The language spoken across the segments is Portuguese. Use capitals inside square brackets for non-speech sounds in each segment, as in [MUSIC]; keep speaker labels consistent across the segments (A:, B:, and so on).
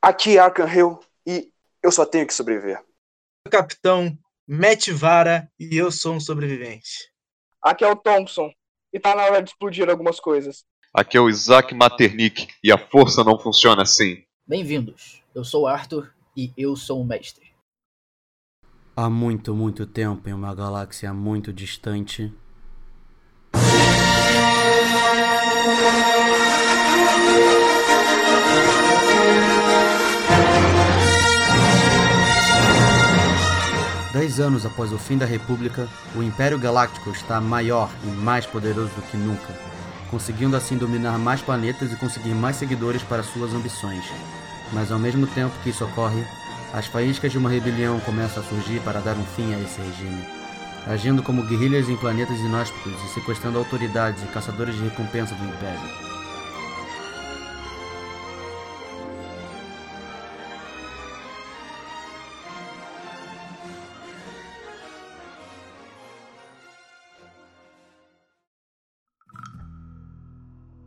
A: Aqui é Arkham Hill e eu só tenho que sobreviver.
B: Capitão Matt Vara e eu sou um sobrevivente.
C: Aqui é o Thompson e tá na hora de explodir algumas coisas.
D: Aqui é o Isaac Maternick e a força não funciona assim.
E: Bem-vindos. Eu sou o Arthur e eu sou o mestre.
F: Há muito, muito tempo, em uma galáxia muito distante. Dez anos após o fim da República, o Império Galáctico está maior e mais poderoso do que nunca, conseguindo assim dominar mais planetas e conseguir mais seguidores para suas ambições. Mas ao mesmo tempo que isso ocorre, as faíscas de uma rebelião começam a surgir para dar um fim a esse regime. Agindo como guerrilhas em planetas inóspitos e sequestrando autoridades e caçadores de recompensa do Império.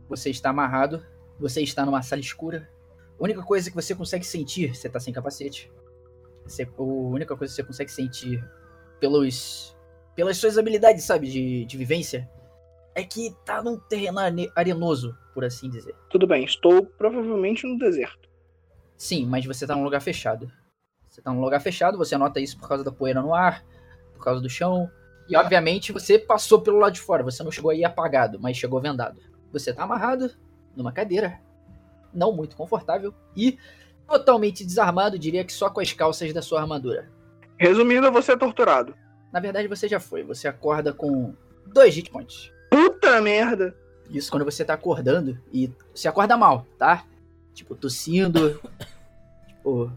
E: Você está amarrado, você está numa sala escura. A única coisa que você consegue sentir, você tá sem capacete, você, a única coisa que você consegue sentir pelos, pelas suas habilidades, sabe, de, de vivência, é que tá num terreno ane- arenoso, por assim dizer.
C: Tudo bem, estou provavelmente no deserto.
E: Sim, mas você tá num lugar fechado. Você tá num lugar fechado, você nota isso por causa da poeira no ar, por causa do chão. E obviamente você passou pelo lado de fora, você não chegou aí apagado, mas chegou vendado. Você tá amarrado numa cadeira, não muito confortável, e totalmente desarmado, diria que só com as calças da sua armadura.
C: Resumindo, você é torturado.
E: Na verdade, você já foi. Você acorda com dois hit points.
C: Puta merda!
E: Isso quando você tá acordando e você acorda mal, tá? Tipo, tossindo, tipo,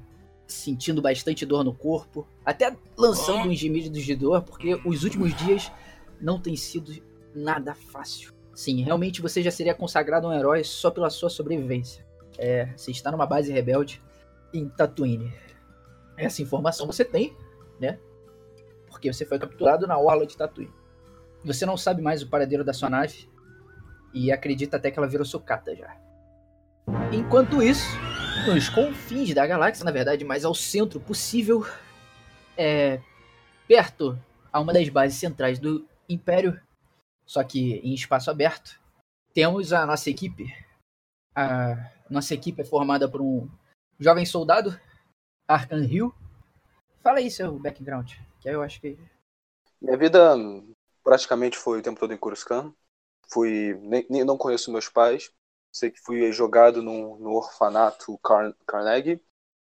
E: sentindo bastante dor no corpo, até lançando um gemido de dor, porque os últimos dias não tem sido nada fácil. Sim, realmente você já seria consagrado um herói só pela sua sobrevivência. É, você está numa base rebelde em Tatooine. Essa informação você tem, né? Porque você foi capturado na orla de Tatooine. Você não sabe mais o paradeiro da sua nave e acredita até que ela virou sucata já. Enquanto isso, nos confins da galáxia, na verdade, mais ao centro possível, é perto a uma das bases centrais do Império, só que em espaço aberto, temos a nossa equipe. A nossa equipe é formada por um jovem soldado, Arkan Hill. Fala aí seu background, que aí eu acho que
A: Minha vida hum, praticamente foi o tempo todo em Coruscant. Fui, nem, nem- não conheço meus pais. Sei que fui jogado num, no orfanato Car- Carnegie,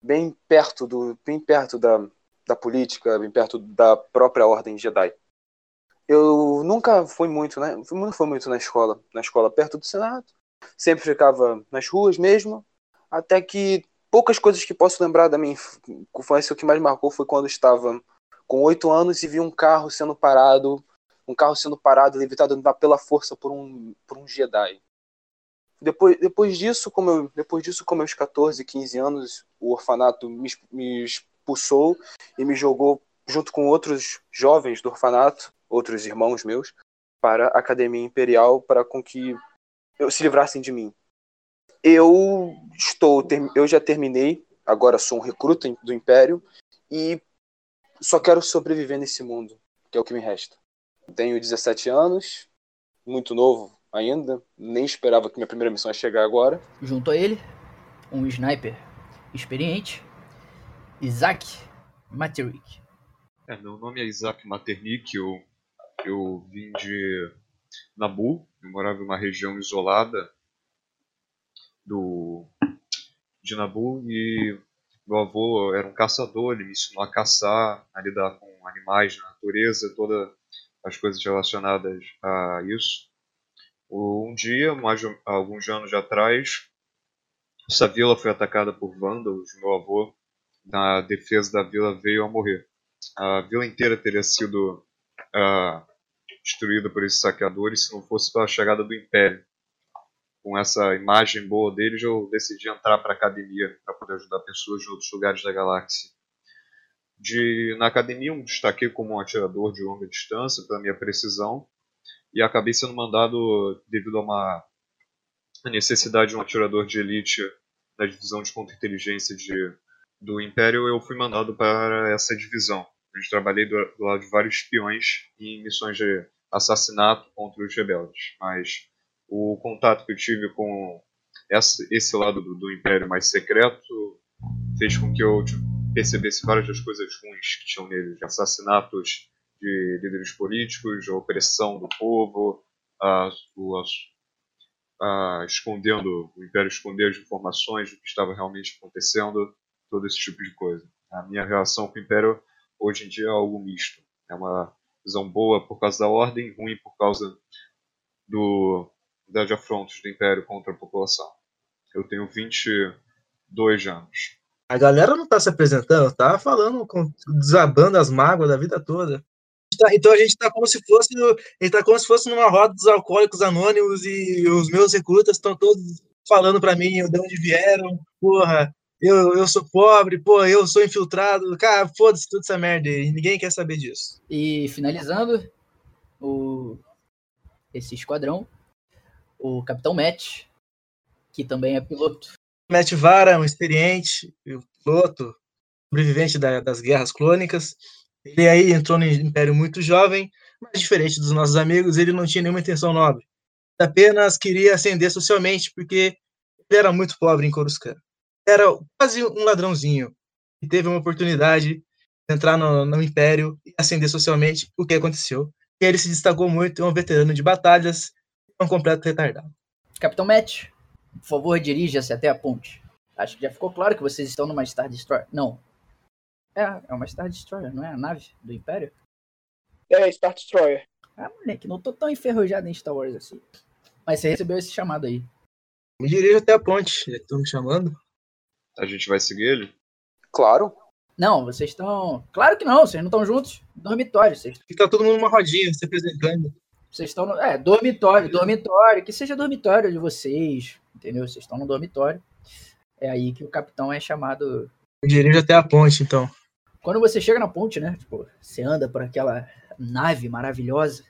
A: bem perto do, bem perto da, da política, bem perto da própria ordem Jedi. Eu nunca fui muito, né? fui- Não fui muito na escola, na escola perto do Senado. Sempre ficava nas ruas mesmo, até que poucas coisas que posso lembrar da minha inf- infância, o que mais marcou foi quando estava com oito anos e vi um carro sendo parado, um carro sendo parado, levitado na- pela força por um, por um Jedi. Depois, depois disso, como eu, depois disso, com meus 14, 15 anos, o orfanato me, ex- me expulsou e me jogou junto com outros jovens do orfanato, outros irmãos meus, para a Academia Imperial para com que eu se livrassem de mim. Eu estou, ter- eu já terminei, agora sou um recruta do Império e só quero sobreviver nesse mundo, que é o que me resta. Tenho 17 anos, muito novo ainda, nem esperava que minha primeira missão ia chegar agora.
E: junto a ele, um sniper experiente, Isaac Materik.
D: É, meu nome é Isaac Maternick, eu, eu vim de Nabu, eu morava em uma região isolada do de Nabu e meu avô era um caçador, ele me ensinou a caçar, a lidar com animais na natureza, todas as coisas relacionadas a isso. Um dia, mais de- alguns anos atrás, essa vila foi atacada por vândalos, meu avô, na defesa da vila, veio a morrer a vila inteira teria sido ah, destruída por esses saqueadores se não fosse pela chegada do Império. Com essa imagem boa deles, eu decidi entrar para a academia para poder ajudar pessoas de outros lugares da galáxia. De, na academia, eu me destaquei como um atirador de longa distância pela minha precisão e acabei sendo mandado devido a uma necessidade de um atirador de elite da divisão de contra-inteligência de, do Império, eu fui mandado para essa divisão. Eu trabalhei do, do lado de vários espiões em missões de assassinato contra os rebeldes. Mas o contato que eu tive com essa, esse lado do, do Império mais secreto fez com que eu tipo, percebesse várias das coisas ruins que tinham nele, de assassinatos de líderes políticos, a opressão do povo, a, o, a, a, escondendo, o Império esconder as informações do que estava realmente acontecendo, todo esse tipo de coisa. A minha relação com o Império hoje em dia é algo misto. É uma visão boa por causa da ordem, ruim por causa do, das afrontos do Império contra a população. Eu tenho 22 anos.
B: A galera não tá se apresentando, tá falando, com- desabando as mágoas da vida toda. Tá, Então a gente tá como se fosse, ele tá como se fosse numa roda dos alcoólicos anônimos e os meus recrutas estão todos falando pra mim de onde vieram, porra, eu, eu sou pobre, porra, eu sou infiltrado, cara, foda-se tudo essa merda aí, ninguém quer saber disso.
E: E finalizando o esse esquadrão, o Capitão Matt, que também é piloto.
B: Matt Vara, um experiente, um piloto, sobrevivente da- das guerras clônicas. Ele aí entrou no Império muito jovem, mas diferente dos nossos amigos, ele não tinha nenhuma intenção nobre. Apenas queria ascender socialmente, porque ele era muito pobre em Coruscant. Era quase um ladrãozinho. E teve uma oportunidade de entrar no, no Império e ascender socialmente, o que aconteceu. E ele se destacou muito, é um veterano de batalhas, é um completo retardado.
E: Capitão Matt, por favor, dirija-se até a ponte. Acho que já ficou claro que vocês estão numa Star Destroyer. Não. É, é uma Star Destroyer, não é a nave do Império?
C: É, Star Destroyer.
E: Ah, moleque, não tô tão enferrujado em Star Wars assim. Mas você recebeu esse chamado aí.
B: Me dirijo até a ponte, né, estão me chamando.
D: A gente vai seguir ele?
A: Claro.
E: Não, vocês estão. Claro que não, vocês não estão juntos. Dormitório, vocês
B: que tá todo mundo numa rodinha se apresentando.
E: vocês estão. no- É, dormitório, dormitório, que seja dormitório de vocês, entendeu? Vocês estão no dormitório. É aí que o capitão é chamado
B: Eu dirijo até a ponte, então.
E: quando você chega na ponte, né? Tipo, você anda por aquela nave maravilhosa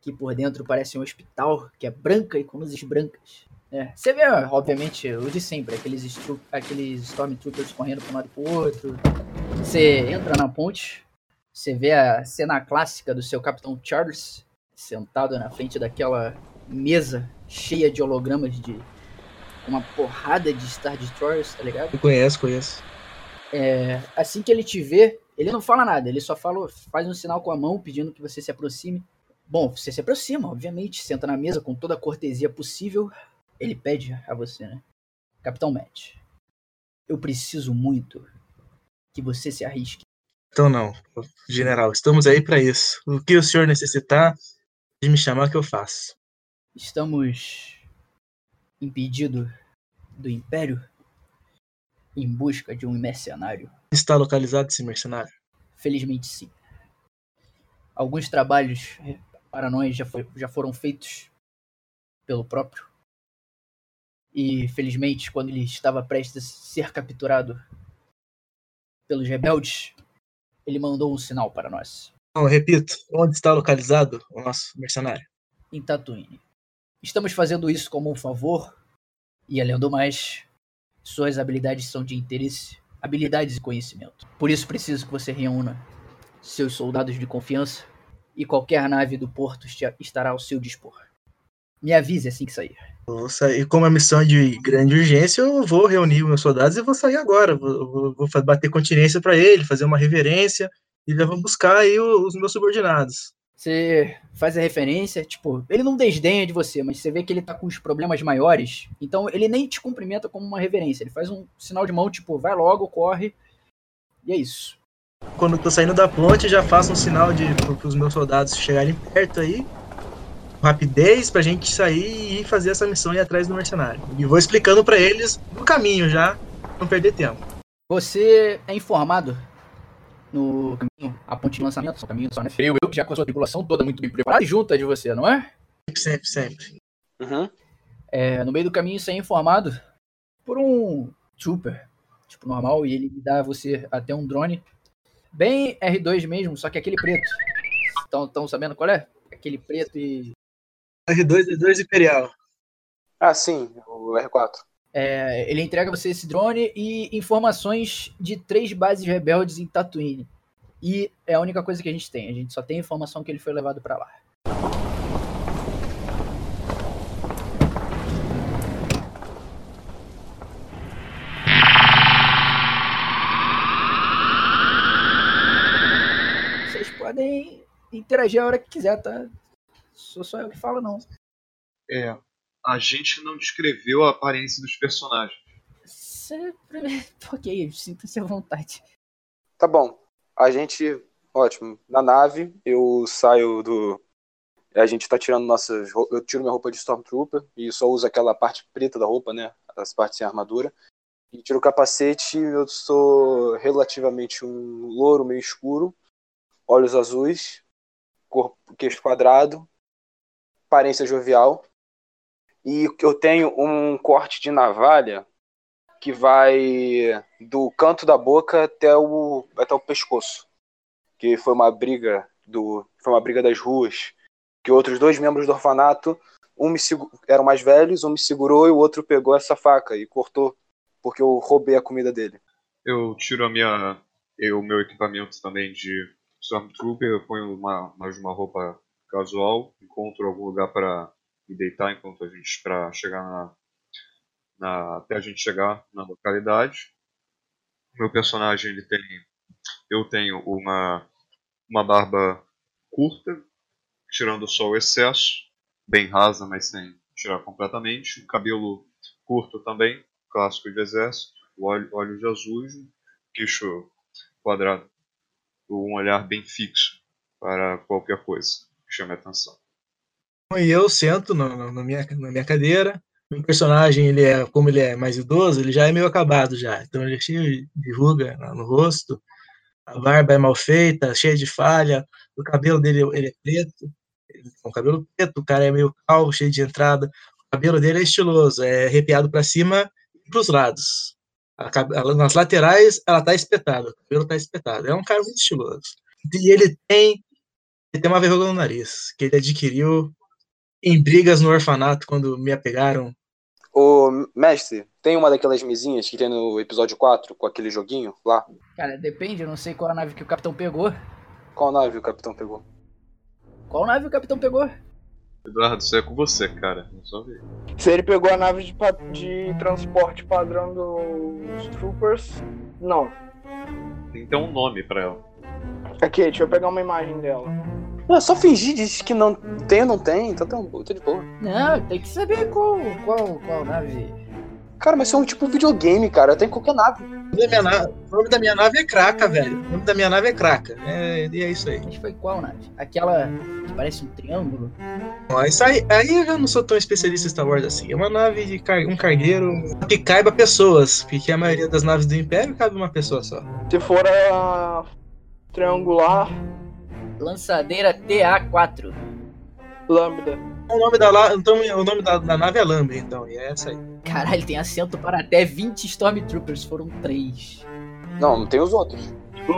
E: que por dentro parece um hospital, que é branca e com luzes brancas. né? Você vê, ó, obviamente, o de sempre, aqueles, estru- aqueles Stormtroopers correndo para um lado e pro outro. Você entra na ponte, você vê a cena clássica do seu Capitão Charles sentado na frente daquela mesa cheia de hologramas de uma porrada de Star Destroyers, tá ligado?
B: Eu conheço, conheço.
E: assim que ele te vê, ele não fala nada, ele só fala, faz um sinal com a mão pedindo que você se aproxime. Bom, você se aproxima, obviamente, senta na mesa com toda a cortesia possível. Ele pede a você, né? Capitão Matt, eu preciso muito que você se arrisque.
B: Então não, general, estamos aí pra isso. O que o senhor necessitar de me chamar que eu faço.
E: Estamos impedidos do Império em busca de um mercenário.
B: Está localizado esse mercenário?
E: Felizmente sim. Alguns trabalhos é, para nós já, foi- já foram feitos pelo próprio. E felizmente, quando ele estava prestes a ser capturado pelos rebeldes, ele mandou um sinal para nós,
B: Não, eu repito, onde está localizado o nosso mercenário?
E: em Tatooine. Estamos fazendo isso como um favor, e além do mais, suas habilidades são de interesse, habilidades e conhecimento. Por isso preciso que você reúna seus soldados de confiança e qualquer nave do porto este- estará ao seu dispor. Me avise assim que sair.
B: Eu vou sair, como é missão de grande urgência, eu vou reunir meus soldados e vou sair agora. Vou, vou- vou fa- bater continência pra ele, fazer uma reverência e já vou buscar aí o- os meus subordinados.
E: Você faz a referência, tipo, ele não desdenha de você, mas você vê que ele tá com os problemas maiores, então ele nem te cumprimenta como uma reverência, ele faz um sinal de mão, tipo, vai logo, corre, e é isso.
B: Quando eu tô saindo da ponte, já faço um sinal de para os meus soldados chegarem perto aí, com rapidez pra gente sair e fazer essa missão e ir atrás do mercenário. E vou explicando pra eles no caminho já, não perder tempo.
E: Você é informado no caminho, a ponte de lançamento, só caminho só, né? Creio eu que já com a sua tripulação toda muito bem preparada e junta de você, não é?
B: Sempre, sempre.
A: Uhum.
E: É, no meio do caminho você é informado por um trooper, tipo normal, e ele dá a você até um drone, bem R2 mesmo, só que aquele preto. Estão sabendo qual é? Aquele preto e
B: R2, R2 Imperial.
A: Ah, sim, o R4.
E: É, ele entrega você esse drone e informações de três bases rebeldes em Tatooine. E é a única coisa que a gente tem. A gente só tem a informação que ele foi levado pra lá. Vocês podem interagir a hora que quiser, tá? Sou só eu que falo, não.
D: É, a gente não descreveu a aparência dos personagens.
E: Cê- [LAUGHS] Ok, sinta-se à vontade.
A: Tá bom. A gente. Ótimo. Na nave, eu saio do. A gente tá tirando nossas. rou- Eu tiro minha roupa de Stormtrooper e só uso aquela parte preta da roupa, né? As partes sem armadura. E tiro o capacete. Eu sou relativamente um louro meio escuro. Olhos azuis. Corpo, queixo quadrado. Aparência jovial. E eu tenho um corte de navalha que vai do canto da boca até o, até o pescoço. Que foi uma briga do. Foi uma briga das ruas. Que outros dois membros do orfanato, um me segu- eram mais velhos, um me segurou e o outro pegou essa faca e cortou. Porque eu roubei a comida dele.
D: Eu tiro a minha, eu, o meu equipamento também de Stormtrooper, eu ponho uma, mais uma roupa casual, encontro algum lugar para me deitar enquanto a gente para chegar na, na até a gente chegar na localidade. Meu personagem ele tem, eu tenho uma uma barba curta, tirando só o excesso, bem rasa, mas sem tirar completamente, o cabelo curto também, clássico de exército o olho- olhos azuis, um queixo quadrado, um olhar bem fixo para qualquer coisa que chame a atenção.
B: E eu sento no- no- na, minha, na minha cadeira. Meu personagem, ele é, como ele é mais idoso, ele já é meio acabado já. Então ele é cheio de ruga na- no rosto, a barba é mal feita, cheia de falha, o cabelo dele ele é preto, ele tem um cabelo preto, o cara é meio calvo, cheio de entrada. O cabelo dele é estiloso, é arrepiado para cima e para os lados. A cab- ela- nas laterais ela tá espetada, o cabelo tá espetado. É um cara muito estiloso. E ele tem, ele tem uma verruga no nariz, que ele adquiriu em brigas no orfanato quando me apegaram.
A: Ô, mestre, tem uma daquelas mesinhas que tem no episódio 4 com aquele joguinho lá?
E: Cara, depende, eu não sei qual a nave que o capitão pegou.
A: Qual nave o capitão pegou?
E: Qual nave o capitão pegou?
D: Eduardo, isso é com você, cara. Não só ver.
C: Se ele pegou a nave de, pa- de transporte padrão dos troopers. Não.
D: Tem até um nome para ela.
C: Aqui, é deixa eu pegar uma imagem dela.
A: Não, é só fingir diz que não tem ou não tem, então tá, tá de boa.
E: Não, tem que saber qual, qual, qual nave.
A: Cara, mas isso é um tipo videogame, cara. Tem em qualquer nave.
B: O nome da minha nave, o nome da minha nave é Craca, velho. O nome da minha nave é Craca. É, e é isso aí.
E: Mas foi qual nave? Aquela que parece um triângulo?
B: Bom, isso aí. Aí eu já não sou tão especialista em Star Wars assim. É uma nave de car- um cargueiro que caiba pessoas, porque a maioria das naves do Império cabe uma pessoa só.
C: Se for a triangular,
E: Lançadeira TA-4.
C: lambda.
B: O nome da, la- então, o nome da, da nave é Lambda, então, e é essa aí.
E: Caralho, tem assento para até 20 Stormtroopers, foram três.
A: Não, tem os outros.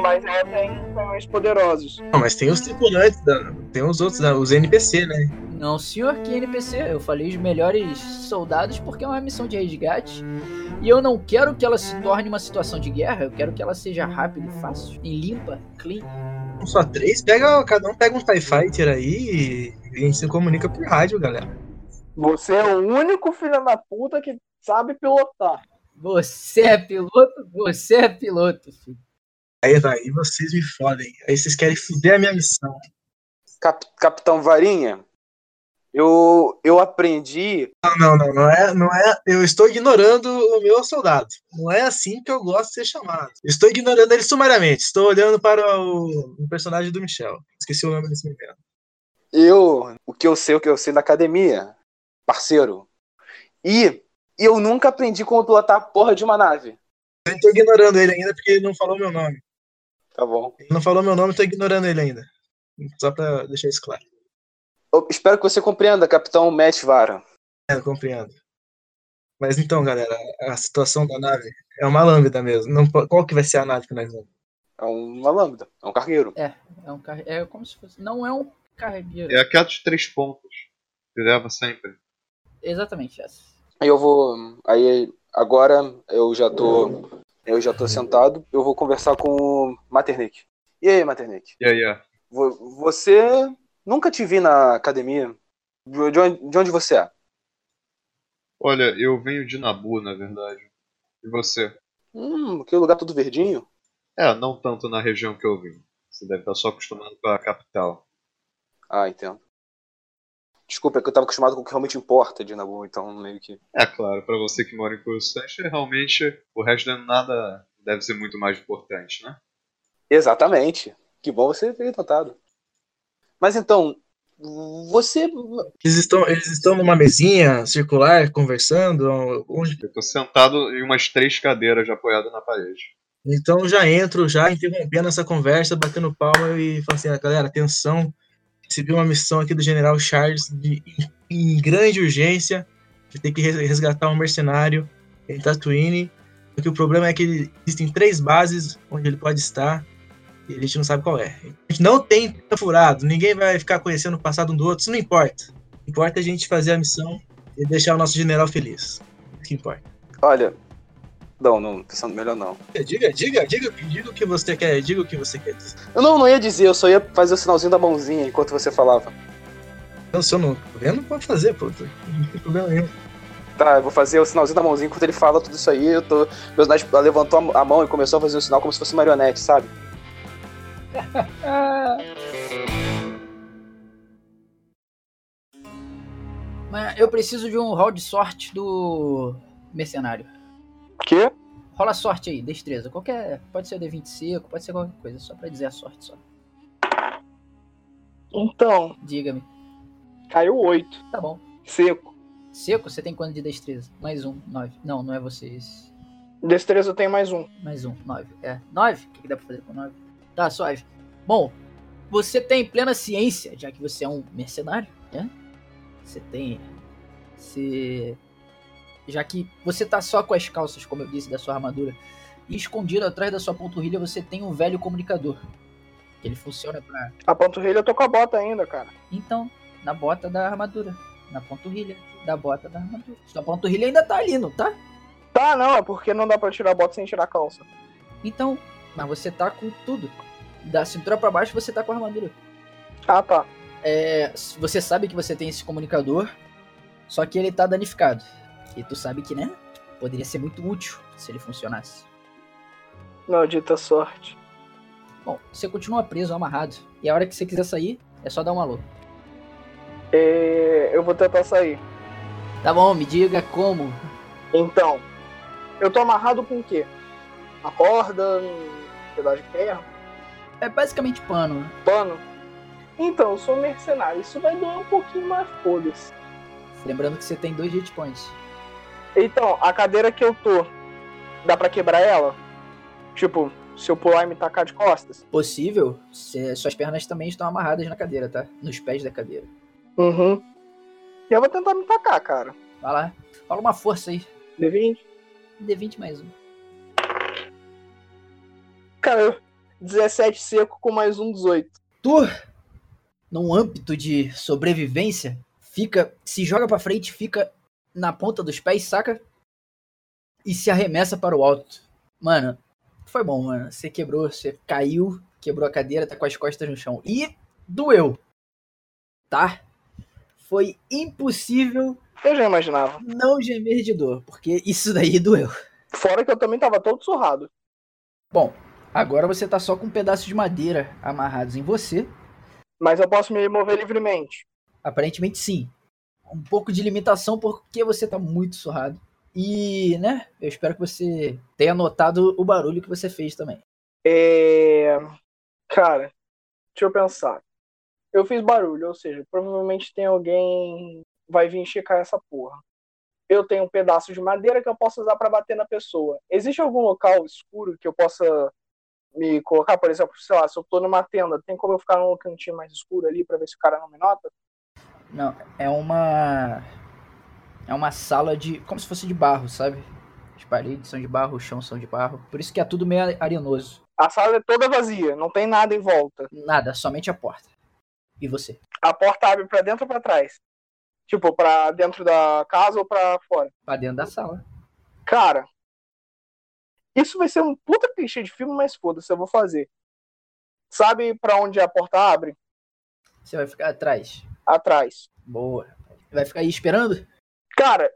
C: Mas ela tem mais poderosos.
B: Não, mas tem os tripulantes, da- tem os outros, da- os NPC, né?
E: Não, senhor, que NPC. Eu falei os melhores soldados porque é uma missão de resgate. E eu não quero que ela se torne uma situação de guerra. Eu quero que ela seja rápida, fácil e limpa, clean.
B: São Só três, pega, cada um pega um TIE Fighter aí e a gente se comunica por rádio, galera.
C: Você é o único filho da puta que sabe pilotar.
E: Você é piloto, você é piloto, filho.
B: Aí vai, e vocês me fodem. Aí vocês querem fuder a minha missão.
A: Cap- Capitão Varinha, eu, eu aprendi.
B: Não, não, não, não é, não é. Eu estou ignorando o meu soldado. Não é assim que eu gosto de ser chamado. Estou ignorando ele sumariamente. Estou olhando para o, o personagem do Michel. Esqueci o nome desse menino.
A: Eu, o que eu sei, o que eu sei da academia, parceiro. E eu nunca aprendi como pilotar a porra de uma nave.
B: Eu estou ignorando ele ainda porque ele não falou meu nome.
A: Tá bom.
B: Ele não falou meu nome, estou ignorando ele ainda. Só para deixar isso claro.
A: Eu espero que você compreenda, Capitão Matt Vara.
B: É, eu compreendo. Mas então, galera, a situação da nave é uma lambda mesmo. Não po- qual que vai ser a nave que nós vamos?
A: É uma lambda, é um cargueiro.
E: É um car... É como se fosse. Não é um cargueiro.
D: É aquela de três pontos que leva sempre.
E: Exatamente essa.
A: Aí eu vou. Aí Agora eu já tô. Eu já tô sentado, eu vou conversar com o Maternick. E aí, Maternick?
D: E aí, é.
A: Vo- Você nunca te vi na academia. De de onde, de onde você é?
D: Olha, eu venho de Nabu, na verdade. E você?
A: Hum, que lugar tudo verdinho.
D: É, não tanto na região que eu vim. Você deve estar só acostumado com a capital.
A: Ah, entendo. Desculpa, é que eu tava acostumado com o que realmente importa de Nabu, então meio que.
D: É claro, pra você que mora em Coruscant, realmente o resto de nada deve ser muito mais importante, né?
A: Exatamente. Que bom você ter notado. Mas então, você.
B: Eles estão, eles estão numa mesinha circular, conversando. Onde...
D: Eu tô sentado em umas três cadeiras apoiado na parede.
B: Então eu já entro, já interrompendo essa conversa, batendo palma e falando assim, "Ah, galera, atenção. Recebi uma missão aqui do General Charles de, em grande urgência. de ter que res- resgatar um mercenário em Tatooine. Porque o problema é que existem três bases onde ele pode estar e a gente não sabe qual é. A gente não tem tempo furado, ninguém vai ficar conhecendo o passado um do outro, isso não importa. O que Importa é a gente fazer a missão e deixar o nosso general feliz. É Isso que importa.
A: Olha. Não, não, pensando melhor não.
B: É, Diga, diga, diga, diga o que você quer, diga o que você quer.
A: Eu não, não ia dizer, eu só ia fazer o sinalzinho da mãozinha enquanto você falava.
B: Não, se eu não eu não pode fazer, pô. Não tem problema nenhum.
A: Tá, eu vou fazer o sinalzinho da mãozinha enquanto ele fala tudo isso aí. Eu tô. O personagem levantou a mão e começou a fazer o sinal como se fosse marionete, sabe?
E: Ah. Mas eu preciso de um roll de sorte do mercenário.
A: Quê?
E: Rola sorte aí, destreza. Qualquer. Pode ser o D20 seco, pode ser qualquer coisa, só pra dizer a sorte só.
C: Então,
E: Diga-me.
C: caiu oito.
E: Tá bom.
C: Seco.
E: Seco, você tem quanto de destreza? Mais um, nove. Não, não é vocês.
C: Destreza tem mais um.
E: Mais um, nove. É, nove? O que, que dá pra fazer com nove? Tá, suave. Bom, você tem plena ciência, já que você é um mercenário, né? Você tem. Você. Já que você tá só com as calças, como eu disse, da sua armadura, e escondido atrás da sua panturrilha, você tem um velho comunicador. Ele funciona pra
C: A panturrilha eu tô com a bota ainda, cara.
E: Então, na bota da armadura. Na panturrilha da bota da armadura. Sua panturrilha ainda tá ali, não tá?
C: Tá, não, é porque não dá pra tirar a bota sem tirar a calça.
E: Então, mas você tá com tudo. Da cintura pra baixo você tá com a armadura.
C: Ah, tá.
E: É, s- você sabe que você tem esse comunicador, só que ele tá danificado. E tu sabe que, né? Poderia ser muito útil se ele funcionasse.
C: Maldita sorte.
E: Bom, você continua preso, amarrado. E a hora que você quiser sair, é só dar um alô.
C: É, eu vou tentar sair.
E: Tá bom, me diga como.
C: Então, eu tô amarrado com o quê? Uma corda, um pedaço de ferro,
E: É basicamente pano. né?
C: um pano. Então, eu sou um mercenário. Isso vai doer um pouquinho mais, foda-se.
E: Lembrando que você tem dois hit points.
C: Então, a cadeira que eu tô, dá pra quebrar ela? Tipo, se eu pular e me tacar de costas?
E: possível, se- suas pernas também estão amarradas na cadeira, tá? Nos pés da cadeira.
C: Uhum. E eu vou tentar me tacar, cara.
E: Vai lá. Fala uma força aí.
C: D20?
E: D20 mais um.
C: Cara, eu- 17 seco com mais um 18.
E: Tu, num âmbito de sobrevivência, fica. Se joga pra frente, fica na ponta dos pés, saca? E se arremessa para o alto. Mano, foi bom, mano. Você quebrou, você caiu, quebrou a cadeira, tá com as costas no chão. E doeu. Tá? Foi impossível
C: Eu já imaginava.
E: não gemer de dor, porque isso daí [LAUGHS] doeu.
C: Fora que eu também tava todo surrado.
E: Bom, agora você tá só com um pedaço de madeira amarrados em você.
C: Mas eu posso me mover livremente.
E: Aparentemente sim. Um pouco de limitação porque você tá muito surrado. E, né, eu espero que você tenha notado o barulho que você fez também.
C: É. Cara, deixa eu pensar. Eu fiz barulho, ou seja, provavelmente tem alguém vai vir checar essa porra. Eu tenho um pedaço de madeira que eu posso usar pra bater na pessoa. Existe algum local escuro que eu possa me colocar, por exemplo, sei lá, se eu tô numa tenda, tem como eu ficar num cantinho mais escuro ali pra ver se o cara não me nota?
E: Não, é uma. É uma sala de. Como se fosse de barro, sabe? As paredes são de barro, o chão são de barro. Por isso que é tudo meio arenoso.
C: A sala é toda vazia, não tem nada em volta.
E: Nada, somente a porta. E você?
C: A porta abre pra dentro ou pra trás? Tipo, pra dentro da casa ou pra fora?
E: Pra dentro da sala.
C: Cara, isso vai ser um puta clichê de filme, mas foda-se, eu vou fazer. Sabe pra onde a porta abre?
E: Você vai ficar atrás.
C: Atrás.
E: Boa. Vai ficar aí esperando?
C: Cara,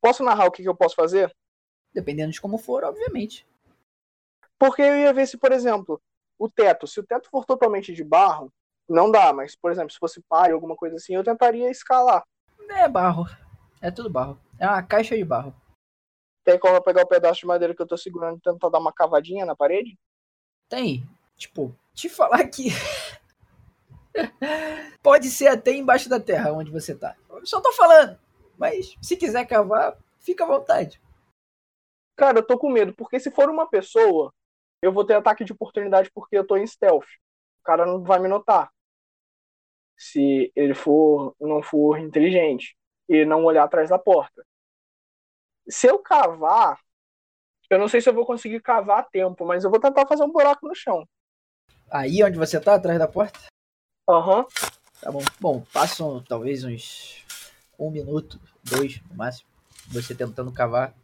C: posso narrar o que, que eu posso fazer?
E: Dependendo de como for, obviamente.
C: Porque eu ia ver se, por exemplo, o teto, se o teto for totalmente de barro, não dá, mas, por exemplo, se fosse palha, alguma coisa assim, eu tentaria escalar.
E: É barro. É tudo barro. É uma caixa de barro.
C: Tem como eu pegar o pedaço de madeira que eu tô segurando e tentar dar uma cavadinha na parede?
E: Tem. Tipo, te falar que. [LAUGHS] Pode ser até embaixo da terra onde você tá. Eu só tô falando. Mas se quiser cavar, fica à vontade.
C: Cara, eu tô com medo, porque se for uma pessoa, eu vou ter ataque de oportunidade porque eu tô em stealth. O cara não vai me notar. Se ele for, não for inteligente e não olhar atrás da porta. Se eu cavar, eu não sei se eu vou conseguir cavar a tempo, mas eu vou tentar fazer um buraco no chão.
E: Aí onde você tá, atrás da porta?
C: Aham.
E: Tá bom. Bom, passam talvez uns um minuto, dois no máximo, você tentando cavar.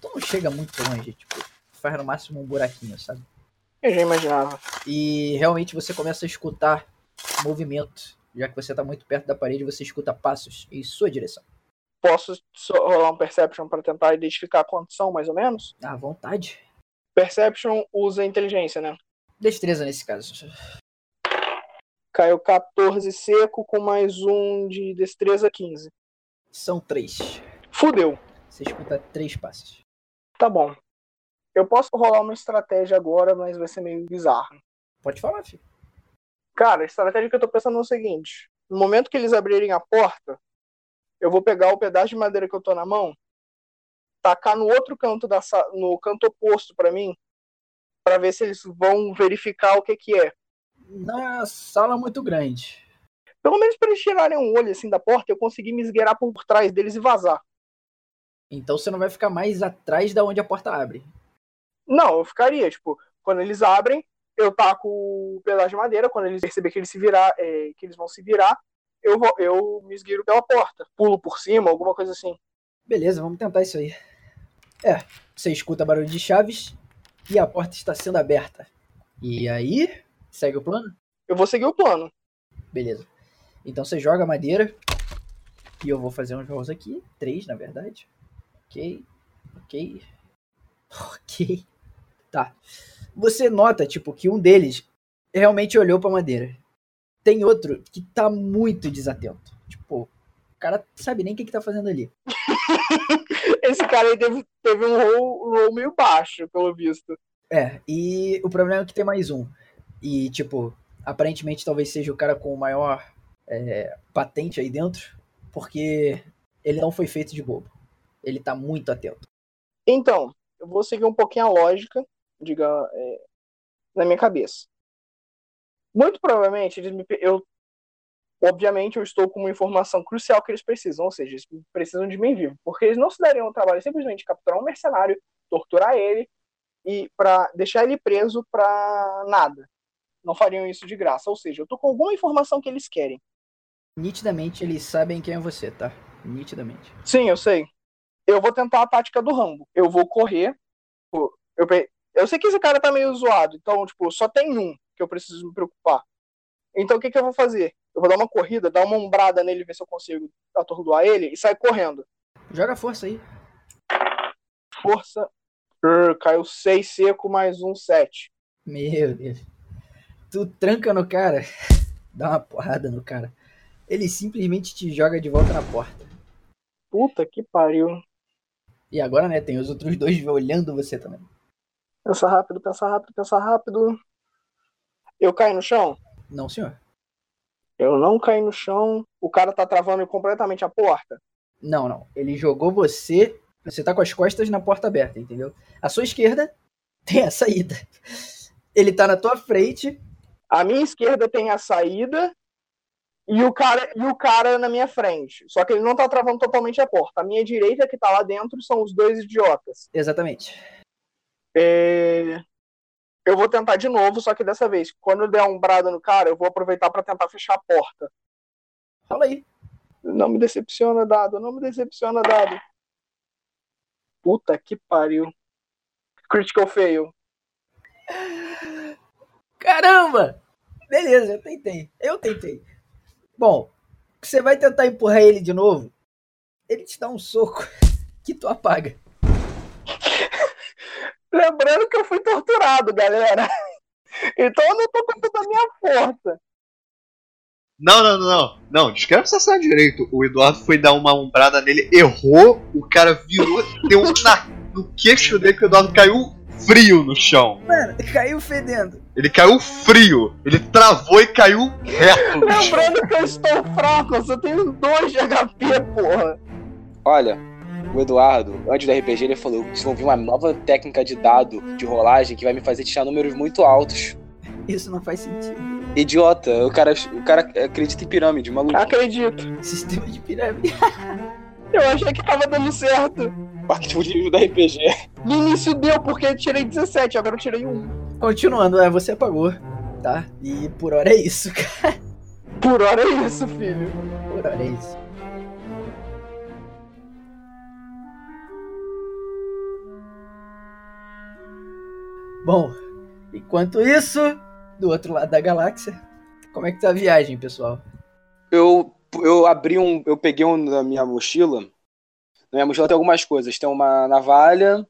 E: Tu não chega muito longe, tipo, faz no máximo um buraquinho, sabe?
C: Eu já imaginava.
E: E realmente você começa a escutar movimento. Já que você tá muito perto da parede, você escuta passos em sua direção.
C: Posso só rolar um perception pra tentar identificar a condição, mais ou menos?
E: À vontade.
C: Perception usa inteligência, né?
E: Destreza nesse caso.
C: Caiu 14 seco com mais um de destreza 15.
E: São três.
C: Fudeu.
E: Você escuta três passos.
C: Tá bom. Eu posso rolar uma estratégia agora, mas vai ser meio bizarro.
E: Pode falar, filho.
C: Cara, a estratégia que eu tô pensando é o seguinte: no momento que eles abrirem a porta, eu vou pegar o pedaço de madeira que eu tô na mão, tacar no outro canto da sa- no canto oposto pra mim, pra ver se eles vão verificar o que que é.
E: Na sala muito grande.
C: Pelo menos pra eles tirarem um olho assim da porta, eu conseguir me esgueirar por trás deles e vazar.
E: Então você não vai ficar mais atrás da onde a porta abre.
C: Não, eu ficaria, tipo, quando eles abrem, eu taco o pedaço de madeira, quando eles perceber que eles se virar, é, que eles vão se virar, eu vou, eu me esgueiro pela porta, pulo por cima, alguma coisa assim.
E: Beleza, vamos tentar isso aí. É, você escuta barulho de chaves e a porta está sendo aberta. E aí, segue o plano?
C: Eu vou seguir o plano. [LAUGHS]
E: Beleza. Então você joga a madeira. E eu vou fazer uns rolls aqui. Três, na verdade. Ok. Ok. [LAUGHS] Ok. Tá. Você nota, tipo, que um deles realmente olhou pra madeira. Tem outro que tá muito desatento. Tipo, o cara sabe nem o que, que tá fazendo ali.
C: Esse cara aí teve, teve um roll, um roll meio baixo, pelo visto.
E: É, e o problema é que tem mais um. E, tipo, aparentemente talvez seja o cara com o maior é, patente aí dentro, porque ele não foi feito de bobo. Ele tá muito atento.
C: Então, eu vou seguir um pouquinho a lógica, diga, é, na minha cabeça. Muito provavelmente, eles me, pe- eu, obviamente, eu estou com uma informação crucial que eles precisam, ou seja, eles precisam de mim vivo, porque eles não se dariam o trabalho simplesmente de capturar um mercenário, torturar ele e para deixar ele preso pra nada. Não fariam isso de graça, ou seja, eu tô com alguma informação que eles querem.
E: Nitidamente eles sabem quem é você, tá? Nitidamente.
C: Sim, eu sei. Eu vou tentar a tática do Rambo. Eu vou correr. Pô, Eu, pe- eu sei que esse cara tá meio zoado, então, tipo, só tem um que eu preciso me preocupar. Então, o que, que eu vou fazer? Eu vou dar uma corrida, dar uma ombrada nele, ver se eu consigo atordoar ele e sair correndo.
E: Joga força aí.
C: Força. Brr, caiu seis seco, mais um sete.
E: Meu Deus. Tu tranca no cara, [LAUGHS] dá uma porrada no cara. Ele simplesmente te joga de volta na porta.
C: Puta que pariu.
E: E agora, né, tem os outros dois olhando você também.
C: Pensa rápido, pensa rápido, pensa rápido. Eu caí no chão?
E: Não, senhor.
C: Eu não caí no chão. O cara tá travando completamente a porta.
E: Não, não. Ele jogou você. Você tá com as costas na porta aberta, entendeu? A sua esquerda [LAUGHS] tem a saída. Ele tá na tua frente.
C: A minha esquerda tem a saída e o cara e o cara na minha frente. Só que ele não tá travando totalmente a porta. A minha direita que tá lá dentro são os dois idiotas.
E: Exatamente.
C: É, Eu vou tentar de novo, só que dessa vez, quando eu der uma umbrada no cara, eu vou aproveitar pra tentar fechar a porta.
E: Fala aí.
C: Não me decepciona, dado. Não me decepciona, dado. Puta que pariu. Critical fail.
E: Caramba! Beleza, eu tentei. Eu tentei. Bom, você vai tentar empurrar ele de novo. Ele te dá um soco [LAUGHS] que tu apaga.
C: Lembrando que eu fui torturado, galera. [LAUGHS] Então eu não tô com toda a minha força.
D: Não, não, não, não. Não, descreve essa cena direito. O Eduardo foi dar uma umbrada nele, errou, o cara virou, [LAUGHS] deu um na, no queixo dele que o Eduardo caiu frio no chão.
E: Mano, caiu fedendo.
D: Ele caiu frio. Ele travou e caiu reto no chão.
C: Lembrando que eu estou fraco, eu só tenho dois de HP, porra.
A: Olha, o Eduardo, antes do RPG, ele falou que desenvolvi uma nova técnica de dado, de rolagem, que vai me fazer tirar números muito altos.
E: Isso não faz sentido.
A: Idiota, o cara, o cara acredita em pirâmide, maluco.
C: Acredito.
E: Sistema de pirâmide.
C: Eu achei que tava dando certo.
A: Partiu o nível do RPG.
C: No início deu, porque eu tirei 17, agora eu tirei um.
E: Continuando, é, você apagou, tá? E por hora é isso, cara.
C: Por hora é isso, filho.
E: Por hora é isso. Bom, enquanto isso, do outro lado da galáxia, como é que tá a viagem, pessoal?
A: Eu, eu abri um. Eu peguei um na minha mochila. Na minha mochila tem algumas coisas. Tem uma navalha,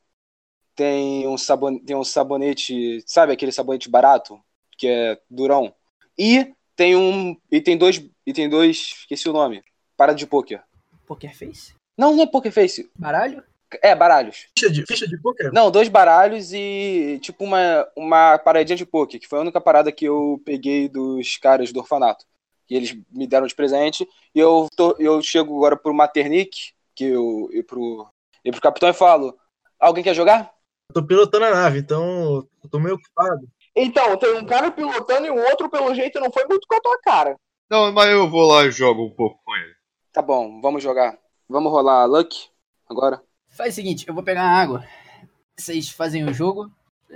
A: tem um, sabon, tem um sabonete. Sabe aquele sabonete barato? Que é durão. E tem um. E tem dois. E tem dois. Esqueci o nome. Para de pôquer.
E: Pokerface?
A: Não, não é pokerface.
E: Baralho?
A: É, baralhos.
B: Ficha de, ficha de poker?
A: Não, dois baralhos e tipo uma, uma paradinha de poker, que foi a única parada que eu peguei dos caras do orfanato. Que eles me deram de presente. E eu, tô- eu chego agora pro Maternick, que eu, e, pro, e pro capitão e falo: Alguém quer jogar?
B: Eu tô pilotando a nave, então eu tô meio ocupado.
C: Então, tem um cara pilotando e o outro, pelo jeito, não foi muito com a tua cara.
D: Não, mas eu vou lá e jogo um pouco com ele.
A: Tá bom, vamos jogar. Vamos rolar Luck agora?
E: Faz o seguinte, eu vou pegar uma água. Vocês fazem o jogo.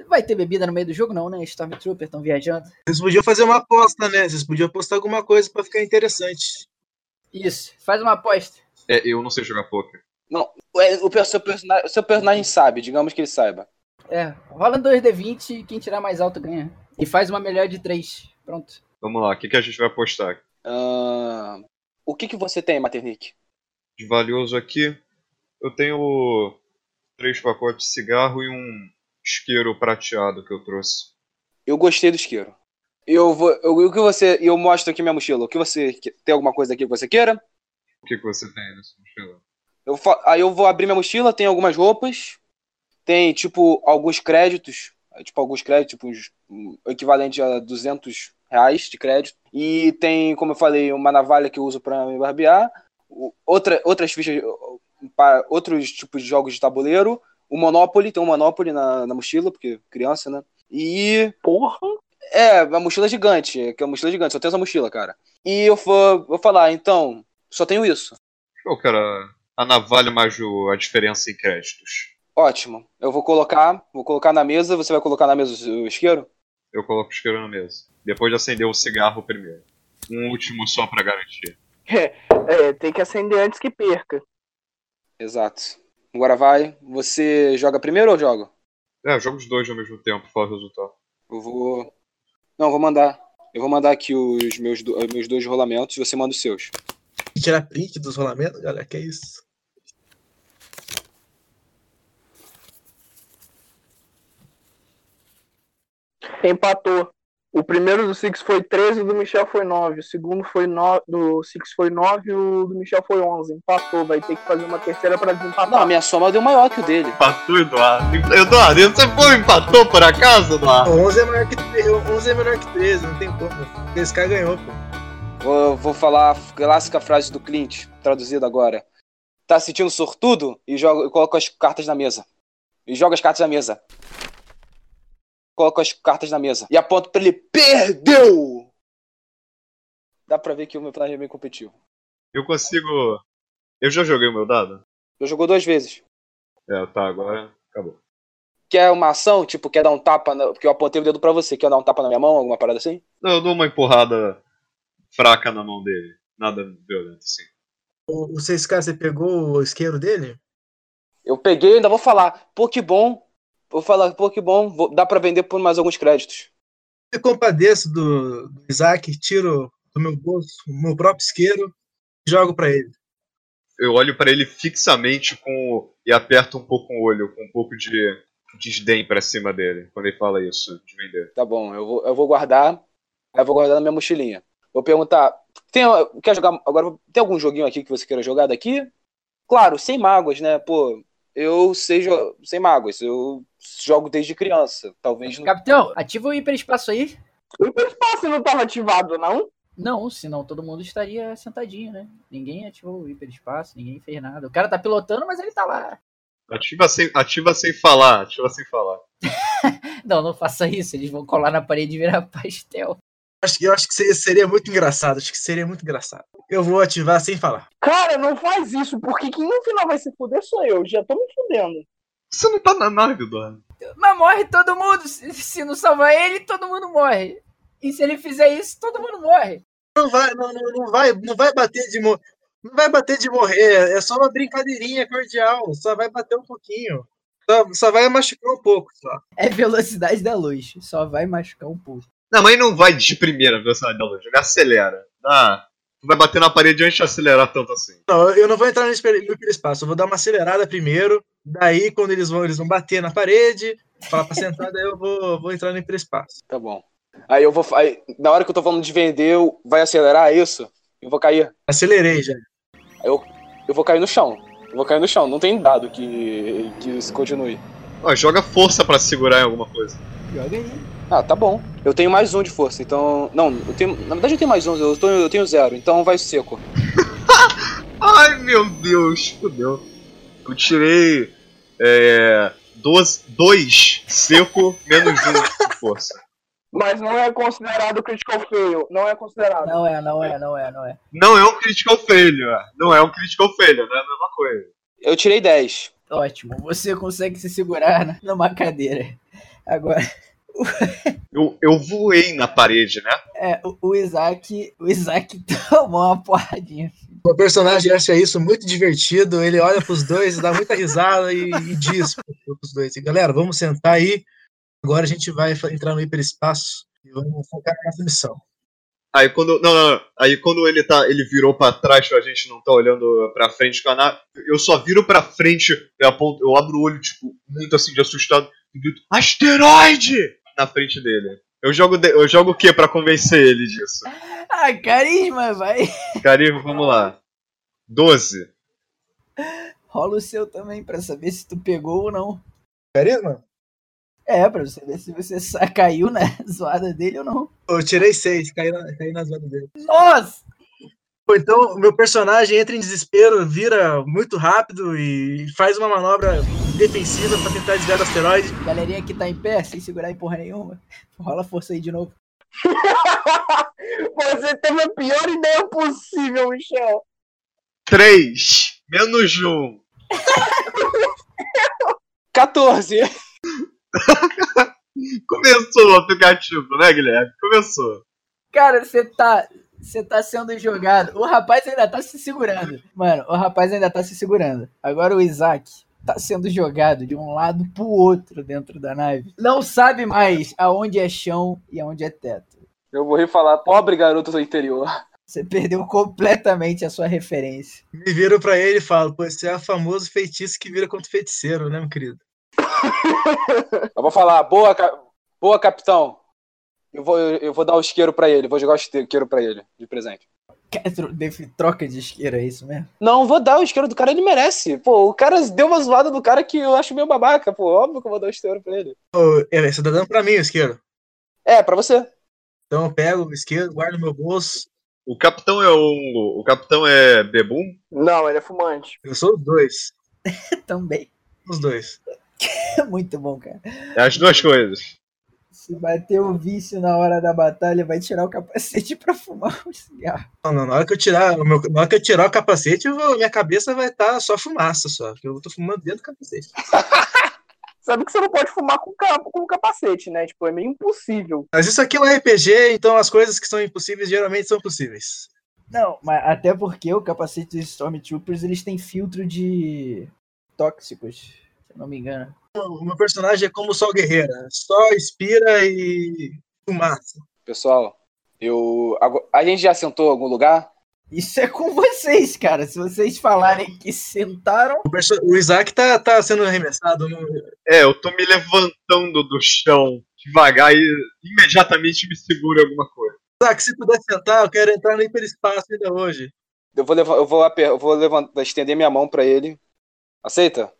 E: Vai ter bebida no meio do jogo, não, né? Stormtrooper estão viajando.
B: Vocês podiam fazer uma aposta, né? Vocês podiam apostar alguma coisa pra ficar interessante.
E: Isso, faz uma aposta.
D: É, eu não sei jogar poker.
A: Ué, O, pe- seu, personagem, seu personagem sabe, digamos que ele saiba.
E: É, rola 2D20 e quem tirar mais alto ganha. E faz uma melhor de 3. Pronto.
D: Vamos lá, o que, que a gente vai apostar?
A: Ahn, o que, que você tem, Maternick?
D: De valioso aqui, eu tenho três pacotes de cigarro e um isqueiro prateado que eu trouxe.
A: Eu gostei do isqueiro. Eu vou. Eu, o que você. Eu mostro aqui minha mochila. O que você. que- Tem alguma coisa aqui que você queira?
D: O que, que você tem nessa mochila?
A: Eu, fa- aí eu vou abrir minha mochila, tem algumas roupas. Tem, tipo, alguns créditos. é, Tipo, alguns créditos, tipo, uns, um, equivalente a 200 reais de crédito. E tem, como eu falei, uma navalha que eu uso pra me barbear. o- Outra, outras fichas. ó, ó, Para outros tipos de jogos de tabuleiro. O Monopoly, tem um Monopoly na, na mochila, porque criança, né? E
C: Porra.
A: É, a mochila gigante, é que é uma mochila gigante, só tem essa mochila, cara. E eu vou, vou falar, então, só tenho isso.
D: Show, cara. A navalha mais o- a diferença em créditos.
A: Ótimo. Eu vou colocar, vou colocar na mesa, você vai colocar na mesa o isqueiro?
D: Eu coloco o isqueiro na mesa. Depois de acender o cigarro primeiro. Um último só pra garantir.
C: É, tem que acender antes que perca.
A: Exato. Agora vai. Você joga primeiro ou eu jogo?
D: É, joga os dois ao mesmo tempo, fala o resultado.
A: Eu vou. Não, eu vou mandar. Eu vou mandar aqui os meus, do- os meus dois rolamentos e você manda os seus.
B: Tem que Tirar print dos rolamentos, galera, que isso.
C: Empatou. O primeiro do Six foi 13, o do Michel foi 9. O segundo foi no... do Six foi 9, o do Michel foi 11. Empatou, vai ter que fazer uma terceira pra desempatar.
A: Não, a minha soma deu maior que o dele.
D: Empatou, Eduardo. Eduardo, você foi empatou por acaso, Eduardo?
B: 11 é, maior que, tre- 11 é melhor que 13, não tem como. Esse cara ganhou, pô.
A: Vou, vou falar a clássica frase do Clint, traduzida agora. Tá sentindo sortudo? E joga, coloca as cartas na mesa. E joga as cartas na mesa. Coloca as cartas na mesa. E aponta pra ele. Perdeu! Dá pra ver que o meu plano é bem competitivo.
D: Eu consigo. Eu já joguei o meu dado?
A: Já jogou duas vezes.
D: É, tá, agora acabou.
A: Quer uma ação? Tipo, quer dar um tapa? Na... Porque eu apontei o dedo pra você. Quer dar um tapa na minha mão? Alguma parada assim?
D: Não, eu dou uma empurrada fraca na mão dele. Nada violento, assim.
B: O, o 6K, você pegou o isqueiro dele?
A: Eu peguei e ainda vou falar, pô, que bom. Vou falar, pô, que bom, vou- dá pra vender por mais alguns créditos.
B: Eu compadeço do, do Isaac, tiro do meu bolso o meu próprio isqueiro e jogo pra ele.
D: Eu olho pra ele fixamente com e aperto um pouco o olho, com um pouco de desdém pra cima dele, quando ele fala isso, de vender.
A: Tá bom, eu vou, eu vou guardar, eu vou guardar na minha mochilinha. Vou perguntar, tem, quer jogar, agora, tem algum joguinho aqui que você queira jogar daqui? Claro, sem mágoas, né, pô, eu sei, jo- sem mágoas, eu jogo desde criança, talvez não
E: Capitão, ativa o hiperespaço aí.
C: O hiperespaço não tava ativado, não?
E: Não, senão todo mundo estaria sentadinho, né? Ninguém ativou o hiperespaço, ninguém fez nada. O cara tá pilotando, mas ele tá lá.
D: Ativa sem, ativa sem falar, ativa sem falar.
E: Não, não faça isso, eles vão colar na parede e virar [LAUGHS] pastel.
B: Acho, que- eu acho que se- seria muito engraçado. Acho que seria muito engraçado. Eu vou ativar sem falar.
C: Cara, não faz isso, porque quem no final vai se fuder sou eu. Já tô me fudendo.
D: Você não tá na nave, Eduardo.
E: Mas morre todo mundo! Se, se não salvar ele, todo mundo morre. E se ele fizer isso, todo mundo morre.
B: Não vai, Ah, não, não, não vai, não vai bater de mo- não vai bater de morrer. É só uma brincadeirinha cordial. Só vai bater um pouquinho. Só, só vai machucar um pouco. Só.
E: É velocidade da luz, só vai machucar um pouco.
D: Não, mas ele não vai de primeira a velocidade da luz, ele acelera. Ah, tu vai bater na parede antes de acelerar tanto assim.
B: Não, eu não vou entrar no hiper- no hiperespaço. Eu vou dar uma acelerada primeiro. Daí, quando eles vão, eles vão bater na parede, falar pra sentar, daí eu vou, vou entrar no hiperespaço.
A: Tá bom. Aí eu vou. Aí, na hora que eu tô falando de vender, eu- vai acelerar isso? Eu vou cair.
B: Acelerei já.
A: Eu vou cair no chão. Eu vou cair no chão. Não tem dado que, que isso continue.
D: Ó, joga força pra segurar em alguma coisa.
E: Joga aí.
A: Ah, tá bom. Eu tenho mais um de força, então. Não, eu tenho. Na verdade eu tenho mais um, eu, tô- eu tenho zero, então vai seco.
D: Ai meu Deus, fudeu. Eu tirei. É. 12, 2 seco menos 1 de força.
C: Mas não é considerado critical fail. Não é considerado.
E: Não é, não é, não é, não é.
D: Não é um critical failure. é. Não é um critical failure, não é a mesma coisa.
A: Eu tirei 10.
E: Ótimo, você consegue se segurar na- numa cadeira. Agora,
D: Eu, eu voei na parede, né?
E: é, o, o Isaac, o Isaac [LAUGHS] tomou uma porradinha.
B: O personagem acha isso muito divertido. Ele olha pros dois, dá muita risada e, e diz pro- pros dois: assim, galera, vamos sentar aí. Agora a gente vai fa- entrar no hiperespaço e vamos focar nessa missão.
D: Aí quando. Não, não, não. Aí quando ele tá. Ele virou pra trás pra gente não tá olhando pra frente com a nave. Eu só viro pra frente, eu, aponto, eu abro o olho, tipo, muito assim de assustado, e grito, asteroide! Na frente dele. Eu jogo, de- eu jogo o que pra convencer ele disso?
E: Ah, carisma, vai.
D: Carinho, vamos lá. 12.
E: Rola o seu também pra saber se tu pegou ou não.
B: Carisma?
E: É, pra você ver se você sa- caiu na [LAUGHS] zoada dele ou não.
B: Eu tirei seis, caí, na, caí nas mãos dele.
E: Nossa!
B: Ou então, o meu personagem entra em desespero, vira muito rápido e faz uma manobra defensiva pra tentar desviar do asteroide.
E: Galerinha que tá em pé, sem segurar em porra nenhuma. Rola força aí de novo.
C: Você teve a pior ideia possível, Michel.
D: 3. Menos 1.
A: 14!
D: Começou o aplicativo, né, Guilherme? Começou.
E: Cara, você tá. Você tá sendo jogado. O rapaz ainda tá se segurando. Mano, o rapaz ainda tá se segurando. Agora o Isaac tá sendo jogado de um lado pro outro dentro da nave. Não sabe mais aonde é chão e aonde é teto.
A: [LAUGHS] Eu vou falar, pobre garoto do interior.
E: Você perdeu completamente a sua referência.
B: Me viro pra ele e falo, pô, esse é o famoso feitiço que vira contra o feiticeiro, né, meu querido?
A: Eu vou falar, boa, ca- boa capitão. Eu vou, eu, eu vou dar o isqueiro pra ele, vou jogar o isqueiro pra ele, de presente.
E: Cara, tro- def- Troca de isqueiro, é isso mesmo? [LAUGHS]
A: Não, vou dar o isqueiro do cara, ele merece. Pô, o cara deu uma zoada do cara que eu acho meio babaca, pô. Óbvio que eu vou dar o isqueiro pra ele.
B: Ô, é, você tá dando pra mim o isqueiro.
A: É, pra você.
B: Então eu pego o isqueiro, guardo no meu bolso.
D: O capitão é um. O capitão é Bebum?
C: Não, ele é fumante.
B: Eu sou os dois.
E: Também.
B: Os dois.
E: Muito bom, cara.
D: É as duas coisas.
E: Se bater o vício na hora da batalha, vai tirar o capacete [LAUGHS] pra fumar um cigarro.
B: Não, não, na hora que eu tirar, o meu- na hora que eu tirar o capacete, eu vou- minha cabeça vai estar só fumaça, só. Porque eu tô fumando dentro do capacete.
C: Sabe que você não pode fumar com, cap com capacete, né? Tipo, é meio impossível.
B: Mas isso aqui é um RPG, então as coisas que são impossíveis geralmente são possíveis.
E: Não, mas até porque o capacete dos Stormtroopers, eles têm filtro de tóxicos, se eu não me engano.
B: O meu personagem é como o Sol Guerreira. Só inspira e fumaça.
A: Pessoal, eu. ago- A gente já sentou em algum lugar?
E: Isso é com vocês, cara. Se vocês falarem que sentaram.
B: O, perso- o Isaac tá, tá sendo arremessado. No...
D: É, eu tô me levantando do chão devagar e imediatamente me segura alguma coisa.
B: Isaac, se puder sentar, eu quero entrar no hiperespaço ainda hoje.
A: Eu vou, leva- eu vou, aper- eu vou levantar, estender minha mão pra ele. Aceita?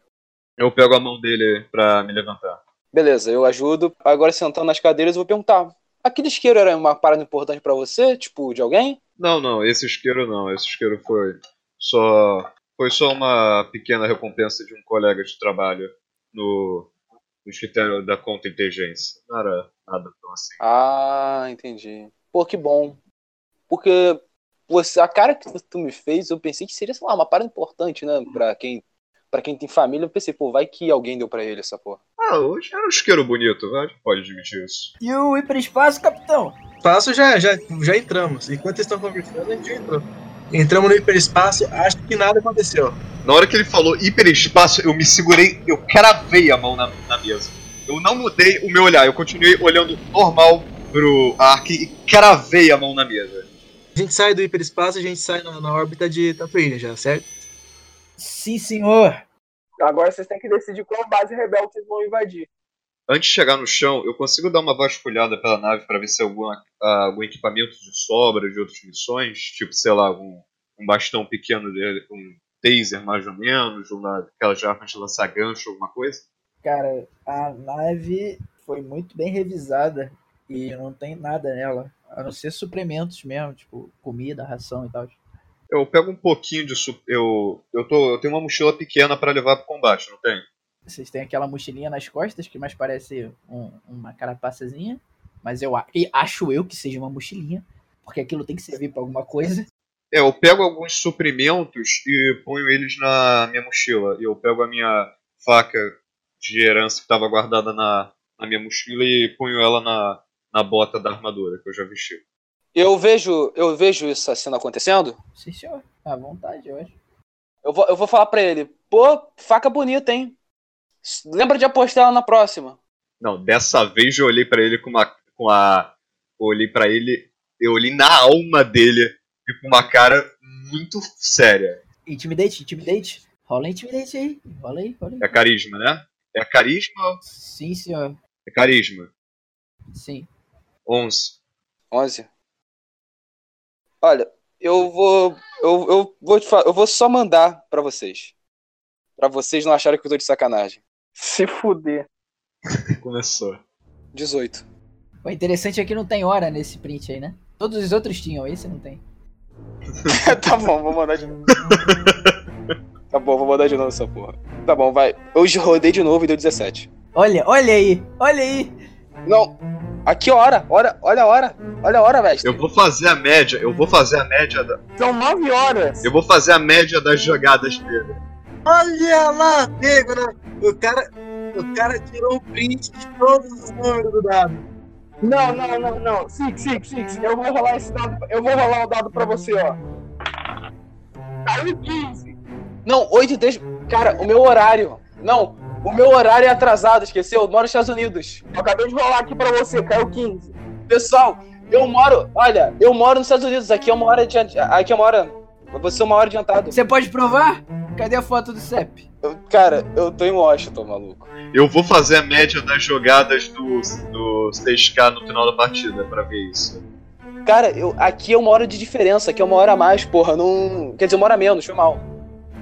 D: Eu pego a mão dele pra me levantar.
A: Beleza, eu ajudo. Agora sentando nas cadeiras, eu vou perguntar: aquele isqueiro era uma parada importante pra você? Tipo, de alguém?
D: Não, não, esse isqueiro não. Esse isqueiro foi só foi só uma pequena recompensa de um colega de trabalho no, no escritório da conta inteligência. Não era nada tão assim.
A: Ah, entendi. Pô, que bom. Porque você, a cara que tu me fez, eu pensei que seria, sei lá, uma parada importante, né? Pra quem, pra quem tem família, eu pensei, pô, vai que alguém deu pra ele essa porra.
D: Ah, hoje era um isqueiro bonito, vai? Pode admitir isso.
E: E o hiperespaço, capitão?
B: Espaço já, já, já entramos. Enquanto eles estão conversando, a gente já entrou. Entramos no hiperespaço, acho que nada aconteceu.
D: Na hora que ele falou hiperespaço, eu me segurei, eu cravei a mão na, na mesa. Eu não mudei o meu olhar, eu continuei olhando normal pro Ark e cravei a mão na mesa.
B: A gente sai do hiperespaço, a gente sai na, na órbita de Tatooine já, certo?
E: Sim, senhor.
C: Agora vocês têm que decidir qual base rebelde vocês vão invadir.
D: Antes de chegar no chão, eu consigo dar uma vasculhada pela nave pra ver se alguma, ah, algum equipamento de sobra de outras missões, tipo, sei lá, um, um bastão pequeno, de, um taser mais ou menos, uma, aquelas armas de lançar gancho, alguma coisa.
E: Cara, a nave foi muito bem revisada e não tem nada nela. A não ser suplementos mesmo, tipo comida, ração e tal.
D: Eu pego um pouquinho de. su- Eu, eu, tô, eu tenho uma mochila pequena pra levar pro combate, não tem?
E: Vocês têm aquela mochilinha nas costas que mais parece um- uma carapaçazinha. Mas eu a- e acho eu que seja uma mochilinha. Porque aquilo tem que servir pra alguma coisa.
D: É, eu pego alguns suprimentos e ponho eles na minha mochila. Eu pego a minha faca de herança que estava guardada na, na minha mochila e ponho ela na, na bota da armadura que eu já vesti.
A: Eu vejo, eu vejo isso assim acontecendo.
E: Sim, senhor. À vontade, eu acho.
A: Eu vou, eu vou falar pra ele, pô, faca bonita, hein? S- Lembra de apostar ela na próxima.
D: Não, dessa vez eu olhei pra ele com uma com a eu olhei pra ele, eu olhei na alma dele e com uma cara muito séria.
E: Intimidate, intimidate. Rola intimidate aí. Rola aí, rola aí.
D: É carisma, né? É carisma?
E: Sim, senhor.
D: É carisma.
E: Sim.
D: 11.
A: 11. Olha, eu vou. Eu, eu vou te falar, eu vou só mandar pra vocês. Pra vocês não acharem que eu tô de sacanagem.
C: Se fuder.
D: Começou.
A: 18.
E: O interessante é que não tem hora nesse print aí, né? Todos os outros tinham, esse não tem.
A: [LAUGHS] tá bom, vou mandar de novo. tá bom, vou mandar de novo essa porra. Tá bom, vai. Eu já rodei de novo e deu 17.
E: Olha, olha aí, olha aí.
A: Não! Aqui, hora, hora, olha a hora, olha a hora, mestre.
D: Eu vou fazer a média, eu vou fazer a média da,
C: São nove horas.
D: Eu vou fazer a média das jogadas dele.
B: Olha lá, nego, né? O cara, o cara tirou um print de todos os números do dado.
C: Não, não, não, não. Six, six, six. Eu vou rolar esse dado. Eu vou rolar o dado pra você, ó. Caiu 15.
A: Não, 8 e 10. Cara, o meu horário. Não, o meu horário é atrasado, esqueceu? Eu moro nos Estados Unidos.
C: Eu acabei de rolar aqui pra você, caiu 15.
A: Pessoal, eu moro. Olha, eu moro nos Estados Unidos. Aqui é uma hora adiante. Aqui é uma hora. Você é uma hora adiantado.
E: Você pode provar? Cadê a foto do CEP?
A: Eu- cara, eu tô em Washington, maluco.
D: Eu vou fazer a média das jogadas do, do 6K no final da partida pra ver isso.
A: Cara, eu, aqui é uma hora de diferença, aqui é uma hora a mais, porra. Não. Quer dizer, uma hora a menos, foi mal.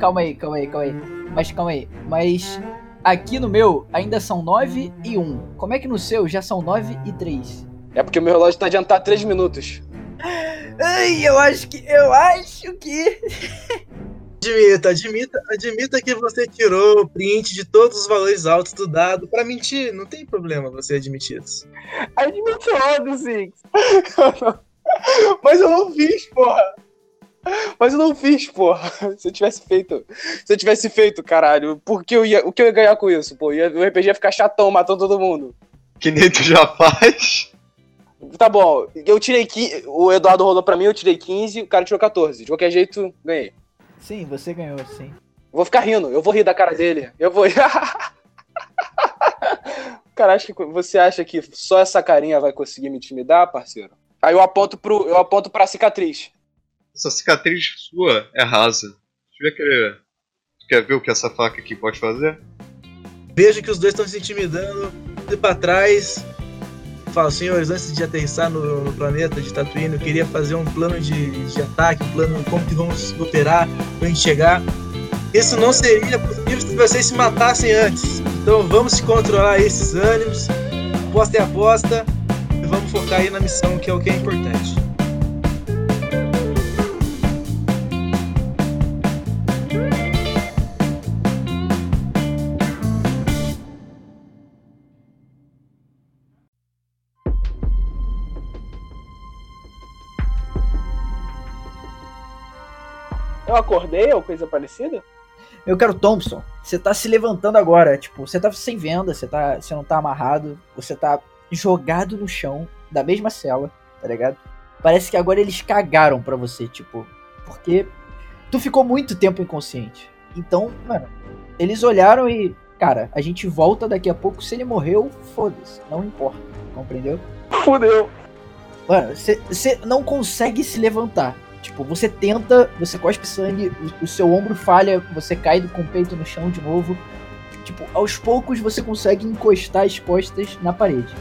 E: Calma aí, calma aí, calma aí. Mas calma aí. Mas aqui no meu ainda são 9 e 1. Como é que no seu já são 9 e 3?
A: É porque o meu relógio tá adiantado 3 minutos. [LAUGHS]
E: Ai, eu acho que. Eu acho que.
B: Admita, admita, admita que você tirou o print de todos os valores altos do dado. Pra mentir, não tem problema você admitir isso.
C: Admite logo, Six.
A: Mas eu não fiz, porra. Mas eu não fiz, porra. [LAUGHS] Se eu tivesse feito. Se eu tivesse feito, caralho, por que eu ia. O que eu ia ganhar com isso, pô? Ia- O RPG ia ficar chatão, matando todo mundo.
D: Que nem tu já faz.
A: Tá bom, eu tirei 15. O Eduardo rolou pra mim, eu tirei 15, o cara tirou 14. De qualquer jeito, ganhei.
E: Sim, você ganhou, sim.
A: Vou ficar rindo, eu vou rir [LAUGHS] da cara dele. Eu vou. cara, acho que você acha que só essa carinha vai conseguir me intimidar, parceiro? Aí eu aponto pro. Eu aponto pra cicatriz.
D: Essa cicatriz sua é rasa. Você vai querer. Quer ver o que essa faca aqui pode fazer?
B: Vejo que os dois estão se intimidando, e pra trás. Falo, senhores, antes de aterrissar no, no planeta de Tatooine, eu queria fazer um plano de, de ataque, um plano de como que vamos operar quando a gente chegar. Isso não seria possível se vocês se matassem antes. Então vamos se controlar esses ânimos, aposta é aposta, e vamos focar aí na missão, que é o que é importante.
C: Eu acordei ou coisa parecida? [LAUGHS]
E: Meu caro Thompson, você tá se levantando agora. Tipo, você tá sem venda, você, tá, você não tá amarrado, você tá jogado no chão da mesma cela, tá ligado? Parece que agora eles cagaram pra você, tipo, porque tu ficou muito tempo inconsciente. Então, mano, eles olharam e, cara, a gente volta daqui a pouco. Se ele morreu, foda-se, não importa, compreendeu?
C: Fudeu.
E: Mano, você não consegue se levantar. Tipo, você tenta, você cospe sangue, o, o seu ombro falha, você cai com o peito no chão de novo. Tipo, aos poucos você consegue encostar as costas na parede.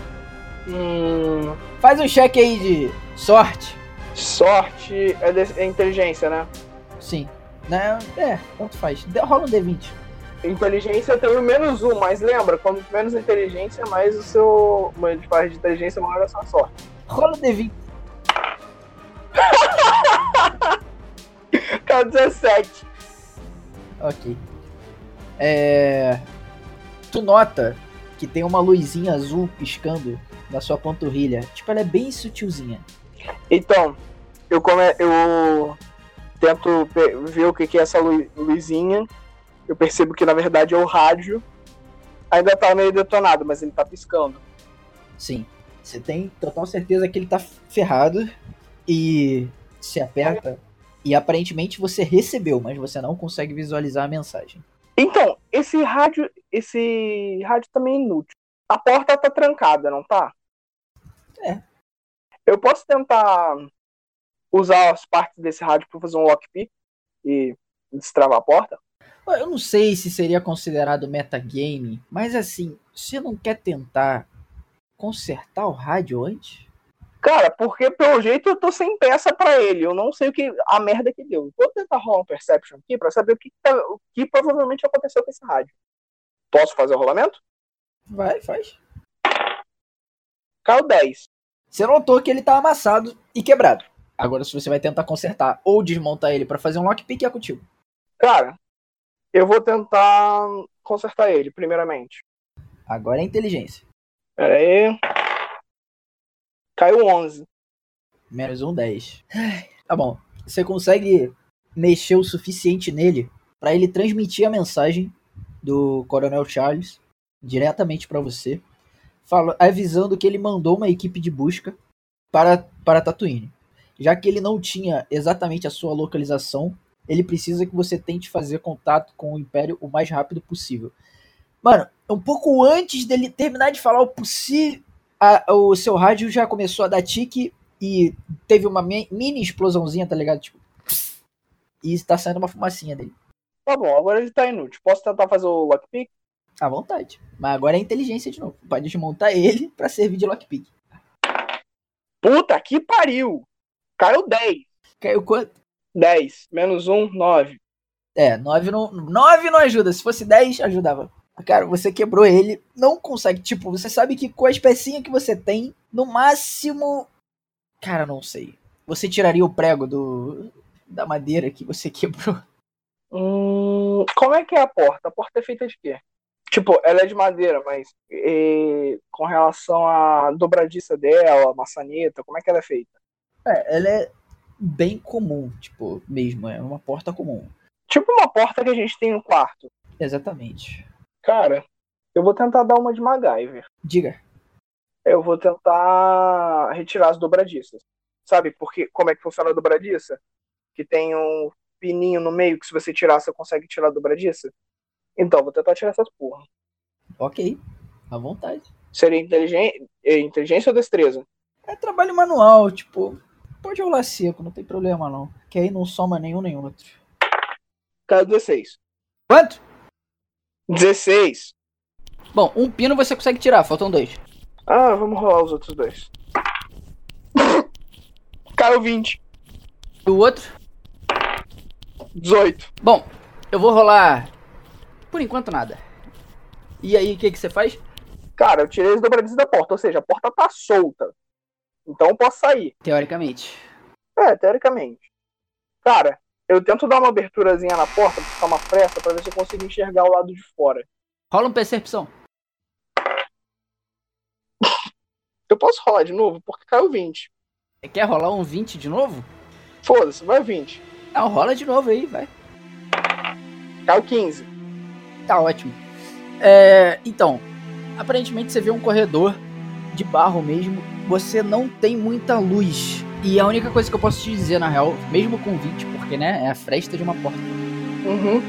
C: Hum,
E: Faz um cheque aí de sorte.
C: sorte é, de- é inteligência, né?
E: Sim. Né? É, tanto faz. De- Rola um D20.
C: Inteligência eu tenho menos um, mas lembra, quanto menos inteligência, mais o seu modificador de inteligência, maior é a sua sorte. [LAUGHS]
E: Rola um D20.
C: Cara, 17.
E: Ok. É... Tu nota que tem uma luzinha azul piscando na sua panturrilha. Tipo, ela é bem sutilzinha.
C: Então, eu, come... eu tento pe- ver o que que é essa lu- luzinha. Eu percebo que na verdade é o rádio. Ainda tá meio detonado, mas ele tá piscando.
E: Sim. Você tem total certeza que ele tá ferrado e se aperta. E aparentemente você recebeu, mas você não consegue visualizar a mensagem.
C: Então, esse rádio. Esse rádio também é inútil. A porta tá trancada, não tá?
E: É.
C: Eu posso tentar usar as partes desse rádio pra fazer um lockpick e destravar a porta?
E: Eu não sei se seria considerado metagame, mas assim, você não quer tentar consertar o rádio antes?
C: Cara, porque pelo jeito eu tô sem peça pra ele. Eu não sei o que a merda que deu. Vou tentar rolar um perception aqui pra saber o que, tá- o que provavelmente aconteceu com esse rádio. Posso fazer o rolamento?
E: Vai, faz.
C: Caiu 10.
E: Você notou que ele tá amassado e quebrado. Agora, se você vai tentar consertar ou desmontar ele pra fazer um lockpick, é contigo.
C: Cara, eu vou tentar consertar ele, primeiramente.
E: Agora é inteligência.
C: Pera aí. Caiu 11.
E: Menos um 10. Ai, Tá bom. Você consegue mexer o suficiente nele pra ele transmitir a mensagem do Coronel Charles diretamente pra você, fala- avisando que ele mandou uma equipe de busca para, para Tatooine. Já que ele não tinha exatamente a sua localização, ele precisa que você tente fazer contato com o Império o mais rápido possível. Mano, um pouco antes dele terminar de falar o possível, o seu rádio já começou a dar tique e teve uma mi- mini explosãozinha, tá ligado? Tipo, pss, e está saindo uma fumacinha dele.
C: Tá bom, agora ele tá inútil. Posso tentar fazer o lockpick?
E: À vontade. Mas agora é inteligência de novo. Vai desmontar ele [LAUGHS] pra servir de lockpick.
C: Puta que pariu! Caiu 10.
E: Caiu quanto?
C: 10. Menos 1, 9.
E: É, 9 não, nove não ajuda. Se fosse 10, ajudava. Cara, você quebrou ele, não consegue. Tipo, você sabe que com as pecinhas que você tem, no máximo. Cara, não sei. Você tiraria o prego do. da madeira que você [LAUGHS] quebrou.
C: Hum, como é que é a porta? A porta é feita de quê? Tipo, ela é de madeira, mas eh, com relação à dobradiça dela, maçaneta, como é que ela é feita?
E: É, ela é bem comum, tipo, mesmo. É uma porta comum.
C: Tipo uma porta que a gente tem no quarto.
E: Exatamente.
C: Cara, eu vou tentar dar uma de MacGyver.
E: Diga.
C: Eu vou tentar retirar as dobradiças. Sabe porque como é que funciona a dobradiça? Que tem um, pininho no meio que se você tirar, você consegue tirar a dobradiça? Então, vou tentar tirar essas porra.
E: Ok, à vontade.
C: Seria inteligen- eh, inteligência ou destreza?
E: É trabalho manual, tipo, pode rolar seco, não tem problema não. Que aí não soma nenhum nem outro.
C: Cara, 16.
E: Quanto?
C: 16.
E: Bom, um pino você consegue tirar, faltam dois.
C: Ah, vamos rolar os outros dois. [LAUGHS] Caiu 20.
E: E o outro?
C: 18.
E: Bom, eu vou rolar. Por enquanto nada. E aí, o que, que você faz?
C: Cara, eu tirei as dobradiças da porta, ou seja, a porta tá solta. Então eu posso sair.
E: Teoricamente.
C: É, teoricamente. Cara, eu tento dar uma aberturazinha na porta, pra ficar uma fresta, pra ver se eu consigo enxergar o lado de fora.
E: Rola um percepção.
C: Eu posso rolar de novo? Porque caiu 20.
E: Você quer rolar um 20 de novo?
C: Foda-se, vai 20.
E: Não, rola de novo aí, vai.
C: Caiu 15.
E: Tá ótimo. É, então, aparentemente você vê um corredor de barro mesmo. Você não tem muita luz. E a única coisa que eu posso te dizer, na real, mesmo com 20, porque né, é a fresta de uma porta.
C: Uhum.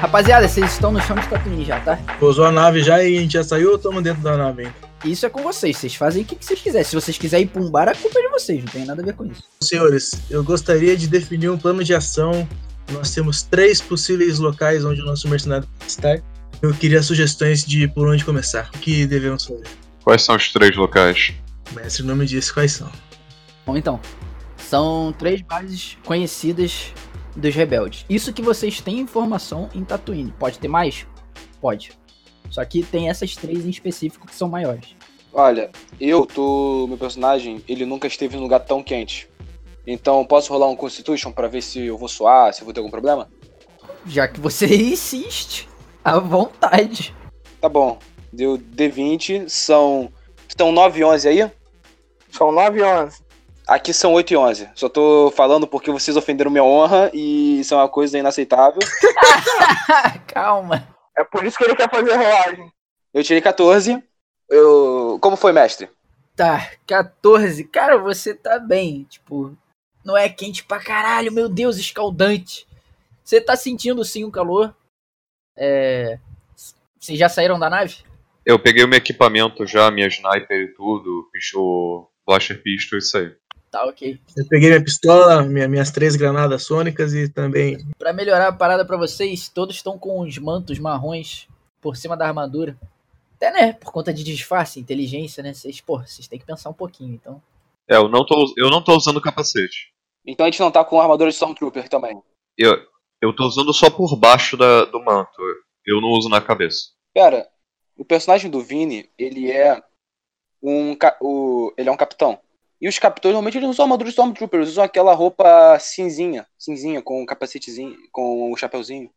E: Rapaziada, vocês estão no chão de Tatooine já, tá?
B: Pousou a nave já e a gente já saiu ou estamos dentro da nave ainda?
E: Isso é com vocês, vocês fazem o que, que vocês quiserem. Se vocês quiserem ir pra um bar, a culpa é de vocês, não tem nada a ver com isso.
B: Senhores, eu gostaria de definir um plano de ação. Nós temos três possíveis locais onde o nosso mercenário pode estar. Eu queria sugestões de por onde começar. O que devemos fazer?
D: Quais são os três locais?
B: O mestre não me disse quais são.
E: Bom, então, são três bases conhecidas dos rebeldes. Isso que vocês têm informação em Tatooine. Pode ter mais? Pode. Só que tem essas três em específico que são maiores.
A: Olha, eu tô. Meu personagem, ele nunca esteve num lugar tão quente. Então posso rolar um Constitution pra ver se eu vou suar, se eu vou ter algum problema?
E: Já que você [LAUGHS] insiste, à vontade. [LAUGHS]
A: Tá bom. Deu D20, são. Estão 9 e 11 aí?
C: São 9 e 11.
A: Aqui são 8 e 11. Só tô falando porque vocês ofenderam minha honra e isso é uma coisa inaceitável.
E: Ah, Calma.
C: É por isso que ele quer fazer rolagem.
A: Eu tirei 14. Eu. Como foi, mestre?
E: Tá, 14. Cara, você tá bem. Tipo, não é quente pra caralho, meu Deus, escaldante. Você tá sentindo sim o calor. É. Vocês já saíram da nave?
D: Eu peguei o meu equipamento já, minha sniper e tudo, o blaster pistol, isso aí.
E: Tá, ok.
B: Eu peguei minha pistola, minha- minhas três granadas sônicas e também.
E: Pra melhorar a parada pra vocês, todos estão com uns mantos marrons por cima da armadura. Até, né? Por conta de disfarce, inteligência, né? Vocês, pô, vocês têm que pensar um pouquinho, então.
D: É, eu não tô, eu não tô usando capacete.
A: Então a gente não tá com armadura de Stormtrooper também.
D: Eu, eu tô usando só por baixo da, do manto. Eu não uso na cabeça.
A: Cara, o personagem do Vini, ele é um. ca- O, ele é um capitão. E os capitões normalmente eles não usam armadura de Stormtrooper, eles usam aquela roupa cinzinha, cinzinha, com um capacetezinho, com o chapeuzinho.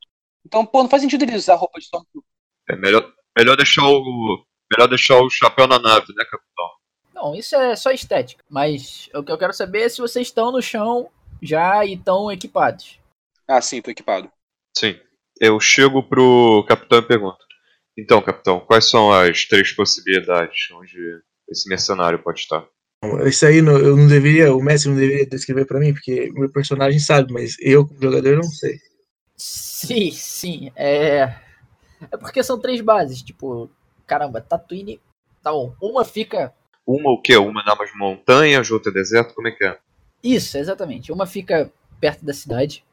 A: Então, pô, não faz sentido eles usar roupa de Stormtrooper.
D: É melhor, melhor deixar o. Melhor deixar o chapéu na nave, né, capitão?
E: Não, isso é só estética. Mas o que eu quero saber é se vocês estão no chão já e estão equipados.
A: Ah, sim, tô equipado.
D: Sim. Eu chego pro capitão e pergunto. Então, capitão, quais são as três possibilidades onde esse mercenário pode estar?
B: Isso aí não- eu não deveria, o mestre não deveria descrever pra mim, porque meu personagem sabe, mas eu, como jogador, não sei.
E: Sim, sim. É. É porque são três bases. Tipo, caramba, Tatooine. Tá bom. Uma fica
D: Uma o quê? Uma na mais montanhas, outra é deserto? Como é que é?
E: Isso, exatamente. Uma fica perto da cidade,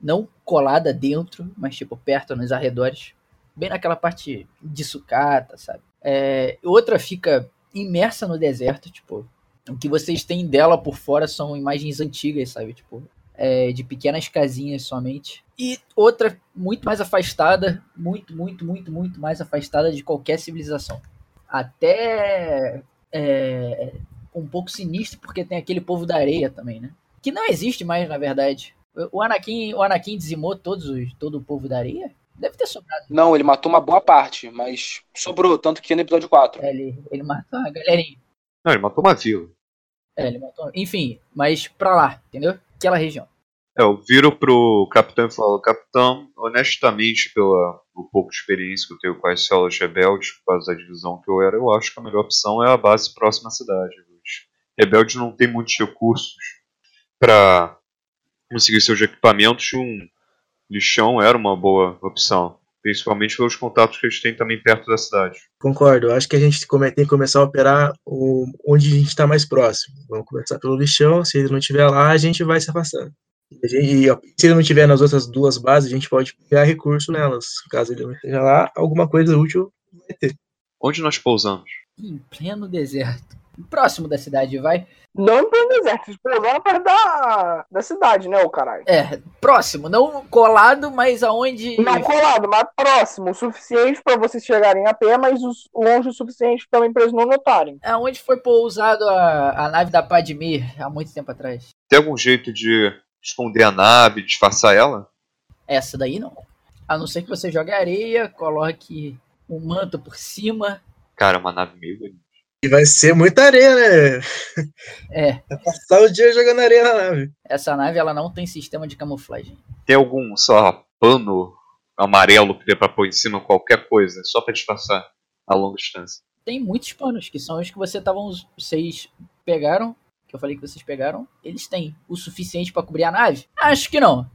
E: não colada dentro, mas tipo perto, nos arredores, bem naquela parte de sucata, sabe? É, outra fica imersa no deserto, tipo, o que vocês têm dela por fora são imagens antigas, sabe? Tipo, é, de pequenas casinhas somente. E outra muito mais afastada, muito, muito, muito, muito mais afastada de qualquer civilização. Até é, um pouco sinistro, porque tem aquele povo da areia também, né? Que não existe mais, na verdade. O- O Anakin, o Anakin dizimou todos os, todo o povo da areia? Deve ter sobrado.
A: Não, ele matou uma boa parte, mas sobrou, tanto que no episódio 4.
E: né? Ele, ele matou a galerinha.
D: Não, ele matou uma vila.
E: É, ele matou. Enfim, mas pra lá, entendeu? Aquela região.
D: É, eu viro pro capitão e falo, capitão, honestamente, pela o pouco de experiência que eu tenho com as células rebeldes, por causa da divisão que eu era, eu acho que a melhor opção é a base próxima à cidade. Os rebeldes não têm muitos recursos para conseguir seus equipamentos, um lixão era uma boa opção. Principalmente pelos contatos que eles têm também perto da cidade.
B: Concordo. Acho que a gente come- tem que começar a operar o- onde a gente está mais próximo. Vamos começar pelo lixão. Se ele não estiver lá, a gente vai se afastando. E a gente- e, ó, se ele não estiver nas outras duas bases, a gente pode pegar recurso nelas. Caso ele não esteja lá, alguma coisa útil vai ter.
D: Onde nós pousamos?
E: Em pleno deserto. Próximo da cidade, vai.
C: Não pelo deserto, eles pousaram perto da, da cidade, né, ô caralho?
E: É, próximo, não colado, mas aonde.
C: Não colado, mas próximo, o suficiente pra vocês chegarem a pé, mas os- longe o suficiente também pra eles não notarem.
E: Aonde foi pousado a, a nave da Padme há muito tempo atrás?
D: Tem algum jeito de esconder a nave, disfarçar ela?
E: Essa daí não. A não ser que você jogue areia, coloque um manto por cima.
D: Cara, uma nave meio bonita.
B: E vai ser muita areia, né?
E: É,
B: Vai passar o dia jogando areia na nave.
E: essa nave ela não tem sistema de camuflagem.
D: Tem algum, sei lá, pano amarelo que dê pra pôr em cima qualquer coisa, só pra disfarçar a longa distância.
E: Tem muitos panos, que são os que você tavam, vocês pegaram, que eu falei que vocês pegaram. Eles têm o suficiente pra cobrir a nave? Acho que não.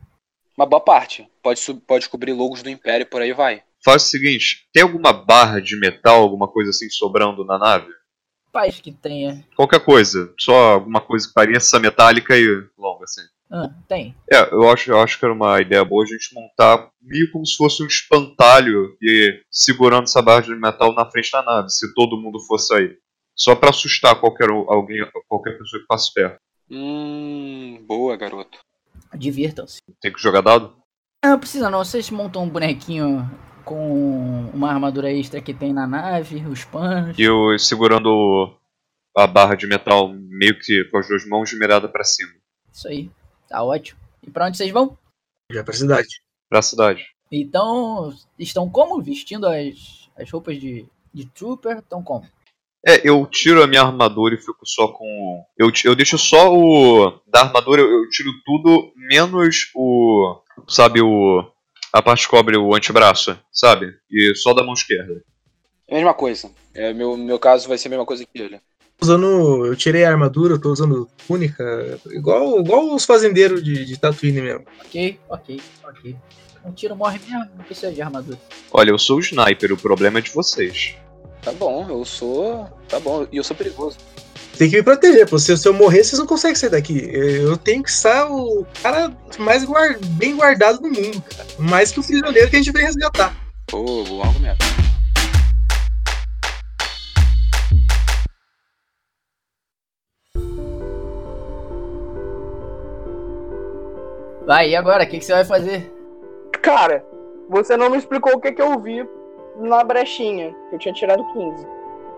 A: Uma boa parte. Pode, sub- pode cobrir logos do Império e por aí vai.
D: Faz o seguinte, tem alguma barra de metal, alguma coisa assim sobrando na nave?
E: Paz que tenha.
D: Qualquer coisa, só alguma coisa que pareça metálica e longa, assim.
E: Ah, tem.
D: É, eu acho, eu acho que era uma ideia boa a gente montar meio como se fosse um espantalho e segurando essa barra de metal na frente da nave, se todo mundo fosse aí. Só pra assustar qualquer um- alguém, qualquer pessoa que passe perto.
A: Hum, boa, garoto.
E: Divirtam-se.
D: Tem que jogar dado?
E: Ah, Não precisa não, vocês montam um bonequinho com uma armadura extra que tem na nave, os panos.
D: E eu segurando a barra de metal meio que com as duas mãos de mirada pra cima,
E: Isso aí, tá ótimo. E pra onde vocês vão?
B: Já é pra cidade.
D: pra cidade.
E: Então, estão como? Vestindo as, as roupas de, de trooper? Estão como?
D: É, eu tiro a minha armadura e fico só com. o- Eu, ti- eu deixo só o. Da armadura eu, eu tiro tudo, menos o. Sabe, o. A parte que cobre o antebraço, sabe? E só da mão esquerda.
A: É a mesma coisa. É, meu, meu caso vai ser a mesma coisa que ele.
B: Usando, eu tirei a armadura, eu tô usando túnica, igual, igual os fazendeiros de, de Tatooine mesmo.
E: Ok, ok, ok. Um tiro morre mesmo, não precisa de armadura.
D: Olha, eu sou o sniper, o problema é de vocês.
A: Tá bom, eu sou. Tá bom, e eu sou perigoso.
B: Tem que me proteger, pô. Se, se eu morrer, vocês não conseguem sair daqui. Eu tenho que estar o cara mais guar- bem guardado do mundo, cara. Mais que o prisioneiro que a gente vem resgatar.
A: Boa, bom argumento.
E: Vai, e agora? O que, que você vai fazer?
C: Cara, você não me explicou o que, que eu vi na brechinha, que eu tinha tirado 15.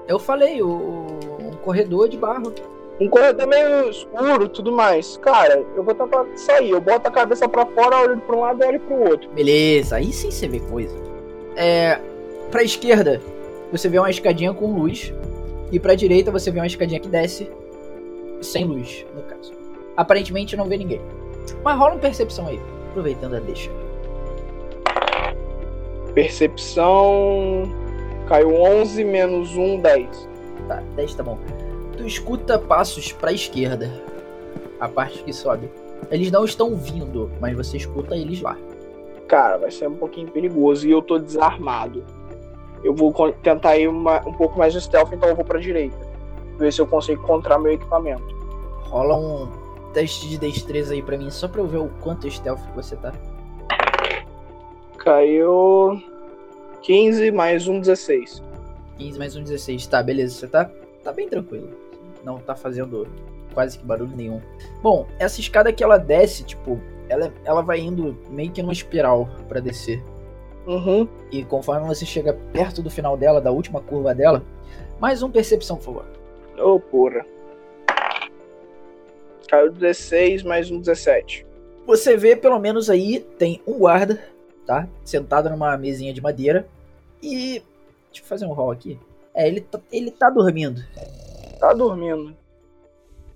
E: Eu falei, o, o- um corredor de barro.
C: Um corredor meio escuro tudo mais. Cara, eu vou tentar sair. Eu boto a cabeça pra fora, olho pra um lado e olho pro outro.
E: Beleza, aí sim você vê coisa. É. Pra esquerda, você vê uma escadinha com luz. E pra direita, você vê uma escadinha que desce sem luz, no caso. Aparentemente não vê ninguém. Mas rola uma percepção aí, aproveitando a deixa.
C: Percepção. Caiu 11 menos 1, 10.
E: Tá, 10 tá bom. Tu escuta passos pra esquerda. A parte que sobe. Eles não estão vindo, mas você escuta eles lá.
C: Cara, vai ser um pouquinho perigoso e eu tô desarmado. Eu vou con- tentar ir uma- um pouco mais de stealth, então eu vou pra direita. Ver se eu consigo encontrar meu equipamento.
E: Rola um teste de destreza aí pra mim, só pra eu ver o quanto stealth que você tá.
C: Caiu 15 mais 1, 16.
E: 15 mais um 16, tá, beleza, você tá, tá bem tranquilo. Não tá fazendo quase que barulho nenhum. Bom, essa escada que ela desce, tipo, ela, ela vai indo meio que numa espiral pra descer.
C: Uhum.
E: E conforme você chega perto do final dela, da última curva dela, mais um percepção, por favor.
C: Ô, porra. Caiu 16 mais 1, 17.
E: Você vê pelo menos aí tem um guarda, tá? Sentado numa mesinha de madeira. E. Deixa eu fazer um roll aqui. É, ele tá, ele tá dormindo.
C: Tá dormindo.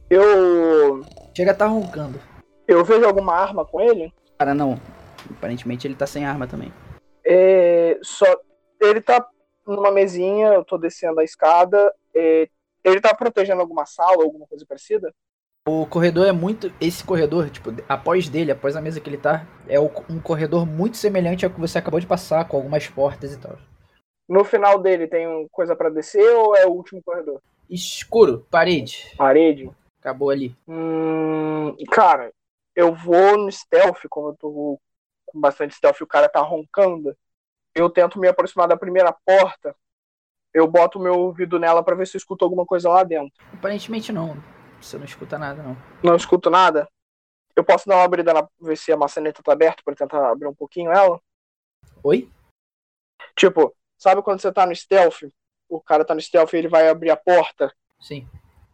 C: Eu.
E: Chega a tá roncando.
C: Eu vejo alguma arma com ele.
E: Cara, não. Aparentemente ele tá sem arma também.
C: É, só ele tá numa mesinha, eu tô descendo a escada. é, ele tá protegendo alguma sala, alguma coisa parecida?
E: O corredor é muito. Esse corredor, tipo, após dele, após a mesa que ele tá, é o- um corredor muito semelhante ao que você acabou de passar, com algumas portas e tal.
C: No final dele tem um- coisa pra descer ou é o último corredor?
E: Escuro, parede.
C: Parede?
E: Acabou ali.
C: Hum, cara, eu vou no stealth, como eu tô com bastante stealth e o cara tá roncando. Eu tento me aproximar da primeira porta. Eu boto o meu ouvido nela pra ver se eu escuto alguma coisa lá dentro.
E: Aparentemente não. Você não escuta nada, não.
C: Não escuto nada. Eu posso dar uma abrida na ver se a maçaneta tá aberta pra tentar abrir um pouquinho ela.
E: Oi?
C: Tipo, sabe quando você tá no stealth? O cara tá no stealth e ele vai abrir a porta.
E: Sim.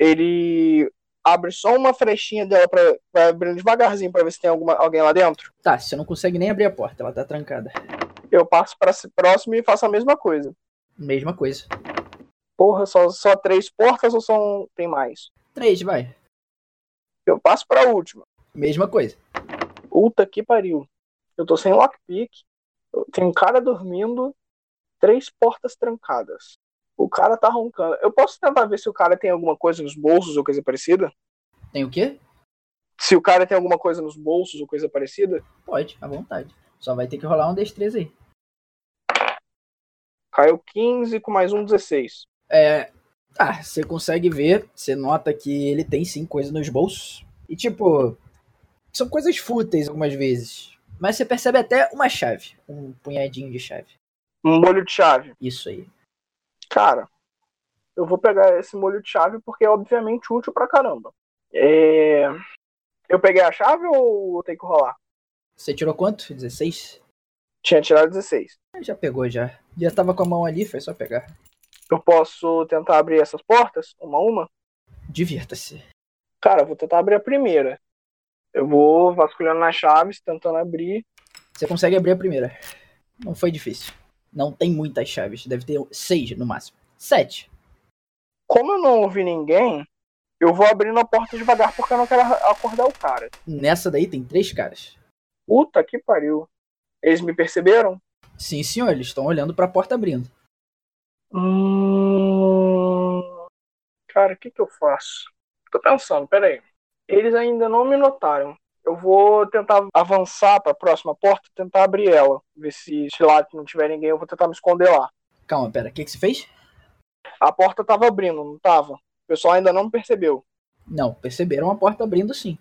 C: Ele abre só uma frestinha dela pra, vai abrindo devagarzinho pra ver se tem alguma, alguém lá dentro.
E: Tá, você não consegue nem abrir a porta, ela tá trancada.
C: Eu passo pra si- próximo e faço a mesma coisa.
E: Mesma coisa.
C: Porra, só, só três portas ou são, tem mais?
E: Três, vai.
C: Eu passo pra última.
E: Mesma coisa.
C: Puta que pariu. Eu tô sem lockpick. eu- Tem um cara dormindo. Três portas trancadas. O cara tá roncando. Eu posso tentar ver se o cara tem alguma coisa nos bolsos ou coisa parecida?
E: Tem o quê?
C: Se o cara tem alguma coisa nos bolsos ou coisa parecida?
E: Pode, à vontade. Só vai ter que rolar um destreza aí.
C: Caiu 15 com mais um 16.
E: É. Tá, você consegue ver, você nota que ele tem sim coisa nos bolsos. E tipo, são coisas fúteis algumas vezes. Mas você percebe até uma chave. Um punhadinho de chave.
C: Um molho de chave.
E: Isso aí.
C: Cara, eu vou pegar esse molho de chave porque é obviamente útil pra caramba. É... Eu peguei a chave ou eu tenho que rolar?
E: Você tirou quanto? 16?
C: Tinha tirado 16.
E: Ah, Já pegou já. Já tava com a mão ali, foi só pegar.
C: Eu posso tentar abrir essas portas, uma a uma?
E: Divirta-se.
C: Cara, eu vou tentar abrir a primeira. Eu vou vasculhando nas chaves, tentando abrir.
E: Você consegue abrir a primeira. Não foi difícil. Não tem muitas chaves. Deve ter seis no máximo. Sete.
C: Como eu não ouvi ninguém, eu vou abrindo a porta devagar porque eu não quero arra- acordar o cara.
E: Nessa daí tem três caras.
C: Puta que pariu. Eles me perceberam?
E: Sim, senhor, eles estão olhando pra porta abrindo.
C: Hum... Cara, o que que eu faço? Tô pensando, peraí. Eles ainda não me notaram. Eu vou tentar avançar pra próxima porta, e tentar abrir ela. Ver se, se lá não tiver ninguém, eu vou tentar me esconder lá.
E: Calma, pera, o que, que você fez?
C: A porta tava abrindo, não tava? O pessoal ainda não me percebeu.
E: Não, perceberam a porta abrindo sim.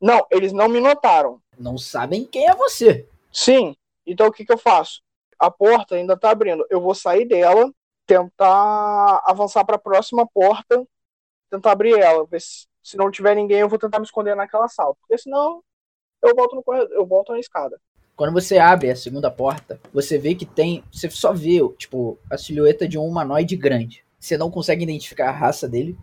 C: Não, eles não me notaram.
E: Não sabem quem é você.
C: Sim. Então o que, que eu faço? A porta ainda tá abrindo. Eu vou sair dela, tentar avançar pra próxima porta, tentar abrir ela. Ver se, se não tiver ninguém, eu vou tentar me esconder naquela sala. Porque senão eu volto no corredor, eu volto na escada.
E: Quando você abre a segunda porta, você vê que tem. Você só vê, tipo, a silhueta de um humanoide grande. Você não consegue identificar a raça dele,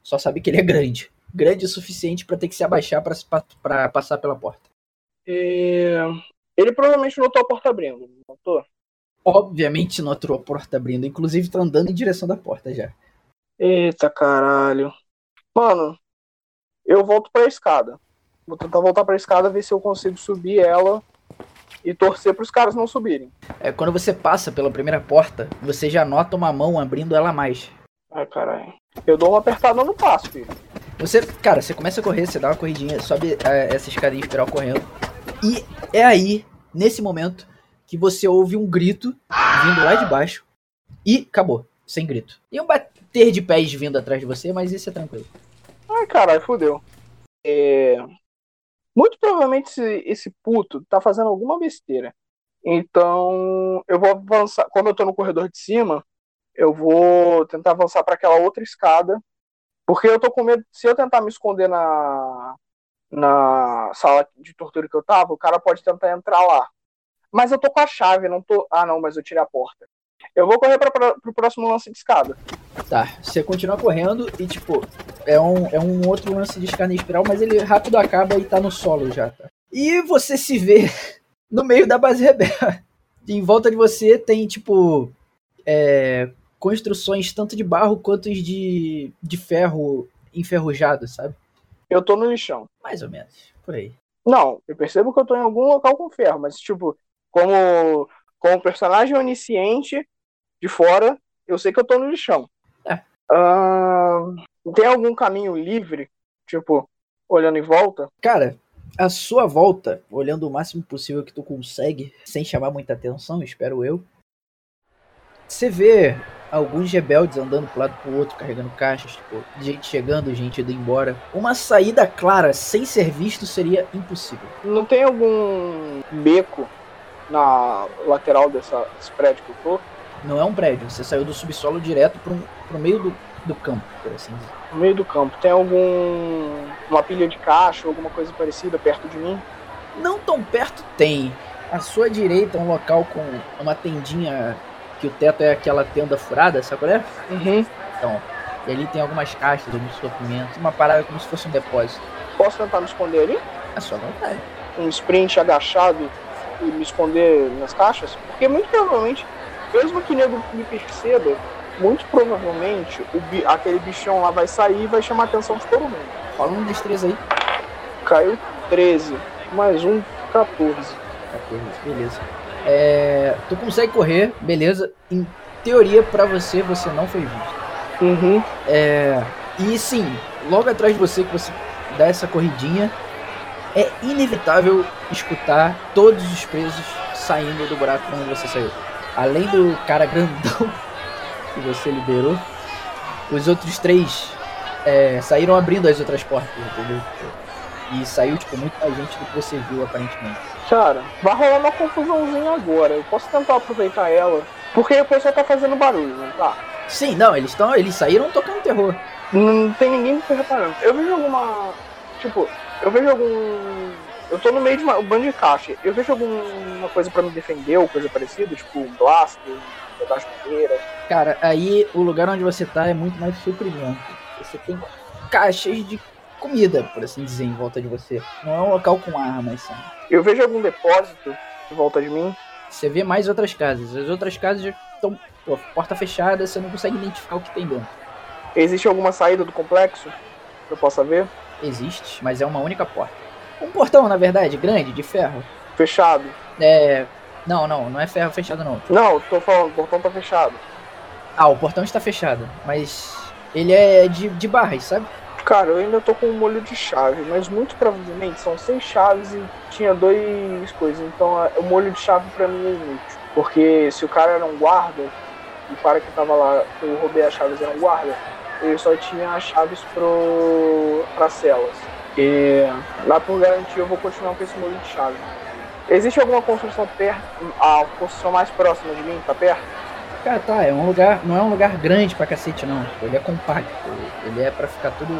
E: só sabe que ele é grande. Grande o suficiente pra ter que se abaixar pra se pa- pra passar pela porta.
C: E... Ele provavelmente notou a porta abrindo, não notou?
E: Obviamente não aturou a porta abrindo, inclusive tá andando em direção da porta já.
C: Eita caralho. Mano, eu volto pra escada. Vou tentar voltar pra escada, ver se eu consigo subir ela e torcer pros caras não subirem.
E: É, quando você passa pela primeira porta, você já nota uma mão abrindo ela mais.
C: Ai, caralho. Eu dou uma apertada no passo, filho.
E: Você, cara, você começa a correr, você dá uma corridinha, sobe é, essa escadinha espiral correndo. E é aí, nesse momento, que você ouve um grito vindo lá de baixo. E acabou, sem grito. E um bater de pés vindo atrás de você, mas isso é tranquilo.
C: Ai, caralho, fudeu. É... Muito provavelmente esse, esse puto tá fazendo alguma besteira. Então, eu vou avançar. Como eu tô no corredor de cima, eu vou tentar avançar pra aquela outra escada. Porque eu tô com medo. Se eu tentar me esconder na, na sala de tortura que eu tava, o cara pode tentar entrar lá. Mas eu tô com a chave, não tô. Ah, não, mas eu tirei a porta. Eu vou correr pra, pra, pro próximo lance de escada.
E: Tá, você continua correndo e, tipo, é um, é um outro lance de escada em espiral, mas ele rápido acaba e tá no solo já, tá? E você se vê [LAUGHS] no meio da base rebelde. Em volta de você tem, tipo, é, construções tanto de barro quanto de, de ferro enferrujado, sabe?
C: Eu tô no lixão.
E: Mais ou menos, por aí.
C: Não, eu percebo que eu tô em algum local com ferro, mas, tipo, como, como personagem onisciente de fora, eu sei que eu tô no lixão.
E: É.
C: Ahn, tem algum caminho livre, tipo, olhando em volta?
E: Cara, a sua volta, olhando o máximo possível que tu consegue, sem chamar muita atenção, espero eu. Você vê alguns rebeldes andando pro lado e pro outro, carregando caixas, tipo, gente chegando, gente indo embora. Uma saída clara, sem ser visto, seria impossível.
C: Não tem algum beco na lateral dessa, desse prédio que eu tô?
E: Não é um prédio, você saiu do subsolo direto pro, pro meio do, do campo, por assim dizer.
C: No meio do campo, tem algum. uma pilha de caixa ou alguma coisa parecida perto de mim?
E: Não tão perto tem. À sua direita, um local com uma tendinha que o teto é aquela tenda furada, sabe qual é?
C: Uhum.
E: E ali tem algumas caixas, alguns suprimentos, uma parada como se fosse um depósito.
C: Posso tentar me esconder ali?
E: É sua vontade.
C: um sprint agachado e me esconder nas caixas? Porque muito provavelmente, mesmo que o nego me perceba, muito provavelmente o bi- aquele bichão lá vai sair e vai chamar a atenção de todo mundo.
E: Fala uma destreza aí.
C: Caiu 13, mais um, 14.
E: 14, beleza. É, tu consegue correr, beleza. Em teoria, pra você, você não foi visto.
C: Uhum.
E: É, e sim, logo atrás de você, que você dá essa corridinha, é inevitável escutar todos os presos saindo do buraco onde você saiu. Além do cara [LAUGHS] grandão que você liberou, os outros três é, saíram abrindo as outras portas, entendeu? E saiu, tipo, muito mais gente do que você viu, aparentemente.
C: Cara, vai rolar uma confusãozinha agora. Eu posso tentar aproveitar ela. Porque o pessoal tá fazendo barulho, não tá?
E: Sim, não, eles estão. Eles saíram tocando terror.
C: Não tem ninguém me reparando. Eu vejo alguma. Tipo, eu vejo algum. Eu tô no meio de uma, um bando de caixa. Eu vejo alguma coisa pra me defender ou coisa parecida, tipo um blaster, um pedaço de madeira.
E: Cara, aí o lugar onde você tá é muito mais suprimento. Você tem caixas de comida, por assim dizer, em volta de você. Não é um local com armas, sabe?
C: Eu vejo algum depósito em volta de mim.
E: Você vê mais outras casas. As outras casas já estão, pô, porta fechada, você não consegue identificar o que tem dentro.
C: Existe alguma saída do complexo que eu possa ver?
E: Existe, mas é uma única porta. Um portão, na verdade, grande, de ferro.
C: Fechado.
E: É. Não, não, não é ferro fechado, não.
C: Não, eu tô falando, o portão tá fechado.
E: Ah, o portão está fechado, mas. Ele é de, de barras, sabe?
C: Cara, eu ainda tô com um molho de chave, mas muito provavelmente são seis chaves e tinha dois coisas. Então a- o molho de chave pra mim é inútil. Porque se o cara era um guarda, e o cara que tava lá, que eu roubei as chaves era um guarda, ele só tinha as chaves pro, pra celas. E lá por garantia eu vou continuar com esse molho de chave. Existe alguma construção perto, a construção mais próxima de mim, tá perto?
E: Cara, tá, é um lugar, não é um lugar grande pra cacete, não. Tipo, Ele é compacto. Ele é pra ficar tudo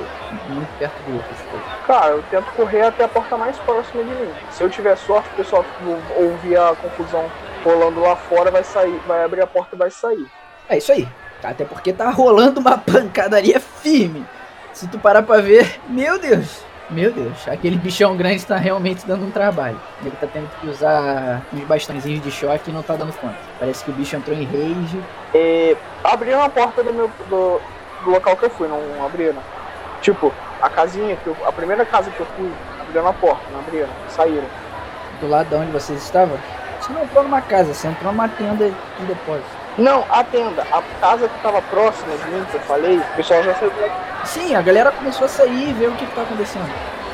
E: muito perto do outro. tipo.
C: Cara, eu tento correr até a porta mais próxima de mim. Se eu tiver sorte, o pessoal que ou- ouvir a confusão rolando lá fora vai sair, vai abrir a porta e vai sair.
E: É isso aí. Até porque tá rolando uma pancadaria firme. Se tu parar pra ver, meu Deus, meu Deus, aquele bichão grande tá realmente dando um trabalho. Ele tá tendo que usar uns bastãozinhos de choque e não tá dando conta. Parece que o bicho entrou em rage.
C: É, abriram a porta do meu do, do local que eu fui, não abriram. Tipo, a casinha que eu, a primeira casa que eu fui, abriram a porta, não abriram, saíram.
E: Do lado de onde vocês estavam, você não entrou numa casa, você entrou numa tenda de depósito.
C: Não, a tenda, a casa que tava próxima de mim, que eu falei, o pessoal já saiu. daqui.
E: Sim, a galera começou a sair e ver o que, que tá acontecendo.